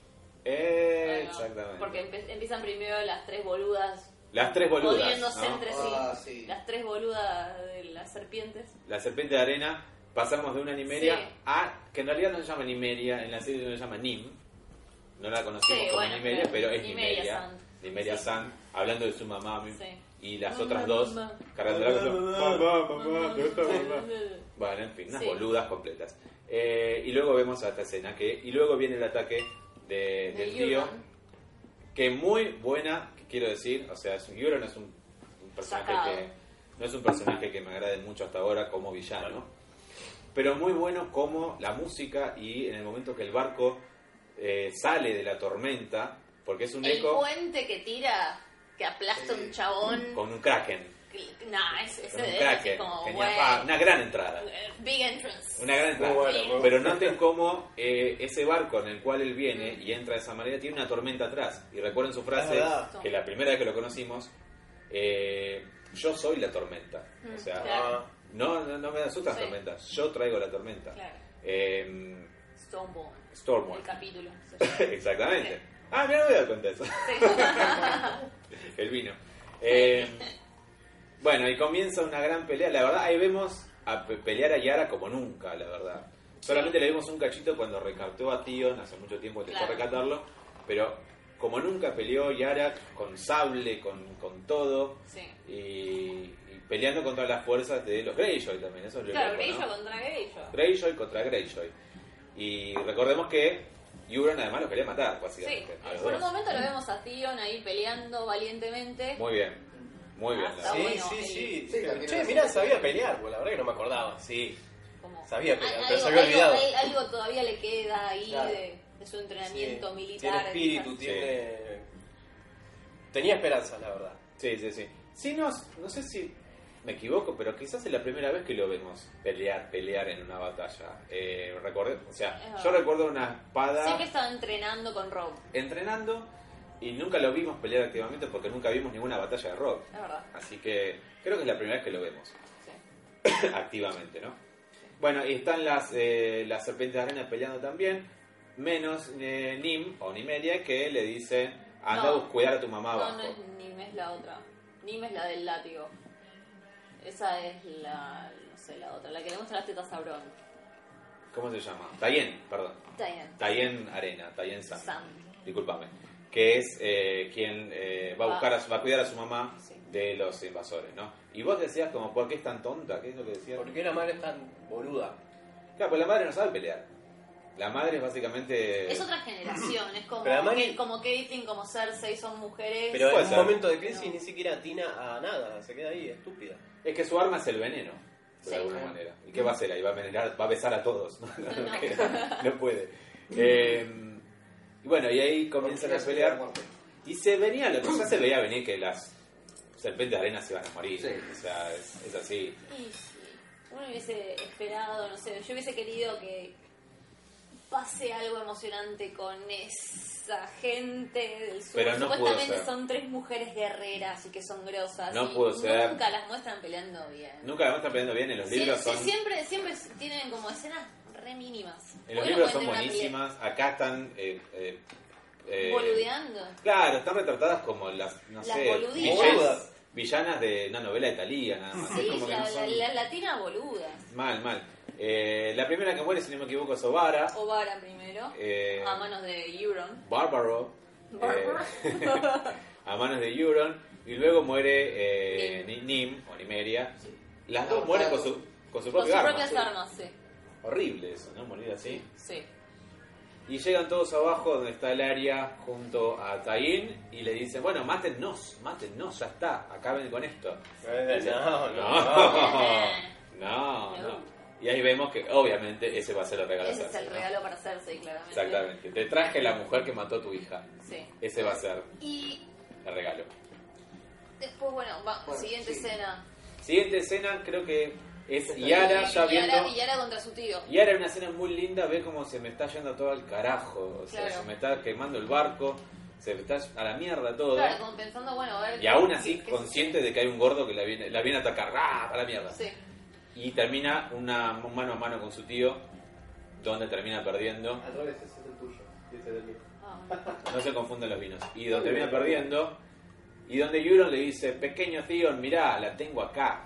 [SPEAKER 1] Eh,
[SPEAKER 2] Bueno,
[SPEAKER 1] exactamente.
[SPEAKER 2] Porque empe- empiezan primero las tres boludas
[SPEAKER 1] Las tres boludas,
[SPEAKER 2] jodiéndose
[SPEAKER 1] ¿no?
[SPEAKER 2] entre sí.
[SPEAKER 4] Ah, sí.
[SPEAKER 2] Las tres boludas de las serpientes.
[SPEAKER 1] La serpiente de arena, pasamos de una Nimeria
[SPEAKER 2] Sí.
[SPEAKER 1] a, que en realidad no se llama Nimeria, en la serie no se llama Nim, no la conocimos
[SPEAKER 2] Sí,
[SPEAKER 1] como
[SPEAKER 2] bueno,
[SPEAKER 1] Nimeria,
[SPEAKER 2] claro.
[SPEAKER 1] pero es
[SPEAKER 2] Nimeria
[SPEAKER 1] Nimeria.
[SPEAKER 2] San.
[SPEAKER 1] Nimeria
[SPEAKER 2] Sí.
[SPEAKER 1] San, hablando de su mamá
[SPEAKER 2] Sí.
[SPEAKER 1] y las
[SPEAKER 2] Mamá,
[SPEAKER 1] otras dos
[SPEAKER 2] mamá.
[SPEAKER 1] cargándola con su- mamá, mamá, ¿dónde está mamá?
[SPEAKER 2] Sí,
[SPEAKER 1] Bueno, en fin, unas
[SPEAKER 2] Sí.
[SPEAKER 1] boludas completas. Eh, y luego vemos a esta escena que. Y luego viene el ataque de-
[SPEAKER 2] De
[SPEAKER 1] del tío.
[SPEAKER 2] Euron.
[SPEAKER 1] Que muy buena, que quiero decir. O sea, es un- Euron es un, un personaje
[SPEAKER 2] Sacado.
[SPEAKER 1] que. No es un personaje que me agrade mucho hasta ahora como villano. Pero muy bueno como la música y en el momento que el barco eh, sale de la tormenta. Porque es un
[SPEAKER 2] El
[SPEAKER 1] eco
[SPEAKER 2] puente que tira, que aplasta un chabón.
[SPEAKER 1] con un kraken.
[SPEAKER 2] Nah, es, es,
[SPEAKER 1] Con un
[SPEAKER 2] es
[SPEAKER 1] cracker.
[SPEAKER 2] como,
[SPEAKER 1] Tenía
[SPEAKER 2] bueno,
[SPEAKER 1] pa- una gran entrada.
[SPEAKER 2] eh, Big entrance.
[SPEAKER 1] Una gran entrada.
[SPEAKER 3] Muy bueno, muy
[SPEAKER 1] Pero noten cómo eh, ese barco en el cual él viene y entra de esa manera tiene una tormenta atrás. Y recuerden su frase,
[SPEAKER 3] Es verdad.
[SPEAKER 1] que la primera vez que lo conocimos, eh, yo soy la tormenta. O sea,
[SPEAKER 2] Mm, Claro.
[SPEAKER 1] no, no, no me asustan las
[SPEAKER 2] Sí.
[SPEAKER 1] tormentas, yo traigo la tormenta.
[SPEAKER 2] Claro.
[SPEAKER 1] Eh,
[SPEAKER 2] Stonebone.
[SPEAKER 1] Stormwatch. [LAUGHS]
[SPEAKER 2] El capítulo. se llama.
[SPEAKER 1] Exactamente. Ah, mira, no me he dado cuenta de eso. El vino. Eh, bueno, y comienza una gran pelea. La verdad, ahí vemos a pe- pelear a Yara como nunca, la verdad. Solamente le vimos un cachito cuando rescató a Tion, hace mucho tiempo intentó
[SPEAKER 2] Claro.
[SPEAKER 1] rescatarlo, pero como nunca peleó Yara con sable, con, con todo,
[SPEAKER 2] Sí.
[SPEAKER 1] y, y peleando contra las fuerzas de los Greyjoy también, eso es lo
[SPEAKER 2] Claro,
[SPEAKER 1] loco, ¿no?
[SPEAKER 2] Greyjoy contra Greyjoy.
[SPEAKER 1] Greyjoy contra Greyjoy. Y recordemos que Euron además los quería matar,
[SPEAKER 2] Sí,
[SPEAKER 1] básicamente. a los
[SPEAKER 2] por un
[SPEAKER 1] dos.
[SPEAKER 2] momento lo vemos a Theon ahí peleando valientemente.
[SPEAKER 1] Muy bien, muy bien. la
[SPEAKER 2] Hasta
[SPEAKER 1] verdad.
[SPEAKER 3] Sí,
[SPEAKER 2] bueno,
[SPEAKER 3] sí,
[SPEAKER 2] el-
[SPEAKER 3] sí,
[SPEAKER 4] Sí, también
[SPEAKER 3] Che,
[SPEAKER 4] era
[SPEAKER 3] mirá,
[SPEAKER 4] así.
[SPEAKER 3] sabía pelear. Bueno, la verdad que no me acordaba. Sí,
[SPEAKER 2] como-
[SPEAKER 3] sabía
[SPEAKER 2] Al-
[SPEAKER 3] pelear,
[SPEAKER 2] algo,
[SPEAKER 3] pero se había olvidado.
[SPEAKER 2] algo- algo todavía le queda ahí
[SPEAKER 4] Claro.
[SPEAKER 2] de, de su entrenamiento
[SPEAKER 3] Sí,
[SPEAKER 2] militar.
[SPEAKER 3] Tiene espíritu,
[SPEAKER 2] esas-
[SPEAKER 3] tiene... Tenía esperanzas, la verdad.
[SPEAKER 1] Sí, sí, sí. Sí, no, no sé si me equivoco, pero quizás es la primera vez que lo vemos pelear, pelear en una batalla. Eh, recordé- o
[SPEAKER 2] Es
[SPEAKER 1] sea,
[SPEAKER 2] verdad.
[SPEAKER 1] yo recuerdo una espada
[SPEAKER 2] Siempre estaba entrenando con Rob,
[SPEAKER 1] entrenando y nunca lo vimos pelear activamente porque nunca vimos ninguna batalla de rock.
[SPEAKER 2] es verdad.
[SPEAKER 1] Así que creo que es la primera vez que lo vemos. [LAUGHS]
[SPEAKER 2] Sí.
[SPEAKER 1] activamente, ¿no? Bueno, y están las, eh, las serpientes de arena peleando también, menos eh, Nim o Nimeria que le dice, anda a
[SPEAKER 2] No.
[SPEAKER 1] bus- cuidar a tu
[SPEAKER 3] Ah,
[SPEAKER 1] mamá
[SPEAKER 2] No,
[SPEAKER 1] abajo.
[SPEAKER 2] no es Nim, es la otra. Nim es la del látigo. Esa es la. No sé, la otra. La que le muestra las tetas a Bron.
[SPEAKER 1] ¿Cómo se llama? Tayen, perdón.
[SPEAKER 2] Diane.
[SPEAKER 1] Tayen Arena, Tayen Sam.
[SPEAKER 2] Sam.
[SPEAKER 1] Discúlpame. Que es eh, quien eh, va a
[SPEAKER 2] Va.
[SPEAKER 1] buscar, a su- va a cuidar a su mamá
[SPEAKER 2] Sí.
[SPEAKER 1] de los invasores, ¿no? Y vos decías como, ¿por qué es tan tonta? ¿Qué es lo que decías?
[SPEAKER 3] ¿Por qué la madre es tan boluda?
[SPEAKER 1] Claro, pues la madre no sabe pelear. La madre es básicamente...
[SPEAKER 2] Es otra generación, es como,
[SPEAKER 3] Eh. Pero además
[SPEAKER 2] que-
[SPEAKER 3] ni-
[SPEAKER 2] como Caitlyn, como Cersei, son mujeres.
[SPEAKER 3] Pero
[SPEAKER 1] Puede
[SPEAKER 3] en un
[SPEAKER 1] ser.
[SPEAKER 3] momento de crisis ni siquiera atina a nada, se queda ahí, estúpida.
[SPEAKER 1] Es que su arma es el veneno, de
[SPEAKER 2] Sí.
[SPEAKER 1] alguna manera. ¿Y qué va a hacer ahí? ¿Va a envenenar? ¿Va a besar a todos? No, [LAUGHS] no, no,
[SPEAKER 2] No. [LAUGHS]
[SPEAKER 1] que- no puede. Eh, y bueno, y ahí comienzan a pelear. Y se venía, lo que ya se veía venir que las serpentes de arena se iban a morir.
[SPEAKER 4] Sí.
[SPEAKER 1] O sea, es, es así.
[SPEAKER 2] Y sí, uno hubiese esperado, no sé, yo hubiese querido que pase algo emocionante con esa gente del sur.
[SPEAKER 1] Pero no pudo
[SPEAKER 2] Supuestamente
[SPEAKER 1] ser.
[SPEAKER 2] son tres mujeres guerreras y que son grosas.
[SPEAKER 1] No
[SPEAKER 2] y
[SPEAKER 1] pudo ser.
[SPEAKER 2] Nunca las muestran peleando bien.
[SPEAKER 1] Nunca la están peleando bien en los
[SPEAKER 2] Sie-
[SPEAKER 1] libros.
[SPEAKER 2] sie-
[SPEAKER 1] Son,
[SPEAKER 2] siempre, siempre tienen como escenas re mínimas.
[SPEAKER 1] en los
[SPEAKER 2] Hoy no
[SPEAKER 1] libros
[SPEAKER 2] pueden
[SPEAKER 1] son
[SPEAKER 2] tener una pelea.
[SPEAKER 1] buenísimas. Acá están... eh, eh, eh,
[SPEAKER 2] Boludeando.
[SPEAKER 1] Claro, están retratadas como las, no
[SPEAKER 2] Las
[SPEAKER 1] sé,
[SPEAKER 2] boluditas.
[SPEAKER 1] villanas, villanas de una novela de Thalía, nada más. Es
[SPEAKER 2] Sí,
[SPEAKER 1] como que no
[SPEAKER 2] la,
[SPEAKER 1] son-
[SPEAKER 2] la- la latina boluda.
[SPEAKER 1] Mal, mal. Eh, la primera que muere, si no me equivoco, es Ovara.
[SPEAKER 2] Ovara primero,
[SPEAKER 1] Eh,
[SPEAKER 2] a manos de [LAUGHS] Euron.
[SPEAKER 1] Bárbaro.
[SPEAKER 2] Bárbaro.
[SPEAKER 1] eh, a manos de Euron. Y luego muere eh, Ni- Nim, o Nimeria. Las dos
[SPEAKER 4] Ah,
[SPEAKER 1] mueren
[SPEAKER 4] claro.
[SPEAKER 1] con su, con su
[SPEAKER 2] Con sus
[SPEAKER 1] propio arma.
[SPEAKER 2] propias armas, sí.
[SPEAKER 1] Horrible eso, ¿no? Morir así.
[SPEAKER 2] Sí.
[SPEAKER 1] Y llegan todos abajo donde está el área junto a Taín y le dicen, bueno, mátennos, mátennos, ya está, acaben con esto. Eh,
[SPEAKER 3] No,
[SPEAKER 1] [LAUGHS] No, no, no. Y ahí vemos que obviamente ese va a ser el regalo.
[SPEAKER 2] Ese es
[SPEAKER 1] Cersei,
[SPEAKER 2] el
[SPEAKER 1] ¿no?
[SPEAKER 2] regalo para hacerse, claramente.
[SPEAKER 1] Exactamente. Te traje la mujer que mató a tu hija.
[SPEAKER 2] Sí.
[SPEAKER 1] Ese va a ser
[SPEAKER 2] Y
[SPEAKER 1] el regalo.
[SPEAKER 2] después, bueno, va-
[SPEAKER 4] Bueno,
[SPEAKER 2] siguiente
[SPEAKER 4] sí.
[SPEAKER 2] escena.
[SPEAKER 1] Siguiente escena creo que es Yara ya
[SPEAKER 2] Yara,
[SPEAKER 1] viendo...
[SPEAKER 2] Yara contra su tío.
[SPEAKER 1] Yara en una escena muy linda ve cómo se me está yendo todo al carajo. O sea,
[SPEAKER 2] Claro.
[SPEAKER 1] se me está quemando el barco, se me está a la mierda todo.
[SPEAKER 2] Claro, como pensando, bueno, a ver.
[SPEAKER 1] Y aún
[SPEAKER 2] ¿qué-
[SPEAKER 1] así
[SPEAKER 2] qué- qué-
[SPEAKER 1] consciente de que hay un gordo que la viene, la viene a atacar. ¡Ah! A la mierda.
[SPEAKER 2] Sí.
[SPEAKER 1] Y termina una un mano a mano con su tío, donde termina perdiendo.
[SPEAKER 7] Al revés, ese es el tuyo. Y ese es el mío.
[SPEAKER 1] [LAUGHS]
[SPEAKER 2] Ah,
[SPEAKER 1] No se confunden los vinos. Y donde termina perdiendo. Y donde Euron le dice, pequeño tío, mirá, la tengo acá.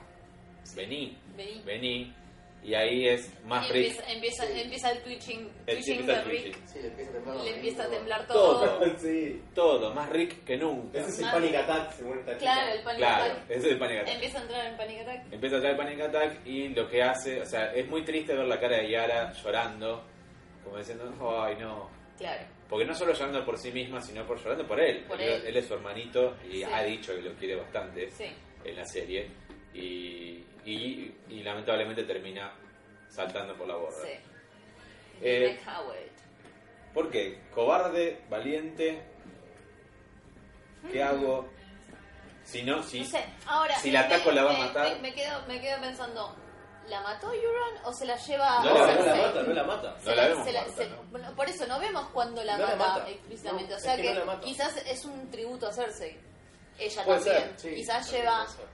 [SPEAKER 1] Vení,
[SPEAKER 2] vení.
[SPEAKER 1] vení. Y ahí es más
[SPEAKER 2] Y
[SPEAKER 1] rico.
[SPEAKER 2] empieza, empieza, empieza el twitching,
[SPEAKER 1] El
[SPEAKER 2] twitching
[SPEAKER 1] chip está
[SPEAKER 2] de Rick.
[SPEAKER 1] twitching.
[SPEAKER 4] Sí, le empieza a temblar.
[SPEAKER 2] Le empieza a temblar todo.
[SPEAKER 1] Todo.
[SPEAKER 7] [LAUGHS] Sí.
[SPEAKER 1] Todo, más Rick que nunca.
[SPEAKER 7] Ese es el
[SPEAKER 2] Más-
[SPEAKER 7] panic attack, según esta chica.
[SPEAKER 2] Ah. Claro, el panic
[SPEAKER 1] Claro,
[SPEAKER 2] attack.
[SPEAKER 1] ese es el panic attack.
[SPEAKER 2] Empieza a entrar en panic attack.
[SPEAKER 1] Empieza a traer panic attack y lo que hace, o sea, es muy triste ver la cara de Yara llorando, como diciendo, ay no.
[SPEAKER 2] Claro.
[SPEAKER 1] Porque no solo llorando por sí misma, sino por llorando por él.
[SPEAKER 2] Por
[SPEAKER 1] Porque
[SPEAKER 2] él.
[SPEAKER 1] es su hermanito y
[SPEAKER 2] Sí.
[SPEAKER 1] ha dicho que lo quiere bastante
[SPEAKER 2] Sí.
[SPEAKER 1] en la serie. Y, y, y lamentablemente termina saltando por la borda.
[SPEAKER 2] Sí.
[SPEAKER 1] Eh,
[SPEAKER 2] Nick Howard.
[SPEAKER 1] ¿Por qué? Cobarde, valiente. ¿Qué hago? Si no, si.
[SPEAKER 2] Mm. No sé, ahora.
[SPEAKER 1] Si la ataco, la va a matar.
[SPEAKER 2] Me, me quedo, me quedo pensando, ¿la mató Euron o se la lleva
[SPEAKER 1] No, no,
[SPEAKER 2] a
[SPEAKER 1] la-
[SPEAKER 3] No, no la
[SPEAKER 2] Cersei?
[SPEAKER 3] mata, no la mata.
[SPEAKER 2] Se
[SPEAKER 1] No la vemos muerta,
[SPEAKER 2] se-
[SPEAKER 1] ¿no?
[SPEAKER 2] bueno, Por eso no vemos cuando la,
[SPEAKER 3] No la
[SPEAKER 2] mata,
[SPEAKER 3] mata.
[SPEAKER 2] explícitamente.
[SPEAKER 3] No,
[SPEAKER 2] o sea
[SPEAKER 3] es que
[SPEAKER 2] que,
[SPEAKER 3] no la mata.
[SPEAKER 2] quizás es un tributo a Cersei. Ella
[SPEAKER 3] Puede
[SPEAKER 2] también.
[SPEAKER 3] ser, sí.
[SPEAKER 2] quizás
[SPEAKER 3] También
[SPEAKER 2] lleva
[SPEAKER 3] puede ser.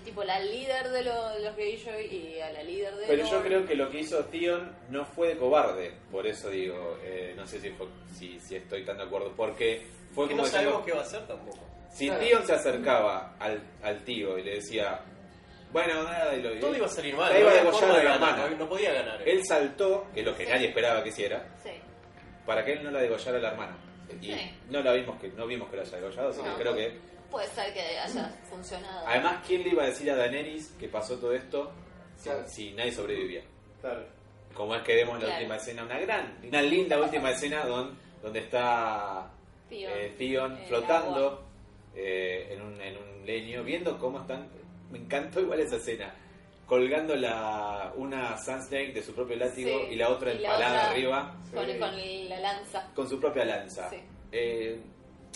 [SPEAKER 2] a- tipo la líder de, lo- de los Greyjoy y a la líder de.
[SPEAKER 1] Pero yo
[SPEAKER 2] Dorne.
[SPEAKER 1] creo que lo que hizo Tion no fue de cobarde, por eso digo, eh, no sé si, fue- si, si estoy tan de acuerdo, porque fue
[SPEAKER 3] Porque
[SPEAKER 1] como
[SPEAKER 3] no
[SPEAKER 1] diciendo,
[SPEAKER 3] sabemos qué va a hacer tampoco.
[SPEAKER 1] si
[SPEAKER 4] Claro.
[SPEAKER 1] Tion se acercaba al, al tío y le decía, bueno, nada, y lo
[SPEAKER 3] Todo iba a salir mal.
[SPEAKER 1] La iba
[SPEAKER 3] no
[SPEAKER 1] a
[SPEAKER 3] había
[SPEAKER 1] degollar
[SPEAKER 3] forma
[SPEAKER 1] a
[SPEAKER 3] de
[SPEAKER 1] la
[SPEAKER 3] ganar,
[SPEAKER 1] hermana.
[SPEAKER 3] no- No podía ganar.
[SPEAKER 1] Él saltó, que es lo que
[SPEAKER 2] Sí.
[SPEAKER 1] nadie esperaba que hiciera,
[SPEAKER 2] Sí.
[SPEAKER 1] para que él no la degollara a la hermana. Y
[SPEAKER 2] Sí.
[SPEAKER 1] no la vimos que no vimos que la haya degollado, así
[SPEAKER 2] No.
[SPEAKER 1] que creo que
[SPEAKER 2] Puede ser que haya funcionado.
[SPEAKER 1] además quién le iba a decir a Daenerys que pasó todo esto si,
[SPEAKER 4] Claro.
[SPEAKER 1] si nadie sobrevivía.
[SPEAKER 7] Claro.
[SPEAKER 1] Como es que vemos la
[SPEAKER 2] Claro.
[SPEAKER 1] última escena, una gran, una linda última escena don- donde está
[SPEAKER 2] Theon.
[SPEAKER 1] eh, Theon
[SPEAKER 2] En el agua.
[SPEAKER 1] flotando eh, en, un, en un leño, viendo cómo están. Me encantó igual esa escena. Colgando la, una Sunsnake de su propio látigo
[SPEAKER 2] Sí,
[SPEAKER 1] y la otra
[SPEAKER 2] y la
[SPEAKER 1] empalada
[SPEAKER 2] otra-
[SPEAKER 1] arriba
[SPEAKER 2] Con,
[SPEAKER 7] Sí.
[SPEAKER 2] con la lanza.
[SPEAKER 1] con su propia lanza.
[SPEAKER 2] Sí.
[SPEAKER 1] Eh,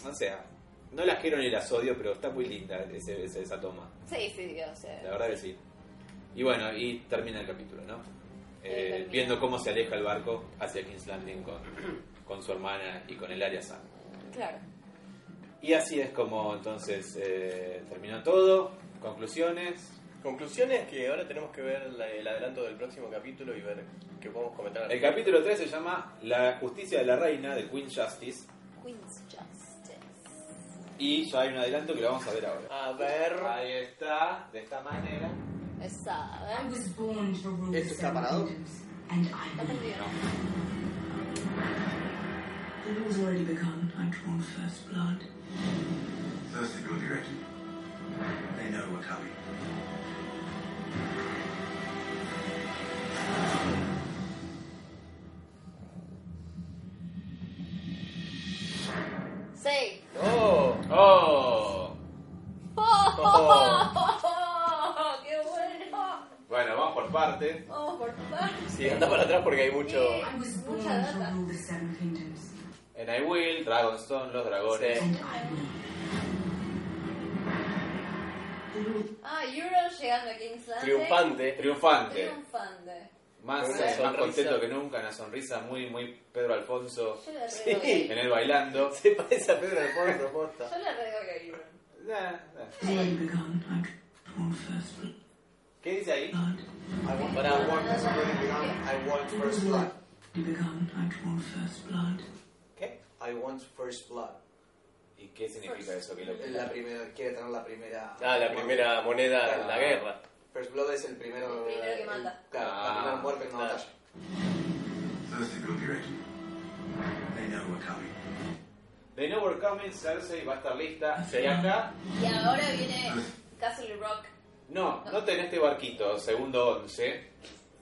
[SPEAKER 1] o sea, no las quiero ni las odio, pero está muy linda ese- ese- esa toma.
[SPEAKER 2] Sí, eh, sí, o sea,
[SPEAKER 1] La verdad que sí. Y bueno, y termina el capítulo, ¿no? Eh,
[SPEAKER 2] termina.
[SPEAKER 1] viendo cómo se aleja el barco hacia King's Landing con, con su hermana y con el área Sam.
[SPEAKER 2] Claro.
[SPEAKER 1] Y así es como entonces eh, terminó todo. Conclusiones.
[SPEAKER 3] Conclusiones que ahora tenemos que ver la- el adelanto del próximo capítulo y ver qué podemos comentar.
[SPEAKER 1] El capítulo 3 se llama La justicia de la reina, de Queen Justice.
[SPEAKER 2] Queen's Justice.
[SPEAKER 1] Y ya hay un adelanto que lo vamos a ver ahora.
[SPEAKER 3] A ver.
[SPEAKER 1] Ahí está, de esta manera.
[SPEAKER 2] Esa,
[SPEAKER 9] I was born to rule
[SPEAKER 4] Esto está parado.
[SPEAKER 9] Serendips, and I will. The war's already begun. I've drawn first blood.
[SPEAKER 10] Those that go direct, they know we're coming.
[SPEAKER 2] Sí. [LAUGHS]
[SPEAKER 3] ¡Oh!
[SPEAKER 1] ¡Oh!
[SPEAKER 2] ¡Oh! [LAUGHS] ¡Qué bueno!
[SPEAKER 1] Bueno, vamos por partes.
[SPEAKER 2] ¡Oh, por favor!
[SPEAKER 3] Sí, anda para atrás porque hay mucho.
[SPEAKER 9] I was born
[SPEAKER 2] Mucha
[SPEAKER 9] to
[SPEAKER 2] data.
[SPEAKER 9] rule the Seven Kingdoms,
[SPEAKER 1] En I Will, Dragonstone, los dragones.
[SPEAKER 3] Sí.
[SPEAKER 9] and I will. The Lord
[SPEAKER 2] Ah, Euron llegando a King's Landing.
[SPEAKER 3] Triunfante.
[SPEAKER 1] Triunfante.
[SPEAKER 2] Triunfante.
[SPEAKER 1] Más,
[SPEAKER 3] Con
[SPEAKER 1] eh,
[SPEAKER 3] una
[SPEAKER 1] más
[SPEAKER 3] sonrisa.
[SPEAKER 1] contento que nunca, una sonrisa muy, muy Pedro Alfonso
[SPEAKER 2] Yo le
[SPEAKER 3] Sí.
[SPEAKER 2] rego que
[SPEAKER 1] en él bailando.
[SPEAKER 3] Se parece a Pedro Alfonso, posta.
[SPEAKER 2] Yo le rego que a Euron.
[SPEAKER 1] Nah, nah.
[SPEAKER 9] has already begun. I've drawn first
[SPEAKER 1] ¿Qué dice ahí?
[SPEAKER 9] blood.
[SPEAKER 4] I want,
[SPEAKER 3] Pará.
[SPEAKER 4] I want, has already begun. I want
[SPEAKER 9] The war's
[SPEAKER 4] first blood.
[SPEAKER 9] already begun. I've drawn first blood.
[SPEAKER 1] ¿Qué?
[SPEAKER 4] I want first blood.
[SPEAKER 1] ¿Y qué significa eso? Que lo que-
[SPEAKER 4] La primera, quiere tener la primera.
[SPEAKER 3] Ah, la primera moneda en la
[SPEAKER 4] Ah.
[SPEAKER 3] guerra.
[SPEAKER 4] First blood es el primero. eh,
[SPEAKER 2] El primero que manda.
[SPEAKER 4] Claro,
[SPEAKER 1] Ah,
[SPEAKER 4] la primera muerte en una
[SPEAKER 3] claro.
[SPEAKER 4] batalla.
[SPEAKER 10] Those that go direct, they know we're coming.
[SPEAKER 1] De No More Coming, Cersei va a estar lista.
[SPEAKER 3] Ah, Sí.
[SPEAKER 1] Y acá,
[SPEAKER 2] Y ahora viene Castle Rock,
[SPEAKER 1] no, no tenés este barquito, segundo 11,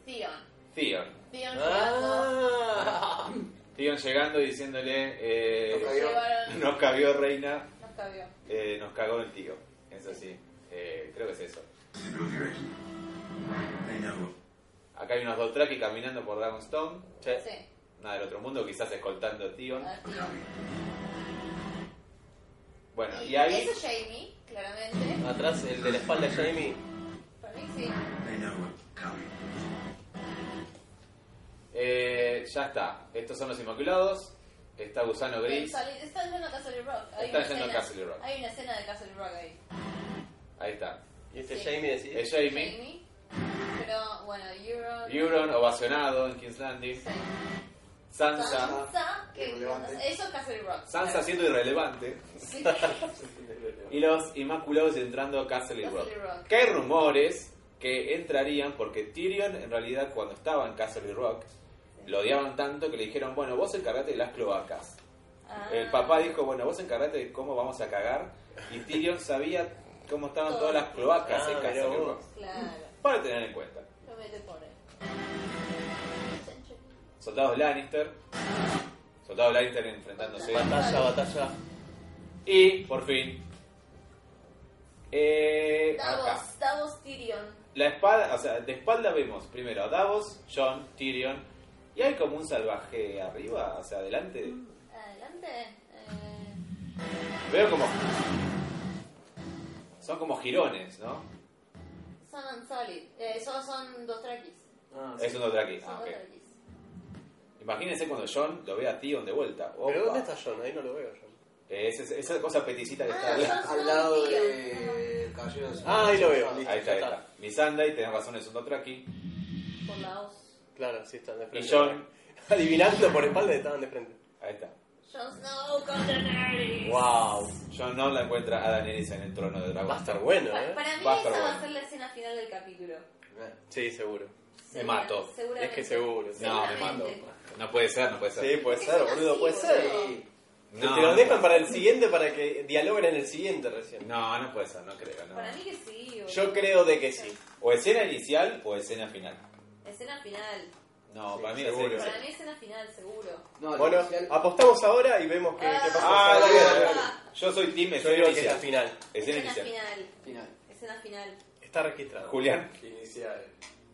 [SPEAKER 2] Theon.
[SPEAKER 1] Theon.
[SPEAKER 2] Theon llegando.
[SPEAKER 3] Ah.
[SPEAKER 1] Theon llegando y diciéndole,
[SPEAKER 4] Nos
[SPEAKER 1] [LAUGHS] eh,
[SPEAKER 4] cabió.
[SPEAKER 2] Llevaron.
[SPEAKER 1] nos cabió reina,
[SPEAKER 2] No cabió.
[SPEAKER 1] eh, nos cagó el tío. Es así, Eh, creo que es eso.
[SPEAKER 10] Those that go direct, they know.
[SPEAKER 1] Acá hay unos Dothraki caminando por Dragonstone.
[SPEAKER 2] Sí.
[SPEAKER 1] Nada del otro mundo, quizás escoltando a Theon.
[SPEAKER 3] Ah.
[SPEAKER 2] A
[SPEAKER 10] We're
[SPEAKER 2] Theon.
[SPEAKER 10] coming.
[SPEAKER 1] Bueno, y ahí...
[SPEAKER 2] Eso es Jamie, claramente.
[SPEAKER 3] Atrás, el de la espalda de Jamie.
[SPEAKER 2] Para mí sí.
[SPEAKER 10] They know we're coming.
[SPEAKER 1] Eh, ya está. Estos son los Inmaculados. Está Gusano Gris.
[SPEAKER 2] Sali- Están yendo a Castle Rock.
[SPEAKER 1] Están
[SPEAKER 2] Hay una
[SPEAKER 1] yendo a
[SPEAKER 2] escena-
[SPEAKER 1] Castle Rock.
[SPEAKER 2] Hay una escena de Castle Rock ahí.
[SPEAKER 1] Ahí está.
[SPEAKER 3] Y este
[SPEAKER 2] Sí.
[SPEAKER 3] Jamie decís.
[SPEAKER 1] Es Jamie.
[SPEAKER 2] Jamie. Pero bueno, Euron.
[SPEAKER 1] Euron ovacionado en King's Landing.
[SPEAKER 2] Sí.
[SPEAKER 1] Sansa.
[SPEAKER 2] Sansa. que-
[SPEAKER 4] Irrelevante.
[SPEAKER 2] Eso es Castle Rock.
[SPEAKER 1] Sansa siendo irrelevante.
[SPEAKER 2] Sí.
[SPEAKER 1] [LAUGHS] Y los Inmaculados entrando a Castle Rock.
[SPEAKER 2] Castle Rock.
[SPEAKER 1] Que hay rumores que entrarían porque Tyrion en realidad cuando estaba en Castle Rock lo odiaban tanto que le dijeron, bueno, vos encargate de las cloacas.
[SPEAKER 2] Ah.
[SPEAKER 1] El papá dijo, bueno, vos encargate de cómo vamos a cagar. Y Tyrion sabía cómo estaban todas las cloacas
[SPEAKER 3] Ah,
[SPEAKER 1] en
[SPEAKER 3] mirá
[SPEAKER 1] Castle
[SPEAKER 3] vos.
[SPEAKER 1] Rock.
[SPEAKER 2] Claro.
[SPEAKER 1] Para tener en cuenta.
[SPEAKER 2] Lo mete por ahí.
[SPEAKER 1] Soldados Lannister. Soldados Lannister enfrentándose.
[SPEAKER 3] Batalla, batalla.
[SPEAKER 1] Y, por fin. eh, acá.
[SPEAKER 2] Davos. Davos Tyrion.
[SPEAKER 1] La espada, o sea, de espalda vemos primero a Davos, John, Tyrion. Y hay como un salvaje arriba, o sea, adelante.
[SPEAKER 4] Mm.
[SPEAKER 2] Adelante. Eh,
[SPEAKER 1] Veo como. Son como girones, ¿no?
[SPEAKER 6] Son solid. Eh, son, son dos traquis.
[SPEAKER 4] Ah, sí.
[SPEAKER 1] Es un Dothraki.
[SPEAKER 6] Son
[SPEAKER 1] Ah,
[SPEAKER 6] dos
[SPEAKER 1] ok.
[SPEAKER 6] traquis.
[SPEAKER 1] Imagínense cuando John lo ve a Tion de vuelta.
[SPEAKER 3] ¿Pero
[SPEAKER 1] Opa.
[SPEAKER 3] dónde está John? Ahí no lo veo yo.
[SPEAKER 1] Es- es- esa cosa peticita que está
[SPEAKER 6] Ah,
[SPEAKER 1] al lado.
[SPEAKER 6] John.
[SPEAKER 4] Al lado de Caballero de
[SPEAKER 3] Ah, ahí lo veo.
[SPEAKER 1] Ahí está, ahí está. Missandei, tenés razón, es un Dothraki.
[SPEAKER 6] Por la os.
[SPEAKER 3] Claro, sí, están de frente.
[SPEAKER 1] Y John.
[SPEAKER 3] [LAUGHS] Adivinando por espalda estaban de frente.
[SPEAKER 1] Ahí está.
[SPEAKER 6] Jon Snow con Daenerys.
[SPEAKER 3] ¡Wow!
[SPEAKER 1] John no la encuentra a Daenerys en el trono de dragón.
[SPEAKER 3] Va a estar bueno,
[SPEAKER 6] Pa-
[SPEAKER 3] ¿eh?
[SPEAKER 6] Para mí
[SPEAKER 1] Va a
[SPEAKER 6] esa
[SPEAKER 1] estar
[SPEAKER 6] va a
[SPEAKER 1] bueno.
[SPEAKER 6] ser la escena final del capítulo.
[SPEAKER 3] Sí, seguro.
[SPEAKER 6] Segura-
[SPEAKER 1] mato.
[SPEAKER 6] Seguramente.
[SPEAKER 3] Es que seguro. sí.
[SPEAKER 1] No, me mato.
[SPEAKER 6] Seguramente.
[SPEAKER 1] No puede ser, no puede ser.
[SPEAKER 3] Sí, puede
[SPEAKER 6] Es
[SPEAKER 3] ser,
[SPEAKER 6] así,
[SPEAKER 3] boludo, puede ser.
[SPEAKER 6] boludo.
[SPEAKER 1] No,
[SPEAKER 3] Te lo
[SPEAKER 1] no
[SPEAKER 3] dejan
[SPEAKER 1] puede
[SPEAKER 3] para el siguiente para que dialoguen en el siguiente
[SPEAKER 1] ser.
[SPEAKER 3] recién.
[SPEAKER 1] No, no puede ser, no creo. no.
[SPEAKER 6] Para mí que sí. boludo.
[SPEAKER 3] Yo creo de que sí.
[SPEAKER 1] O escena inicial o escena final.
[SPEAKER 6] Escena final.
[SPEAKER 1] No,
[SPEAKER 3] Sí,
[SPEAKER 1] para mí
[SPEAKER 3] seguro.
[SPEAKER 1] escena
[SPEAKER 6] Para
[SPEAKER 1] inicial.
[SPEAKER 6] mí escena final, seguro.
[SPEAKER 4] No,
[SPEAKER 3] Bueno,
[SPEAKER 4] el oficial-
[SPEAKER 3] apostamos ahora y vemos qué, qué pasa.
[SPEAKER 1] Ah,
[SPEAKER 3] Está
[SPEAKER 1] dale,
[SPEAKER 3] bien,
[SPEAKER 1] dale,
[SPEAKER 3] dale.
[SPEAKER 1] dale. Yo soy team
[SPEAKER 3] Yo
[SPEAKER 1] escena
[SPEAKER 3] digo que es la
[SPEAKER 1] inicial.
[SPEAKER 3] final.
[SPEAKER 1] Escena
[SPEAKER 6] Escena
[SPEAKER 1] inicial.
[SPEAKER 6] final.
[SPEAKER 4] final.
[SPEAKER 6] Escena final.
[SPEAKER 3] Está registrado.
[SPEAKER 1] Julián.
[SPEAKER 7] Inicial.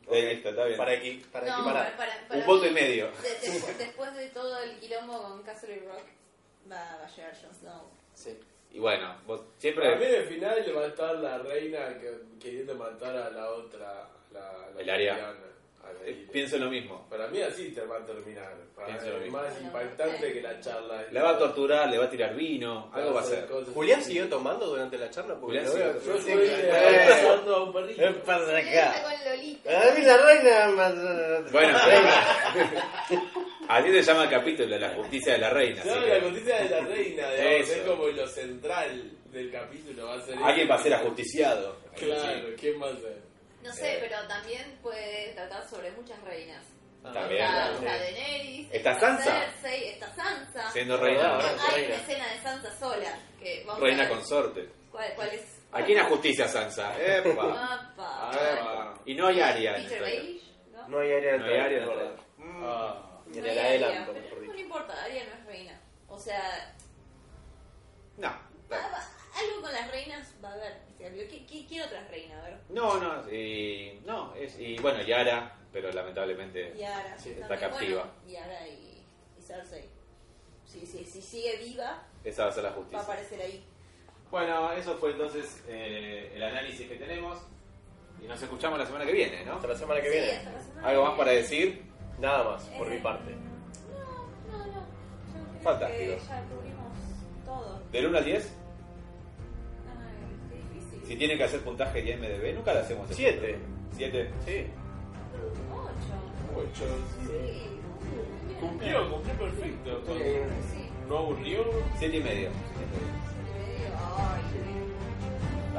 [SPEAKER 1] Eh, listo, está bien.
[SPEAKER 3] Para, equi para
[SPEAKER 6] No, para-
[SPEAKER 3] equiparar.
[SPEAKER 6] para- para
[SPEAKER 1] Un voto
[SPEAKER 6] mí-
[SPEAKER 1] y medio.
[SPEAKER 6] de- de- después de todo el quilombo con Castle Rock, va, va a llegar Jon Snow.
[SPEAKER 4] Sí.
[SPEAKER 1] Y bueno, vos
[SPEAKER 7] Para mí
[SPEAKER 1] siempre...
[SPEAKER 7] en el final va a estar la reina que- queriendo matar a la otra. La, la
[SPEAKER 1] El Arya.
[SPEAKER 7] villana, a la
[SPEAKER 1] eh,
[SPEAKER 7] Arya.
[SPEAKER 1] Pienso lo mismo.
[SPEAKER 7] Para mí así te va a terminar. Para
[SPEAKER 1] Pienso lo
[SPEAKER 7] es
[SPEAKER 1] mismo.
[SPEAKER 7] más impactante que la charla.
[SPEAKER 1] La va a torturar, le va a tirar vino, algo va a hacer.
[SPEAKER 7] Cosas
[SPEAKER 3] Julián
[SPEAKER 7] así.
[SPEAKER 3] siguió tomando durante la charla
[SPEAKER 1] Julián
[SPEAKER 3] porque lo veo.
[SPEAKER 1] siguió
[SPEAKER 7] Yo
[SPEAKER 1] Sí,
[SPEAKER 7] fui eh,
[SPEAKER 3] claro.
[SPEAKER 7] abrazando a un perrito.
[SPEAKER 3] Es para
[SPEAKER 8] Está
[SPEAKER 3] acá.
[SPEAKER 8] con Lolita.
[SPEAKER 3] A mí la reina
[SPEAKER 1] [LAUGHS]
[SPEAKER 3] más-
[SPEAKER 1] Bueno, [LAUGHS] así se llama el capítulo, la justicia de la reina. así
[SPEAKER 7] No,
[SPEAKER 1] que
[SPEAKER 7] la justicia de la
[SPEAKER 1] [LAUGHS]
[SPEAKER 7] reina, digamos,
[SPEAKER 1] Eso.
[SPEAKER 7] es como lo central del capítulo. Va a ser
[SPEAKER 1] Alguien va a ser ajusticiado.
[SPEAKER 7] Claro, ¿quién va a ser?
[SPEAKER 2] No
[SPEAKER 1] Eh.
[SPEAKER 2] sé, pero también puede tratar sobre muchas reinas.
[SPEAKER 1] Está bien.
[SPEAKER 2] Está,
[SPEAKER 1] está bien.
[SPEAKER 2] está Daenerys,
[SPEAKER 1] Está Sansa.
[SPEAKER 2] Cersei, está Sansa.
[SPEAKER 1] Siendo reina.
[SPEAKER 3] Ahora,
[SPEAKER 2] Hay
[SPEAKER 3] reina.
[SPEAKER 2] una escena de Sansa sola. Que vamos a
[SPEAKER 1] Reina
[SPEAKER 2] ver
[SPEAKER 1] consorte.
[SPEAKER 2] ¿Cuál, cuál es?
[SPEAKER 1] ¿A quién ajusticia Sansa? Epa.
[SPEAKER 2] Mapa.
[SPEAKER 7] Ah,
[SPEAKER 1] Y no hay Aria. en
[SPEAKER 2] Peter
[SPEAKER 1] esta.
[SPEAKER 2] Baelish, ¿no?
[SPEAKER 3] No hay área de
[SPEAKER 1] No hay área de
[SPEAKER 3] atrás.
[SPEAKER 1] atrás.
[SPEAKER 7] ah,
[SPEAKER 3] En
[SPEAKER 2] hay
[SPEAKER 3] el
[SPEAKER 2] Aria,
[SPEAKER 3] adelanto,
[SPEAKER 2] pero
[SPEAKER 3] mejor
[SPEAKER 2] No
[SPEAKER 3] dicho.
[SPEAKER 2] le importa, Aria no es reina. O sea,
[SPEAKER 1] No.
[SPEAKER 2] va- va- algo con las reinas va a haber. O sea, ¿qué- qué- ¿Quién otras reinas? A ver.
[SPEAKER 1] No, no, y, no, es, y bueno, Yara, pero lamentablemente...
[SPEAKER 2] Yara.
[SPEAKER 1] Sí, está
[SPEAKER 2] también.
[SPEAKER 1] captiva.
[SPEAKER 2] Bueno, Yara y, y Cersei. Si sí, sí, si sigue viva,
[SPEAKER 1] Esa va a ser la
[SPEAKER 2] va a
[SPEAKER 1] justicia.
[SPEAKER 2] aparecer ahí.
[SPEAKER 1] Bueno, eso fue entonces eh, el análisis que tenemos. Y nos escuchamos la semana que viene, ¿no?
[SPEAKER 3] Hasta la semana que
[SPEAKER 2] Sí,
[SPEAKER 3] viene.
[SPEAKER 2] hasta la semana
[SPEAKER 1] ¿Algo
[SPEAKER 2] que
[SPEAKER 1] más para
[SPEAKER 2] viene.
[SPEAKER 1] decir?
[SPEAKER 3] Nada más, por mi parte.
[SPEAKER 2] No, no, no. Yo creo
[SPEAKER 1] Fantástico.
[SPEAKER 2] que Ya cubrimos todo.
[SPEAKER 1] Del 1 al 10,
[SPEAKER 2] Ay, qué difícil.
[SPEAKER 1] si tienen que hacer puntaje de MDB, nunca lo hacemos.
[SPEAKER 3] Siete.
[SPEAKER 1] 7.
[SPEAKER 3] Sí.
[SPEAKER 2] Ocho.
[SPEAKER 7] ocho.
[SPEAKER 2] Sí. muy bien.
[SPEAKER 7] Cumplió, cumplió perfecto.
[SPEAKER 2] Sí.
[SPEAKER 7] No aburrió.
[SPEAKER 1] 7 y medio.
[SPEAKER 2] Ay, qué
[SPEAKER 7] Ah.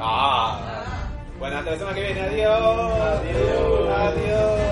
[SPEAKER 1] Ah. Bueno, hasta la semana que viene. Adiós.
[SPEAKER 7] Adiós.
[SPEAKER 1] Adiós.